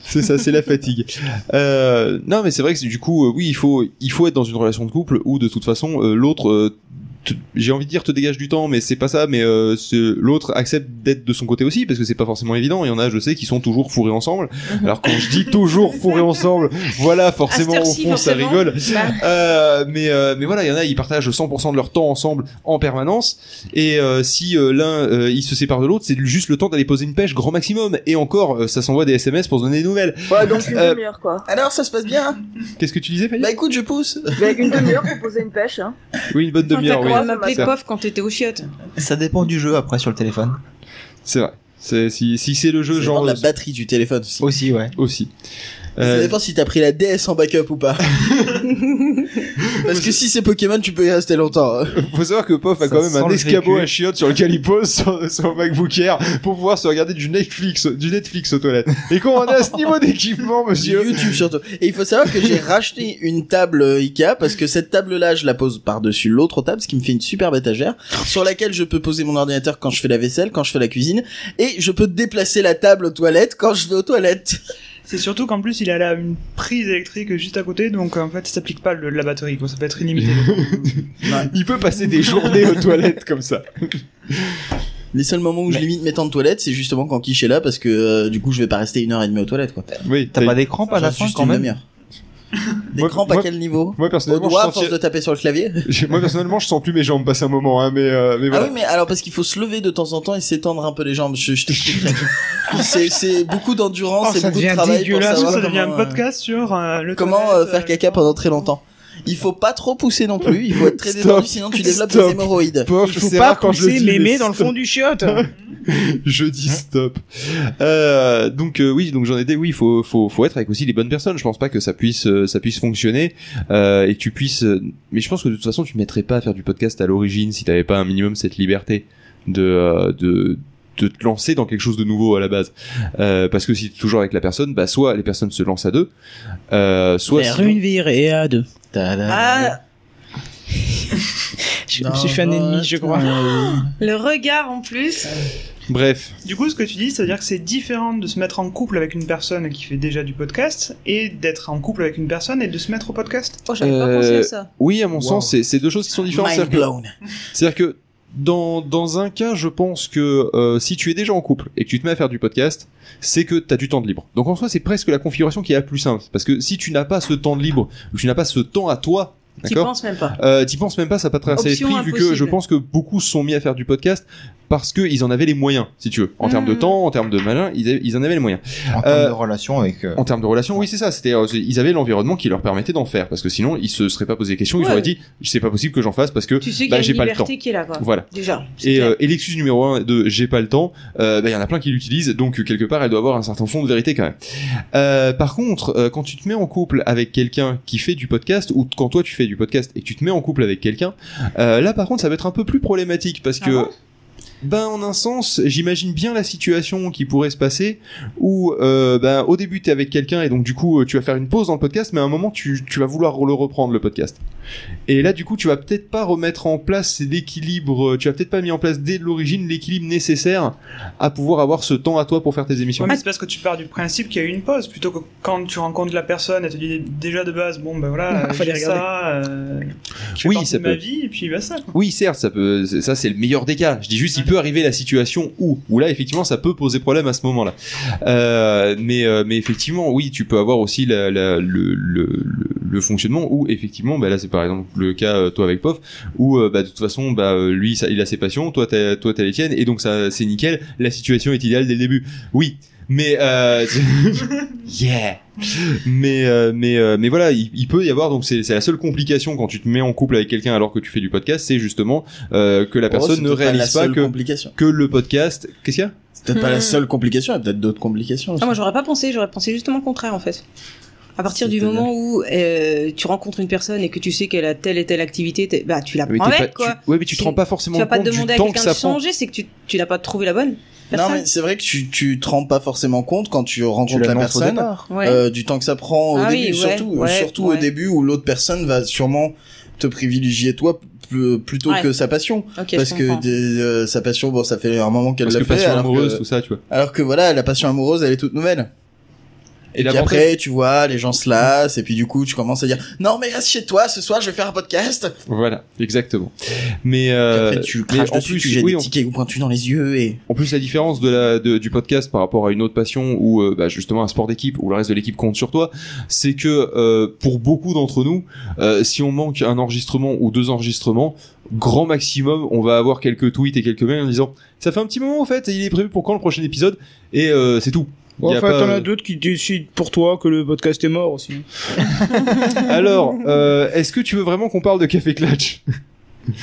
C'est ça, c'est la fatigue. Euh, non, mais c'est vrai que c'est- du coup, euh, oui, il faut, il faut être dans une relation de couple où de toute façon euh, l'autre, euh, te- j'ai envie de dire, te dégage du temps, mais c'est pas ça. Mais euh, c'est- l'autre accepte d'être de son côté aussi, parce que c'est pas forcément évident. Il y en a, je sais, qui sont toujours fourrés ensemble. Alors quand je dis toujours fourrés ensemble, voilà, forcément À cette au heure-ci, fond, ça forcément. rigole. Bah. Euh, mais euh, mais voilà, il y en a, ils partagent 100% de leur temps ensemble en permanence. Et euh, si euh, l'un euh, il se sépare de l'autre, c'est juste le temps d'aller poser une pêche grand maximum. Et encore, euh, ça s'envoie des SMS pour se donner des nouvelles. Ouais, donc une Euh, demi-heure, quoi. Alors ça se passe bien hein. Qu'est-ce que tu disais, Fanny Bah écoute, je pousse. Mais une demi-heure pour poser une pêche, hein. Oui, une bonne Enfin, T'as demi-heure, oui. quand même appelé C'est vrai. POF quand t'étais au chiottes. Ça dépend du jeu après sur le téléphone. C'est vrai. C'est- Si, si c'est le jeu, C'est genre genre euh, la batterie du téléphone. aussi. Aussi, ouais. aussi. Ça Euh, dépend si t'as pris la DS en backup ou pas. Parce que si c'est Pokémon, tu peux y rester longtemps. hein. faut savoir que Pof a Ça quand même sent un le escabeau vécu. à chiottes sur lequel il pose son, son MacBook Air pour pouvoir se regarder du Netflix, du Netflix aux toilettes. Et quand on a ce niveau d'équipement, monsieur. YouTube surtout. Et il faut savoir que j'ai racheté une table euh, Ikea parce que cette table-là, je la pose par-dessus l'autre table, ce qui me fait une superbe étagère sur laquelle je peux poser mon ordinateur quand je fais la vaisselle, quand je fais la cuisine, et je peux déplacer la table aux toilettes quand je vais aux toilettes. C'est surtout qu'en plus, il a là une prise électrique juste à côté, donc en fait, ça s'applique pas le, la batterie, quoi. Ça peut être illimité. Il peut passer des journées aux toilettes comme ça. Les seuls moments où je limite mes temps de toilette, c'est justement quand Quiche est là parce que euh, du coup, je vais pas rester une heure et demie aux toilettes, quoi. Oui, T'as pas des crampes à la Juste fin quand une même demi-heure. Des Moi- crampes à moi- quel niveau Moi Au personnellement, je doigt, à sens force de taper sur le clavier moi personnellement, je sens plus mes jambes passer un moment, hein, mais euh, mais Ah voilà. oui, mais alors parce qu'il faut se lever de temps en temps et s'étendre un peu les jambes. Je, je t'expliquerai. c'est, c'est beaucoup d'endurance, Oh, c'est ça beaucoup de devient travail pour dégueulasse, savoir ça devient comment, un euh, podcast sur euh, le. comment euh, toilette, faire euh, caca pendant très longtemps. Il faut pas trop pousser non plus. Il faut être très Stop. détendu, sinon tu développes Stop. des hémorroïdes. Pof, Il faut c'est pas rare quand je le pousser dis, mais mémé dans le stop. fond du chiotte. je dis stop. Euh, donc euh, oui, donc j'en étais. Oui, faut faut faut être avec aussi les bonnes personnes. Je pense pas que ça puisse euh, ça puisse fonctionner euh, et que tu puisses. euh, mais je pense que de toute façon, tu ne mettrais pas à faire du podcast à l'origine si t'avais pas un minimum cette liberté de euh, de de te lancer dans quelque chose de nouveau à la base Euh, parce que si t'es toujours avec la personne bah soit les personnes se lancent à deux euh, soit Vers sinon- une vire et à deux. Ah, Je me suis fait un ennemi, je crois. le regard en plus. bref Du coup, ce que tu dis, ça veut dire que c'est différent de se mettre en couple avec une personne qui fait déjà du podcast et d'être en couple avec une personne et de se mettre au podcast. Oh, j'avais pas Euh, pensé à ça. oui à mon sens c'est- c'est deux choses qui sont différentes Mind C'est-à-dire que- blown. C'est-à-dire que dans, dans un cas, je pense que euh, si tu es déjà en couple et que tu te mets à faire du podcast, c'est que tu as du temps de libre. Donc en soi, c'est presque la configuration qui est la plus simple. Parce que si tu n'as pas ce temps de libre, ou que tu n'as pas ce temps à toi, T'y d'accord penses même pas. euh, T'y penses même pas, ça n'a pas traversé Option l'esprit, vu que je impossible. pense que beaucoup se sont mis à faire du podcast parce qu'ils en avaient les moyens, si tu veux. En termes de Mm. temps, en termes de malin, ils, avaient- ils en avaient les moyens. En termes Euh, de relation avec. euh, En termes de relations, oui, c'est ça. C'était, euh, c'est- ils avaient l'environnement qui leur permettait d'en faire. Parce que sinon, ils se seraient pas posé des questions, ils Ouais. auraient dit, c'est pas possible que j'en fasse parce que Tu sais qu'il bah, y a j'ai une pas le temps. liberté qui est là, quoi. Voilà. Déjà. c'est Et, clair. euh, et l'excuse numéro un de j'ai pas le temps, euh, bah, il y en a plein qui l'utilisent, donc euh, quelque part elle doit avoir un certain fond de vérité quand même. Euh, par contre, euh, quand tu te mets en couple avec quelqu'un qui fait du podcast, ou quand toi tu fais du podcast et que tu te mets en couple avec quelqu'un, euh, là par contre ça va être un peu plus problématique parce que... Ah bon ben en un sens, j'imagine bien la situation qui pourrait se passer où euh, ben au début t'es avec quelqu'un et donc du coup euh, tu vas faire une pause dans le podcast, mais à un moment tu, tu vas vouloir le reprendre le podcast. Et là, du coup, tu vas peut-être pas remettre en place l'équilibre, euh, tu vas peut-être pas mis en place dès l'origine l'équilibre nécessaire à pouvoir avoir ce temps à toi pour faire tes émissions. Ouais, Ah, mais c'est parce que tu pars du principe qu'il y a eu une pause, plutôt que quand tu rencontres la personne, elle te dit déjà de base, bon ben voilà, Ah, euh, fallait j'ai ça, euh, qui fait Oui, partie ça de ma peut. vie, et puis bah ça. quoi. Oui, certes, ça peut, c'est- ça c'est le meilleur des cas. Je dis juste, il Ouais. peut arriver la situation où, où là, effectivement, ça peut poser problème à ce moment-là. Euh, mais, euh, mais effectivement, oui, tu peux avoir aussi la, la- le, le, le- le fonctionnement où, effectivement, bah là, c'est par exemple le cas euh, toi avec Pof, où euh, bah, de toute façon, bah, euh, lui, ça, il a ses passions, toi, t'as, toi, t'as les tiennes, et donc ça, c'est nickel. La situation est idéale dès le début. Oui. Mais euh, yeah, mais euh, mais euh, mais voilà, il, il peut y avoir donc c'est c'est la seule complication quand tu te mets en couple avec quelqu'un alors que tu fais du podcast, c'est justement euh, que la Oh, personne c'était ne réalise la pas, seule que, Complication. que le podcast. Qu'est-ce qu'il y a C'est peut-être pas Hmm. la seule complication, il y a peut-être d'autres complications. aussi. Ah, moi, j'aurais pas pensé, j'aurais pensé justement le contraire, en fait. À partir du C'est-à-dire moment où euh, tu rencontres une personne et que tu sais qu'elle a telle et telle activité, t'es- bah tu la mais prends t'es pas- avec, quoi. tu, ouais, mais tu te Tu- rends pas forcément Tu vas pas compte te du demander à temps que quelqu'un ça de prend. changer, c'est que tu, tu n'as pas trouvé la bonne. Non, Personne. mais c'est vrai que tu, tu te rends pas forcément compte quand tu rencontres la l'annonces au personne. départ. Ouais. euh, du temps que ça prend au Ah début, oui, ouais, surtout, ouais, surtout au ouais. début où l'autre personne va sûrement te privilégier toi pl- plutôt Ouais. que sa passion Ok, parce je que comprends. des- euh, sa passion bon ça fait un moment qu'elle Parce l'a que fait passion alors, amoureuse, que, tout ça, tu vois. alors que voilà la passion amoureuse elle est toute nouvelle Et et la puis portée- après tu vois les gens se lassent et puis du coup tu commences à dire non mais reste chez toi ce soir je vais faire un podcast Voilà, exactement. Mais Puis euh, après tu mais craches en dessus plus, tu jettes oui, des en- tickets ou pointus dans les yeux et En plus, la différence de la, de- du podcast par rapport à une autre passion ou euh, bah, justement un sport d'équipe où le reste de l'équipe compte sur toi, c'est que euh, pour beaucoup d'entre nous, euh, si on manque un enregistrement ou deux enregistrements, grand maximum, on va avoir quelques tweets et quelques mails en disant ça fait un petit moment en fait, et il est prévu pour quand le prochain épisode et euh, c'est tout. Il y a Enfin, pas, t'en euh, as d'autres qui décident pour toi que le podcast est mort aussi. Alors, euh, est-ce que tu veux vraiment qu'on parle de Café Clutch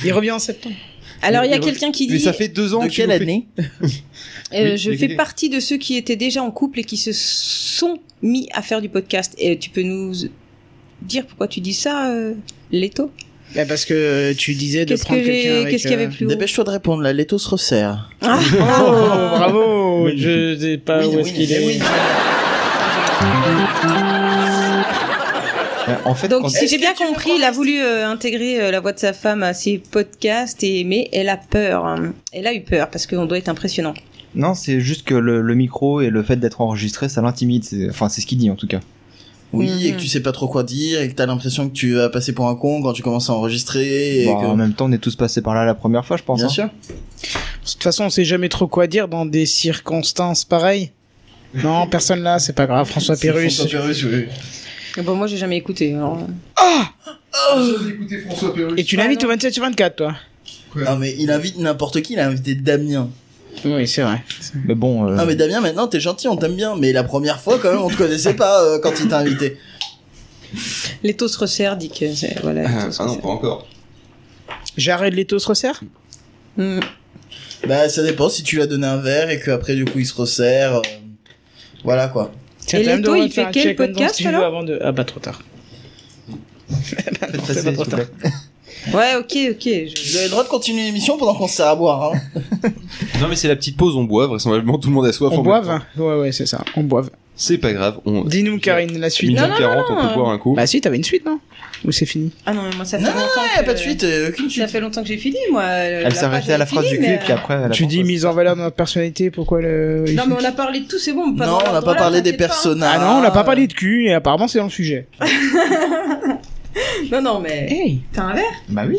Il revient en septembre. Alors il y a quelqu'un qui dit Mais ça fait deux ans de que tu quelle nous fais- année Euh, Oui, je mais fais quel est- partie de ceux qui étaient déjà en couple et qui se sont mis à faire du podcast. Et tu peux nous dire pourquoi tu dis ça, euh, Leto Bah, parce que tu disais de Qu'est-ce que prendre quelqu'un j'ai- avec. qu'est-ce qu'il y avait euh, plus haut dépêche-toi de répondre la Leto se resserre Ah Oh, bravo Magnifique. Je sais pas Oui, où est-ce oui, qu'il est. oui. Ouais, En fait, Donc quand- si j'ai bien compris, il a voulu euh, intégrer euh, la voix de sa femme à ses podcasts, et, mais elle a peur. hein. Elle a eu peur parce qu'on doit être impressionnant. non, c'est juste que le, le micro et le fait d'être enregistré, ça l'intimide. c'est- Enfin, c'est ce qu'il dit en tout cas. Oui, et Mhm. que tu sais pas trop quoi dire, et que t'as l'impression que tu vas passer pour un con quand tu commences à enregistrer, et Bon, En que... même temps, on est tous passés par là la première fois, je pense. Bien hein. sûr. De toute façon, on sait jamais trop quoi dire dans des circonstances pareilles. Non, personne là, c'est pas grave. François Pérus. François Pérus, oui. Bon, moi j'ai jamais écouté. alors, euh. Oh. Et tu l'invites au 27 sur 24, toi Ah, mais il invite n'importe qui, il a invité Damien. Oui, c'est vrai. Mais bon, euh, Ah, mais Damien, maintenant, t'es gentil, on t'aime bien, mais la première fois, quand même, on te connaissait pas euh, quand il t'a invité. Leto se resserre, dit que c'est- voilà. Leto se Ah non, resserre. pas encore. Jared Leto se resserre Hmm. Bah, ça dépend si tu lui as donné un verre, et que après, du coup, il se resserre. euh, Voilà, quoi. Tiens, Et t'as même Leto, le droit il de faire fait un quel check-on dans podcast, ce studio alors avant de... Ah bah trop tard. faites c'est passer, pas s'il trop vous plaît. Ouais, ok, ok. je- Vous avez le droit de continuer l'émission pendant qu'on se sert à boire, hein. Non, mais c'est la petite pause, on boive, vraisemblablement tout le monde a soif. en On même boive temps. hein Ouais, ouais, c'est ça. On boive. C'est pas grave, on. Dis-nous, Karine, la suite. Minuit Non, non, 40, non, on peut euh, boire un coup. Bah si, t'avais une suite, non Ou c'est fini Ah non, mais moi ça fait Non, non, longtemps. y a que- pas de suite, euh, aucune Ça suite. fait longtemps que j'ai fini, moi. euh, Elle s'est arrêtée à la phrase du cul et puis après. elle a Tu pensé. dis mise en valeur de notre personnalité, pourquoi le... Non, mais on a parlé de tout, c'est bon. Non, on n'a pas parlé des hein. personnages. Ah non, on n'a pas parlé de cul, et apparemment c'est dans le sujet. Non, non, mais. Hey T'as un verre Bah oui.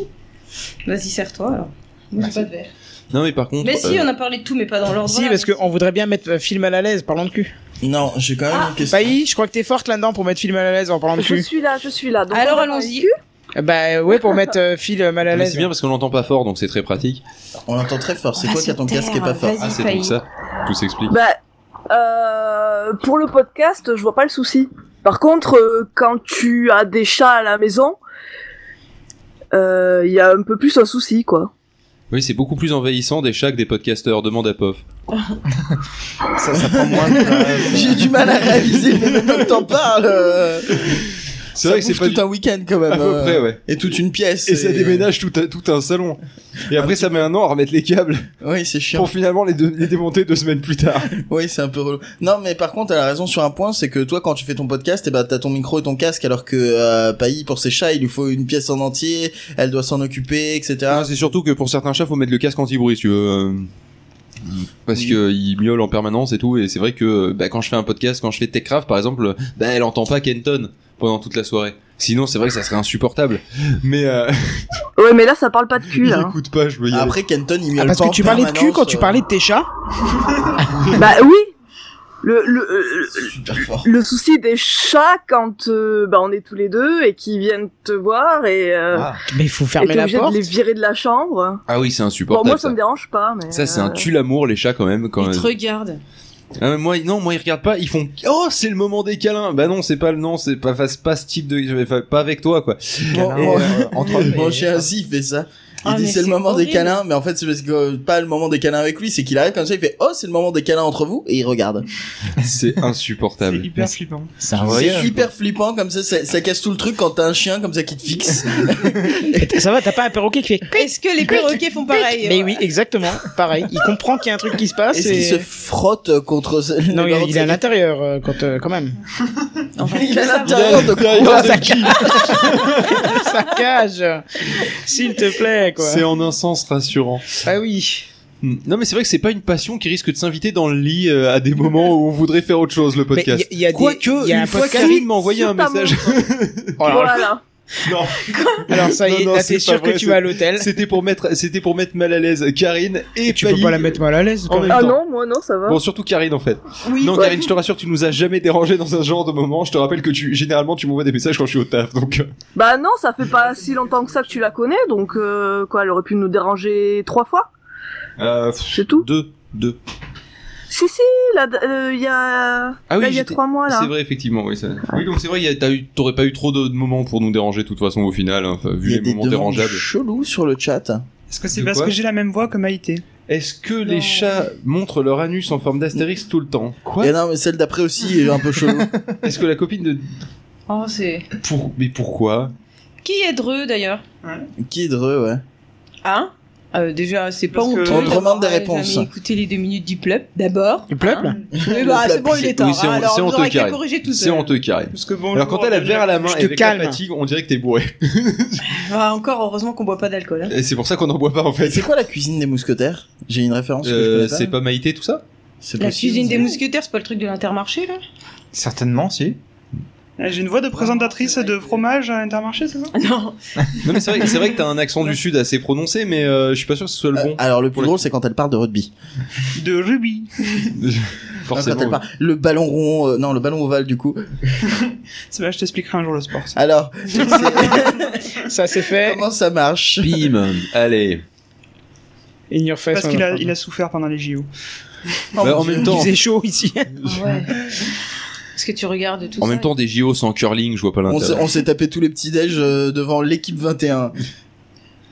Vas-y, serre-toi alors. Moi j'ai pas de verre. Non, mais par contre. Mais si, euh, on a parlé de tout, mais pas dans l'ordre. Si, voilà. parce qu'on voudrait bien mettre euh, film à la l'aise, parlant de cul. Non, j'ai quand Ah. même une question. Pailly, je crois que t'es forte là-dedans pour mettre film mal à l'aise en parlant de Je cul. suis là, je suis là. Donc, Alors on va parler allons-y. cul. Euh, Bah ouais, pour mettre euh, film mal à mais l'aise. c'est bien parce qu'on l'entend pas fort, donc c'est très pratique. On l'entend très fort, c'est On va toi se qui as ton casque qui est pas taire, fort. vas-y. Ah, c'est Failli. donc ça. Tout s'explique. Bah, euh, pour le podcast, je vois pas le souci. Par contre, euh, quand tu as des chats à la maison, euh, il y a un peu plus un souci, quoi. Oui, c'est beaucoup plus envahissant des chats que des podcasteurs. Demande à Pof. Ça, ça prend moins de place. J'ai du mal à réaliser mais maintenant que t'en parles. euh, C'est ça vrai que c'est bouffe tout pas un week-end quand même. à peu euh, près, ouais. Et euh, toute une pièce. Et ça déménage tout, un- tout un salon. Et après, ça met un an à remettre les câbles Oui, c'est chiant. pour finalement les, deux- les démonter deux semaines plus tard. Oui, c'est un peu relou. Non, mais par contre, elle a raison sur un point, c'est que toi, quand tu fais ton podcast, eh ben, t'as ton micro et ton casque, alors que euh, Pailly, pour ses chats, il lui faut une pièce en entier, elle doit s'en occuper, etc. Ah, c'est surtout que pour certains chats, faut mettre le casque anti-bruit, si tu veux. euh, Parce Oui. que qu'ils miaulent en permanence et tout. Et c'est vrai que bah, quand je fais un podcast, quand je fais Techcraft, par exemple, bah, elle entend pas Kenton pendant toute la soirée. Sinon, c'est vrai que ça serait insupportable. Mais euh, Ouais, mais là, ça parle pas de cul, hein. il là. écoute pas, je veux y aller. Après, Kenton, il miaule Ah, parce pas que en tu parlais de cul permanence, quand tu euh, parlais de tes chats bah oui le, Euh, le, le, Super fort. le souci des chats quand euh, bah, on est tous les deux et qu'ils viennent te voir et euh, Ah. Mais il faut et fermer t'es la obligé de porte. les virer de la chambre. Ah oui, c'est Bon, insupportable. moi, ça ça, me dérange pas, mais... Ça, c'est euh, un tue l'amour, les chats, quand même. Quand Ils te même. regardent. Ah, mais moi, non, moi, ils regardent pas, ils font, oh, c'est le moment des câlins. Bah non, c'est pas le, non, c'est pas, pas, pas ce type de, enfin, pas avec toi, quoi. Bon, Et, bon, euh, entre Mon chien aussi, il fait ça. Il Ah, dit mais c'est le c'est moment horrible. des câlins, mais en fait c'est parce que euh, pas le moment des câlins avec lui, c'est qu'il arrive comme ça, il fait oh c'est le moment des câlins entre vous et il regarde. C'est C'est insupportable. hyper flippant. C'est Ah, un C'est hein. voyage. hyper flippant comme ça, ça, ça casse tout le truc quand t'as un chien comme ça qui te fixe. Et Ça va, t'as pas un perroquet qui fait. Est-ce que les perroquets font pareil euh, Mais oui, exactement, pareil. Il comprend qu'il y a un truc qui se passe. Est-ce qu'il Et... se frotte contre ce- Non, le il, bord de il est sa- à l'intérieur euh, quand euh, quand même. Il est à l'intérieur de quoi Ça cage. Ça cage. S'il te plaît, quoi. C'est en un sens rassurant. Ah oui. Hmm. Non mais c'est vrai que c'est pas une passion qui risque de s'inviter dans le lit euh, à des moments où on voudrait faire autre chose le Mais il y a- podcast. il y a des- Quoique, il y a un une fois podcast- Karine m'a envoyé un Sur ta message. Oh là là. Voilà. Non, Alors ça y Non, est, non, là t'es c'est pas sûr vrai, que tu c'est- vas à l'hôtel. c'était pour mettre, c'était pour mettre mal à l'aise Karine et Tu peux Pailly. pas la mettre mal à l'aise. En quand même même. Ah temps. non, moi non, ça va. Bon, surtout Karine en fait. oui, non, ouais. Karine, je te rassure, tu nous as jamais dérangé dans un genre de moment. Je te rappelle que tu, généralement, tu m'envoies des messages quand je suis au taf, donc. euh, Bah non, ça fait pas si longtemps que ça que tu la connais, donc euh, quoi, elle aurait pu nous déranger trois fois, Euh, pff, c'est tout. deux, deux. Si si, là, euh, il y a, Ah là, oui, il y a j'étais- trois mois là. C'est vrai, effectivement, oui. Ça... Oui, donc c'est vrai, il y a- t'as eu- t'aurais pas eu trop de, de moments pour nous déranger, de toute façon, au final, hein, enfin, Il vu y a les des moments demandes dérangeables. chelous sur le chat. Est-ce que c'est De parce quoi que j'ai la même voix que Maïté Est-ce que les chats montrent leur anus en forme d'astérix tout le temps Quoi Et non, mais celle d'après aussi est un peu chelou. Est-ce que la copine de. Oh, c'est. Pour... Mais pourquoi Qui est Dreux d'ailleurs Qui dreux, ouais. Hein Euh, Déjà, c'est pas Parce que- honteux. On demande d'avoir des réponses. jamais écouté les deux minutes du pleup, d'abord. Le peuple. Hein Oui, bah, Le c'est bon, pleup, il est c'est- temps. oui, c'est hon- Alors, c'est on honteux, aura qu'à Karine. corriger tout C'est seul. honteux, Karine. Parce que bon, Alors quand t'as la verre à la main Je et te avec la calme. fatigue, on dirait que t'es bourré. Enfin, Ah, encore, heureusement qu'on boit pas d'alcool. hein. Et c'est pour ça qu'on en boit pas en fait. C'est quoi la cuisine des mousquetaires J'ai une référence que je Euh, connais c'est pas. pas Maïté tout ça C'est La possible. cuisine des mousquetaires, c'est pas le truc de l'intermarché, là Certainement, si. Ah, J'ai une voix de présentatrice de fromage à Intermarché, c'est ça Ah, Non. Non mais c'est vrai, c'est vrai que t'as un accent du sud assez prononcé, mais euh, je suis pas sûr que ce soit le Euh, bon. Alors le plus Pour la- drôle c'est quand elle parle de rugby. De rubis. Enfin, quand Forcément. elle parle- Le ballon rond, euh, non le ballon ovale du coup. C'est bah, je t'expliquerai un jour le sport. ça. Alors c'est- Ça c'est fait. comment ça marche Bim, allez. In your face. Parce qu'il a, motherfucker. il a souffert pendant les Oh JO. Bah, en même temps, Il faisait chaud ici. Ouais. Parce que tu regardes tout en ça. même temps, des JO sans curling, je vois pas On s'est- l'intérêt. on s'est tapé tous les petits déj euh, devant l'équipe 21.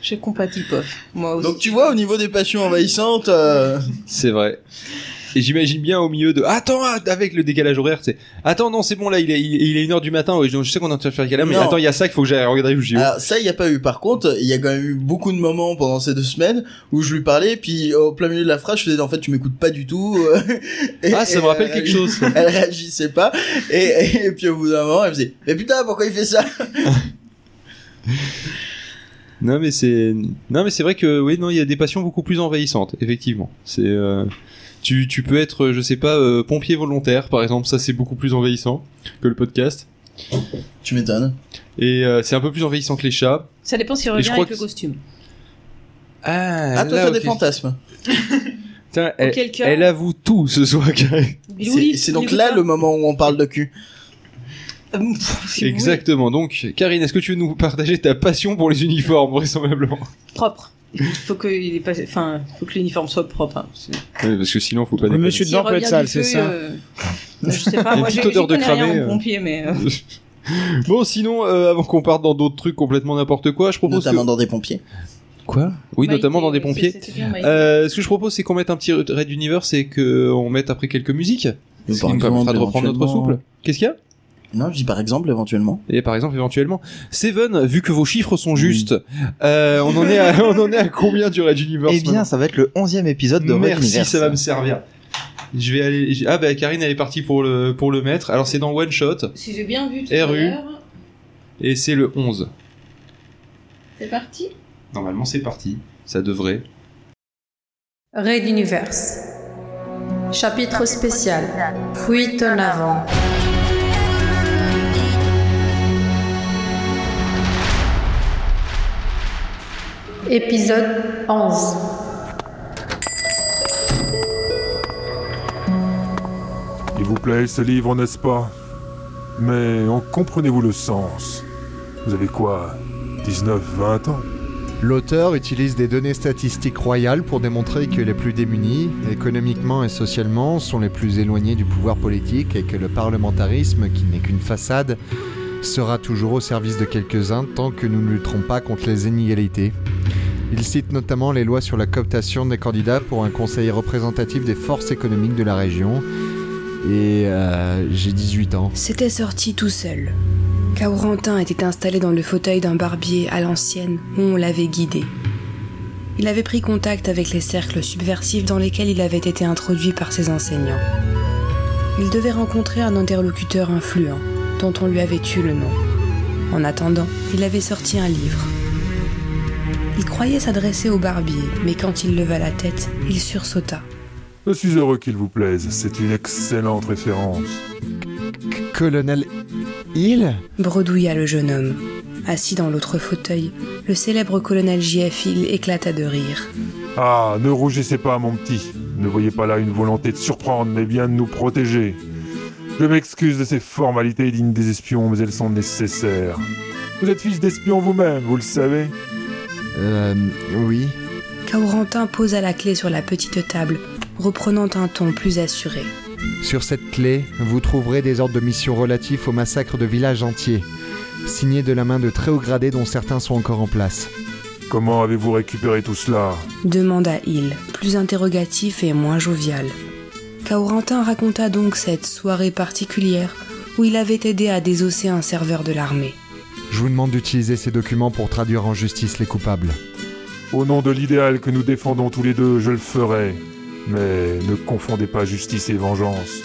Je compatis pof. Moi aussi. Donc tu vois au niveau des passions envahissantes, euh, C'est vrai. Et j'imagine bien au milieu de attends ah, avec le décalage horaire, c'est attends non c'est bon là il est il il est une heure du matin, ouais, je je sais qu'on est en train de faire le câlin, mais Non. attends il y a ça qu'il faut que j'aille regarder le JO. alors ça il y a pas eu. Par contre il y a quand même eu beaucoup de moments pendant ces deux semaines où je lui parlais puis au plein milieu de la phrase je faisais en fait tu m'écoutes pas du tout. euh, et- ah ça et, me rappelle euh, quelque chose. Elle réagissait pas et, et puis au bout d'un moment elle faisait mais putain pourquoi il fait ça Non mais c'est non mais c'est vrai que oui non il y a des passions beaucoup plus envahissantes effectivement. C'est euh, tu, tu peux être je sais pas euh, pompier volontaire par exemple ça c'est beaucoup plus envahissant que le podcast Tu m'étonnes. et euh, c'est un peu plus envahissant que les chats. Ça dépend s'il je revient crois avec que le costume. Ah, Ah toi t'as des fantasmes. elle, Auquel cas- elle avoue tout ce soir Karine. C'est c'est donc là le moment où on parle de cul. Ah, Exact. Exactement. Donc Karine, est-ce que tu veux nous partager ta passion pour les uniformes vraisemblablement Propre. Faut que il est pas... enfin, faut que l'uniforme soit propre. hein. C'est- Oui, parce que sinon faut pas Le déconner. monsieur dedans S'il peut être revient sale, du c'est feu, ça. euh, Je sais pas, Une moi petite j'ai odeur de cramé, euh. pompier, mais. euh, Bon sinon euh, avant qu'on parte dans d'autres trucs complètement n'importe quoi, je propose Notamment que- dans des pompiers. quoi Oui, Maïté, notamment dans des ouais, pompiers. c'est- c'est bien, Maïté. Euh, ce que je propose, c'est qu'on mette un petit raid d'univers et qu'on mette après quelques musiques. Ce qui Par nous permettra exemple, de reprendre notre éventuellement. souple. Qu'est-ce qu'il y a Non, je dis par exemple éventuellement. Et par exemple, éventuellement, Seven, vu que vos chiffres sont justes, euh, on, en est à, on en est à combien du raid d'univers Eh bien, maintenant ça va être le onzième épisode de Red Merci, Universe. ça va me servir. Je vais aller. j'ai- Ah, bah Karine, elle est partie pour le, pour le mettre. Alors, c'est dans One Shot Si j'ai bien vu tout RU. à l'heure, et c'est le 11. c'est parti. Normalement, c'est parti. Ça devrait. Raid Universe. Chapitre spécial. Fuite en avant. Épisode 11. Il vous plaît ce livre, n'est-ce pas Mais en comprenez-vous le sens Vous avez quoi 19, 20 ans L'auteur utilise des données statistiques royales pour démontrer que les plus démunis, économiquement et socialement, sont les plus éloignés du pouvoir politique et que le parlementarisme, qui n'est qu'une façade, sera toujours au service de quelques-uns tant que nous ne lutterons pas contre les inégalités. Il cite notamment les lois sur la cooptation des candidats pour un conseil représentatif des forces économiques de la région. Et euh, j'ai 18 ans. C'était sorti tout seul. Kaurentin était installé dans le fauteuil d'un barbier à l'ancienne où on l'avait guidé. Il avait pris contact avec les cercles subversifs dans lesquels il avait été introduit par ses enseignants. Il devait rencontrer un interlocuteur influent, dont on lui avait eu le nom. En attendant, il avait sorti un livre. Il croyait s'adresser au barbier, mais quand il leva la tête, il sursauta. Je suis heureux qu'il vous plaise, c'est une excellente référence. Colonel Hill Bredouilla le jeune homme. Assis dans l'autre fauteuil, le célèbre colonel J.F. Hill éclata de rire. Ah, ne rougissez pas, mon petit. Ne voyez pas là une volonté de surprendre, mais bien de nous protéger. Je m'excuse de ces formalités dignes des espions, mais elles sont nécessaires. Vous êtes fils d'espion vous-même, vous le savez. Euh, oui. Kaurentin posa la clé sur la petite table, reprenant un ton plus assuré. Sur cette clé, vous trouverez des ordres de mission relatifs au massacre de villages entiers, signés de la main de très hauts gradés dont certains sont encore en place. Comment avez-vous récupéré tout cela Demanda il, plus interrogatif et moins jovial. Kaurentin raconta donc cette soirée particulière où il avait aidé à désosser un serveur de l'armée. Je vous demande d'utiliser ces documents pour traduire en justice les coupables. Au nom de l'idéal que nous défendons tous les deux, je le ferai. Mais ne confondez pas justice et vengeance.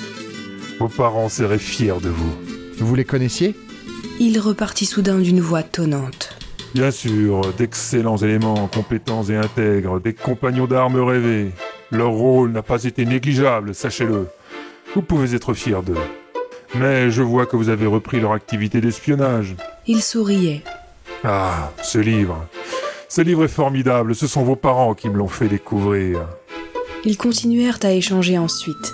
Vos parents seraient fiers de vous. Vous les connaissiez Il repartit soudain d'une voix tonnante. Bien sûr, d'excellents éléments, compétents et intègres, des compagnons d'armes rêvés. Leur rôle n'a pas été négligeable, sachez-le. Vous pouvez être fiers d'eux. Mais je vois que vous avez repris leur activité d'espionnage. Il souriait. Ah, ce livre. Ce livre est formidable, ce sont vos parents qui me l'ont fait découvrir. Ils continuèrent à échanger ensuite.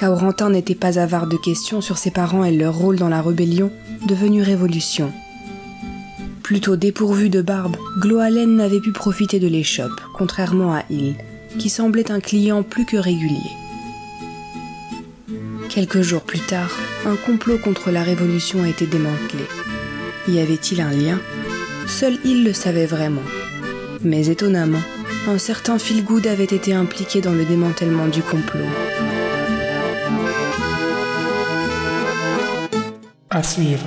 Kaurentin n'était pas avare de questions sur ses parents et leur rôle dans la rébellion, devenue révolution. Plutôt dépourvu de barbe, Gloalen n'avait pu profiter de l'échoppe, contrairement à Hill, qui semblait un client plus que régulier. Quelques jours plus tard, un complot contre la Révolution a été démantelé. Y avait-il un lien Seul il le savait vraiment. Mais étonnamment, un certain Philgood avait été impliqué dans le démantèlement du complot. À suivre.